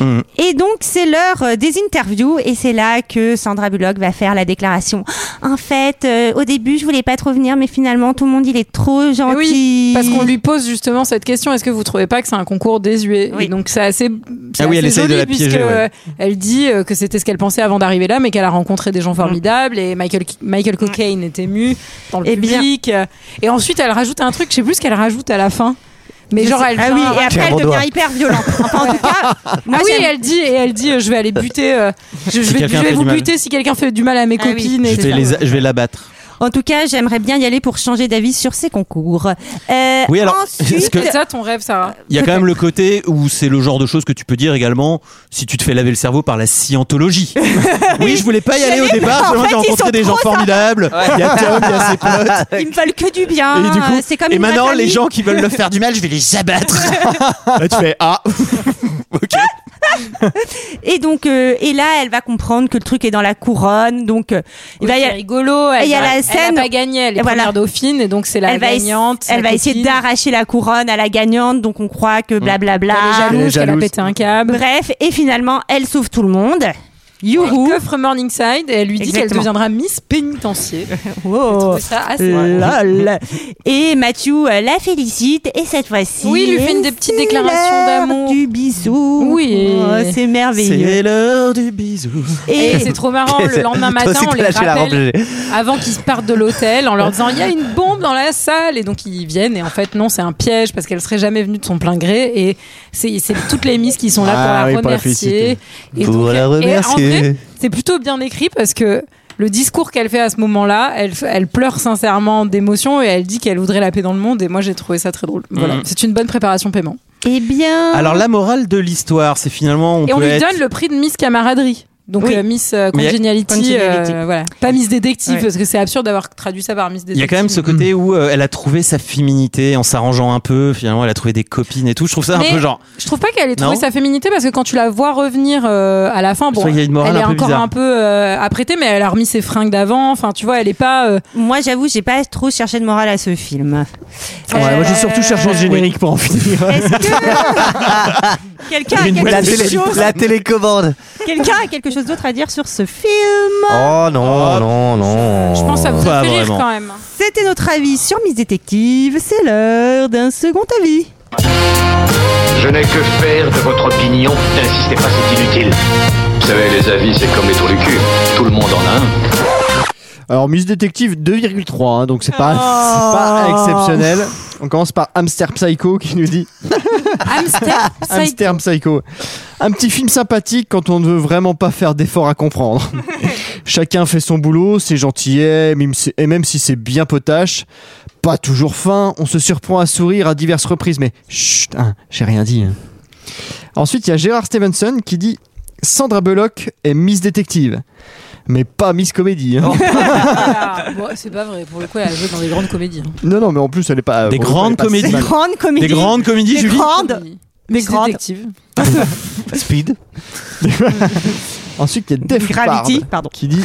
S17: Mm.
S1: Et donc, c'est l'heure euh, des interviews et c'est là que Sandra Bullock va faire la déclaration. En fait, euh, au début, je voulais pas trop venir, mais finalement, tout le monde, il est trop gentil.
S5: Oui, parce qu'on lui pose justement cette question est-ce que vous trouvez pas que c'est un concours désuet Et Donc c'est assez. c'est
S17: Ah oui, elle
S5: assez
S17: essaye de
S5: joli
S17: la
S5: puisque,
S17: piéger, ouais.
S5: euh, Elle dit euh, que c'était ce qu'elle pensait avant d'arriver là, mais qu'elle a rencontré
S1: Mm.
S5: des gens formidables et Michael, Michael Cocaine est ému dans le
S1: Eh bien.
S5: public. euh, Et ensuite, elle rajoute un truc, je sais plus ce qu'elle rajoute à la fin. Mais
S1: Je
S5: genre,
S1: sais-
S5: elle.
S1: ah
S5: fait
S1: oui,
S5: un-
S1: et après, elle devient hyper violente. Enfin, en tout cas, moi,
S5: ah oui,
S1: j'aime-
S5: elle dit, et elle dit, euh, je vais aller buter, euh, je, je
S17: Si
S5: vais,
S17: quelqu'un
S5: je vais
S17: fait
S5: vous
S17: du mal.
S5: buter si quelqu'un fait du mal à mes
S1: Ah oui.
S5: copines.
S17: je, vais
S5: etc.
S17: les a- je vais l'abattre.
S1: En tout cas, j'aimerais bien y aller pour changer d'avis sur ces concours. Euh,
S17: Oui, alors, est-ce
S1: ensuite,
S17: que- C'est
S5: ça ton rêve, Sarah
S17: Il y a quand même le côté où c'est le genre de choses que tu peux dire également si tu te fais laver le cerveau par la scientologie. oui, je voulais pas y aller au
S1: J'allais-
S17: départ,
S1: En
S17: seulement
S1: fait,
S17: j'ai
S1: ils sont
S17: rencontré des gens
S1: trop
S17: formidables. Il y a Tom, il y a ses potes.
S1: Ils me veulent que du bien.
S17: Et du coup,
S1: euh, c'est comme
S17: et
S1: une vraie
S17: maintenant, les
S1: famille.
S17: gens qui veulent leur faire du mal, je vais les abattre. Là, tu fais Ah,
S1: Et donc, euh, et là, elle va comprendre que le truc est dans la couronne. Donc, euh, il va y
S5: c'est
S1: a-
S5: rigolo.
S1: Et
S5: Elle,
S1: il y a
S5: va-
S1: la
S5: Elle
S1: scène.
S5: n'a pas gagné, elle est
S1: Voilà.
S5: première dauphine, et donc c'est la
S1: elle va ess-
S5: gagnante. sa
S1: elle va essayer
S5: copine.
S1: d'arracher la couronne à la gagnante. Donc, on croit que
S17: Mm.
S1: blablabla.
S5: Elle est jalouse, qu'elle a pété un câble.
S1: Bref, et finalement, elle sauve tout le monde. Youhou.
S5: Elle coffre Morningside et elle lui dit qu'elle
S1: Exactement.
S5: deviendra Miss Pénitencier. J'ai
S1: Oh,
S5: trouvé ça ah, assez
S1: lol. Et Mathieu euh, la félicite et cette fois-ci.
S5: Oui, il lui fait une des petites
S1: c'est
S5: déclarations
S1: l'heure
S5: d'amour.
S1: Du bisou.
S5: Oui.
S1: Oh, c'est merveilleux.
S17: c'est l'heure du bisou.
S1: Et-
S5: Et c'est trop marrant, le lendemain
S1: Toi aussi,
S5: matin, on
S1: t'as
S5: les
S1: lâché la
S5: rappelle
S1: robe,
S5: avant qu'ils partent de l'hôtel en leur disant il y a une bombe dans la salle. Et donc ils viennent et en fait, non, c'est un piège parce qu'elle serait jamais venue de son plein gré. Et c'est c'est toutes les misses qui sont là
S8: Ah oui,
S5: pour
S8: pour
S5: la
S8: la
S5: remercier.
S8: féliciter. Pour la
S5: et en
S8: remercier.
S5: vrai, c'est plutôt bien écrit parce que. Le discours qu'elle fait à ce moment-là, elle, elle pleure sincèrement d'émotion et elle dit qu'elle voudrait la paix dans le monde. Et moi, j'ai trouvé ça très drôle. Voilà,
S17: Mhm.
S5: c'est une bonne préparation paiement.
S1: Eh bien.
S17: Alors, la morale de l'histoire, c'est finalement. On
S5: et on
S17: peut
S5: lui
S17: être-
S5: donne le prix de Miss Camaraderie. Donc
S17: Oui.
S5: euh, Miss euh,
S17: Mais il y a-
S5: Congeniality,
S17: Congeniality.
S5: euh, voilà. Pas Miss Détective,
S17: Ouais.
S5: parce que c'est absurde d'avoir traduit ça par Miss
S17: Il y
S5: Détective.
S17: a quand même ce côté où euh, elle a trouvé sa féminité en s'arrangeant un peu. Finalement, elle a trouvé des copines et tout. Je trouve ça
S5: Mais
S17: un peu genre.
S5: Je trouve pas qu'elle ait trouvé
S17: Non
S5: sa féminité parce que quand tu la vois revenir euh, à la fin, bon,
S17: trouve qu'il y a une morale
S5: elle est
S17: un peu
S5: encore
S17: bizarre.
S5: un peu euh, apprêtée, mais elle a remis ses fringues d'avant. Enfin, tu vois, elle est pas. euh,
S1: Moi, j'avoue, j'ai pas trop cherché de morale à ce film.
S11: Ouais, moi, j'ai surtout cherché un générique pour en finir.
S1: Quelqu'un a,
S8: Une
S1: quelque
S8: la, télé-
S1: chose-
S8: la télécommande.
S1: quelqu'un a quelque chose d'autre à dire sur ce film
S8: Oh non, non, non.
S17: Oh,
S5: Je pense que ça vous a fait rire quand même.
S1: C'était notre avis sur Miss Détective. C'est l'heure d'un second avis.
S3: Je n'ai que faire de votre opinion. N'insistez pas, c'est inutile. Vous savez, les avis, c'est comme les trous du cul. Tout le monde en a un.
S11: Alors, Miss Détective 2,3, hein, donc c'est pas, c'est pas exceptionnel. On commence par Hamster Psycho qui nous dit
S5: Hamster Psycho.
S11: Hamster Psycho. Un petit film sympathique quand on ne veut vraiment pas faire d'efforts à comprendre. Chacun fait son boulot, c'est gentillet, même si- et même si c'est bien potache, pas toujours fin, on se surprend à sourire à diverses reprises, mais chut, hein, j'ai rien dit. hein. Ensuite, il y a Gérard Stevenson qui dit Sandra Bullock est Miss Détective, mais pas Miss Comédie.
S17: Oh.
S11: hein.
S5: Voilà. Bon, c'est pas vrai. Pour le coup, elle a joué dans des grandes comédies. hein.
S11: Non, non, mais en plus, elle est pas.
S17: Des
S11: pour le coup, elle est
S17: grandes
S11: pas
S17: comédies.
S11: si mal.
S17: Des grandes comédies. Des grandes comédies,
S1: Des
S17: Julie
S1: grandes. Des
S5: Miss
S1: grandes.
S5: Détective.
S11: Speed. Ensuite, il y a Def
S1: Gravity,
S11: Leppard qui dit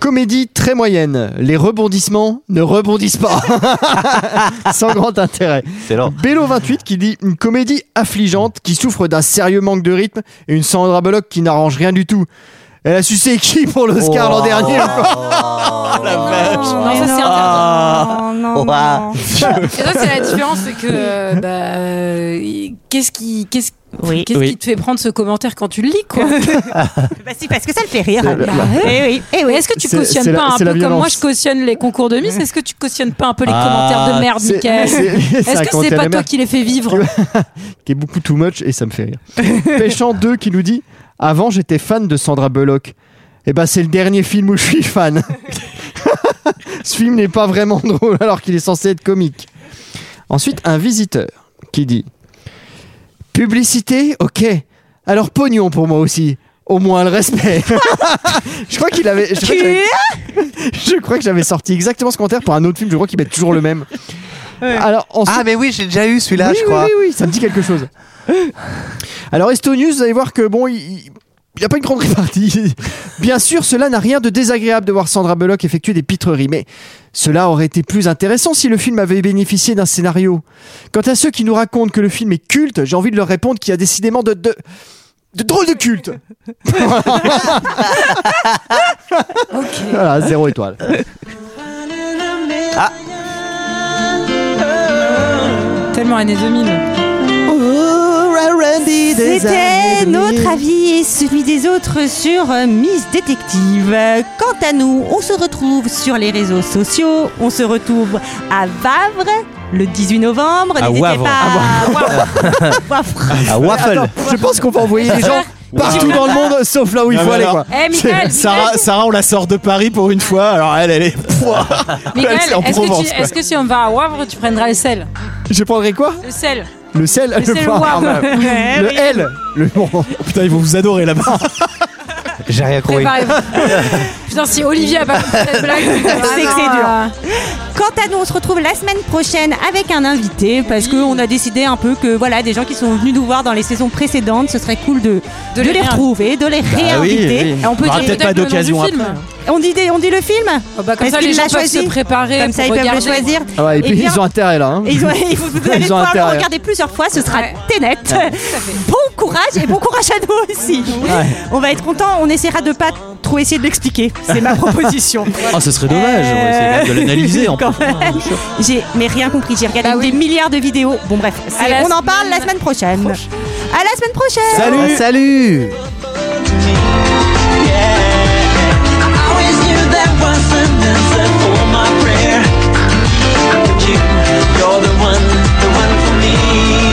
S11: Comédie très moyenne. Les rebondissements ne rebondissent pas. Sans grand intérêt. Bello28 qui dit Une comédie affligeante qui souffre d'un sérieux manque de rythme et une Sandra Bullock qui n'arrange rien du tout. Elle a sucé qui pour l'Oscar
S8: Oh.
S11: l'an dernier
S5: Ah. Non, ça c'est
S1: Oh,
S5: interdit.
S11: non,
S8: Ah,
S11: non.
S5: Et ça, c'est la différence, c'est que euh, bah, euh, qu'est-ce qui, qu'est-ce, qu'est-ce
S1: Oui.
S5: qui te fait prendre ce commentaire quand tu le lis, quoi
S1: Bah si, parce que ça le fait rire.
S5: Bah, eh oui, eh oui. Est-ce que tu
S1: C'est-
S5: cautionnes
S1: c'est
S5: pas
S1: la-
S5: un
S1: c'est
S5: peu
S1: la
S5: comme moi
S1: violence.
S5: je cautionne les concours de Miss Est-ce que tu cautionnes pas un peu les
S11: Ah,
S5: commentaires de merde,
S11: c'est-
S5: Mickaël
S11: c'est- c'est un
S5: Est-ce que c'est
S11: commentaire
S5: pas
S11: de
S5: toi
S11: merde.
S5: qui les fais vivre
S11: qui est beaucoup too much et ça me fait rire. Péchant 2 qui nous dit Avant j'étais fan de Sandra Bullock. Et ben c'est le dernier film où je suis fan. Ce film n'est pas vraiment drôle alors qu'il est censé être comique. Ensuite, un visiteur qui dit Publicité, ok. Alors pognon pour moi aussi. Au moins le respect. je crois qu'il avait. Je crois que j'avais- je crois que j'avais sorti exactement ce commentaire pour un autre film. Je crois qu'il met toujours le même. Alors, Ah,
S8: mais oui, j'ai déjà eu celui-là,
S11: Oui,
S8: je
S11: oui,
S8: crois.
S11: Oui, oui, ça me dit quelque chose. Alors, Estonius, vous allez voir que bon, il- il-
S6: Il n'y a pas une grande répartie. Bien sûr, cela n'a rien de désagréable de voir Sandra Bullock effectuer des pitreries, mais cela aurait été plus intéressant si le film avait bénéficié d'un scénario. Quant à ceux qui nous racontent que le film est culte, j'ai envie de leur répondre qu'il y a décidément de... de... De drôle de culte Voilà, zéro étoile.
S5: Ah Tellement années 2000.
S1: C'était notre avis et celui des autres sur euh, Miss Détective. Euh, Quant à nous, on se retrouve sur les réseaux sociaux. On se retrouve à Vavre le 18 novembre.
S11: À
S1: N'hésitez
S11: Wavre.
S1: pas à- Wavre.
S11: À Waffle.
S6: je pense qu'on va envoyer les gens partout dans le monde, sauf là où il
S11: Non,
S6: faut
S11: mais
S6: aller.
S11: alors,
S6: Quoi.
S5: Eh, Michael,
S11: c'est-
S5: Michael.
S11: Sarah, Sarah, on la sort de Paris pour une fois. Alors elle, elle est. Pouah. Elle,
S5: Miguel,
S11: c'est en
S5: est-ce que,
S11: Provence.
S5: tu-
S11: quoi.
S5: est-ce que si on va à Wavre, tu prendras le sel
S6: Je prendrai quoi
S5: Le sel.
S6: Le sel,
S5: Le sel
S6: le, pas-
S5: Wavre.
S6: Ah, bah,
S5: Eh
S6: le
S5: oui.
S6: L. Le... Oh, putain, ils vont vous adorer là-bas.
S8: J'ai rien compris.
S5: Préparez-vous. Putain, si Olivier a pas fait cette blague,
S1: C'est que c'est dur. Quant à nous, on se retrouve la semaine prochaine avec un invité parce qu'on a décidé un peu que voilà, des gens qui sont venus nous voir dans les saisons précédentes, ce serait cool de, de, les retrouver, de les
S11: Bah oui,
S1: réinviter.
S11: oui. On aura peut-être pas d'occasion après.
S1: On dit, des- on dit le film
S5: bah, comme
S1: Est-ce
S5: ça, les
S1: qu'il
S5: gens
S1: l'a
S5: peuvent
S1: choisi
S5: se préparer
S1: Comme ça,
S5: pour
S1: ils peuvent le
S5: regarder.
S1: choisir.
S6: Ah ouais, et puis,
S1: Eh bien,
S6: ils ont intérêt là. hein.
S1: ils ont- il faut- vous
S6: Ils
S1: allez
S6: ont
S1: pouvoir le
S6: intérêt.
S1: regarder plusieurs fois, ce sera Ténet. Bon courage et bon courage à nous aussi. On va être content, on essaiera de pas trop essayer de l'expliquer. C'est ma proposition.
S11: Oh, ce serait dommage.
S1: Euh,
S11: On va essayer quand même de l'analyser en
S1: quand
S11: profondeur,
S1: même. J'ai mais rien compris, j'ai regardé des milliards de vidéos. Bon bref, c'est-
S5: À la
S1: on en parle Bah la semaine prochaine. À la semaine prochaine.
S8: Salut Salut
S18: always knew there was an answer for my prayer. But you, you're the one, the one for me.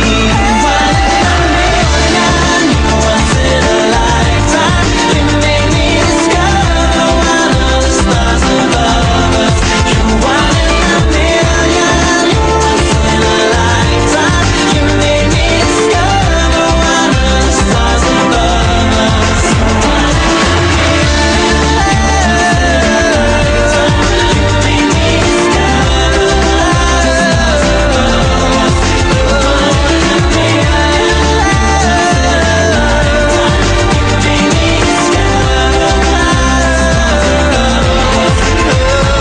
S18: What a man once in a lifetime. You made me discover one of the stars above us. You're one in a million, once in a lifetime. You made me discover one of the stars above us. One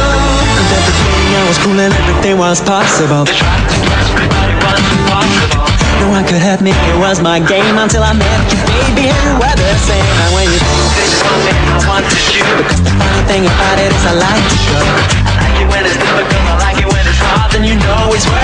S18: Everything I was cool and everything was possible. They tried to catch me, but it was impossible. No one could hurt me, it was my game until I met you, baby, and you were the same. And when you did something, I want to shoot. Because the funny thing about it is I like to show. I like it when it's difficult, I like it when it's hard, and you know it's right.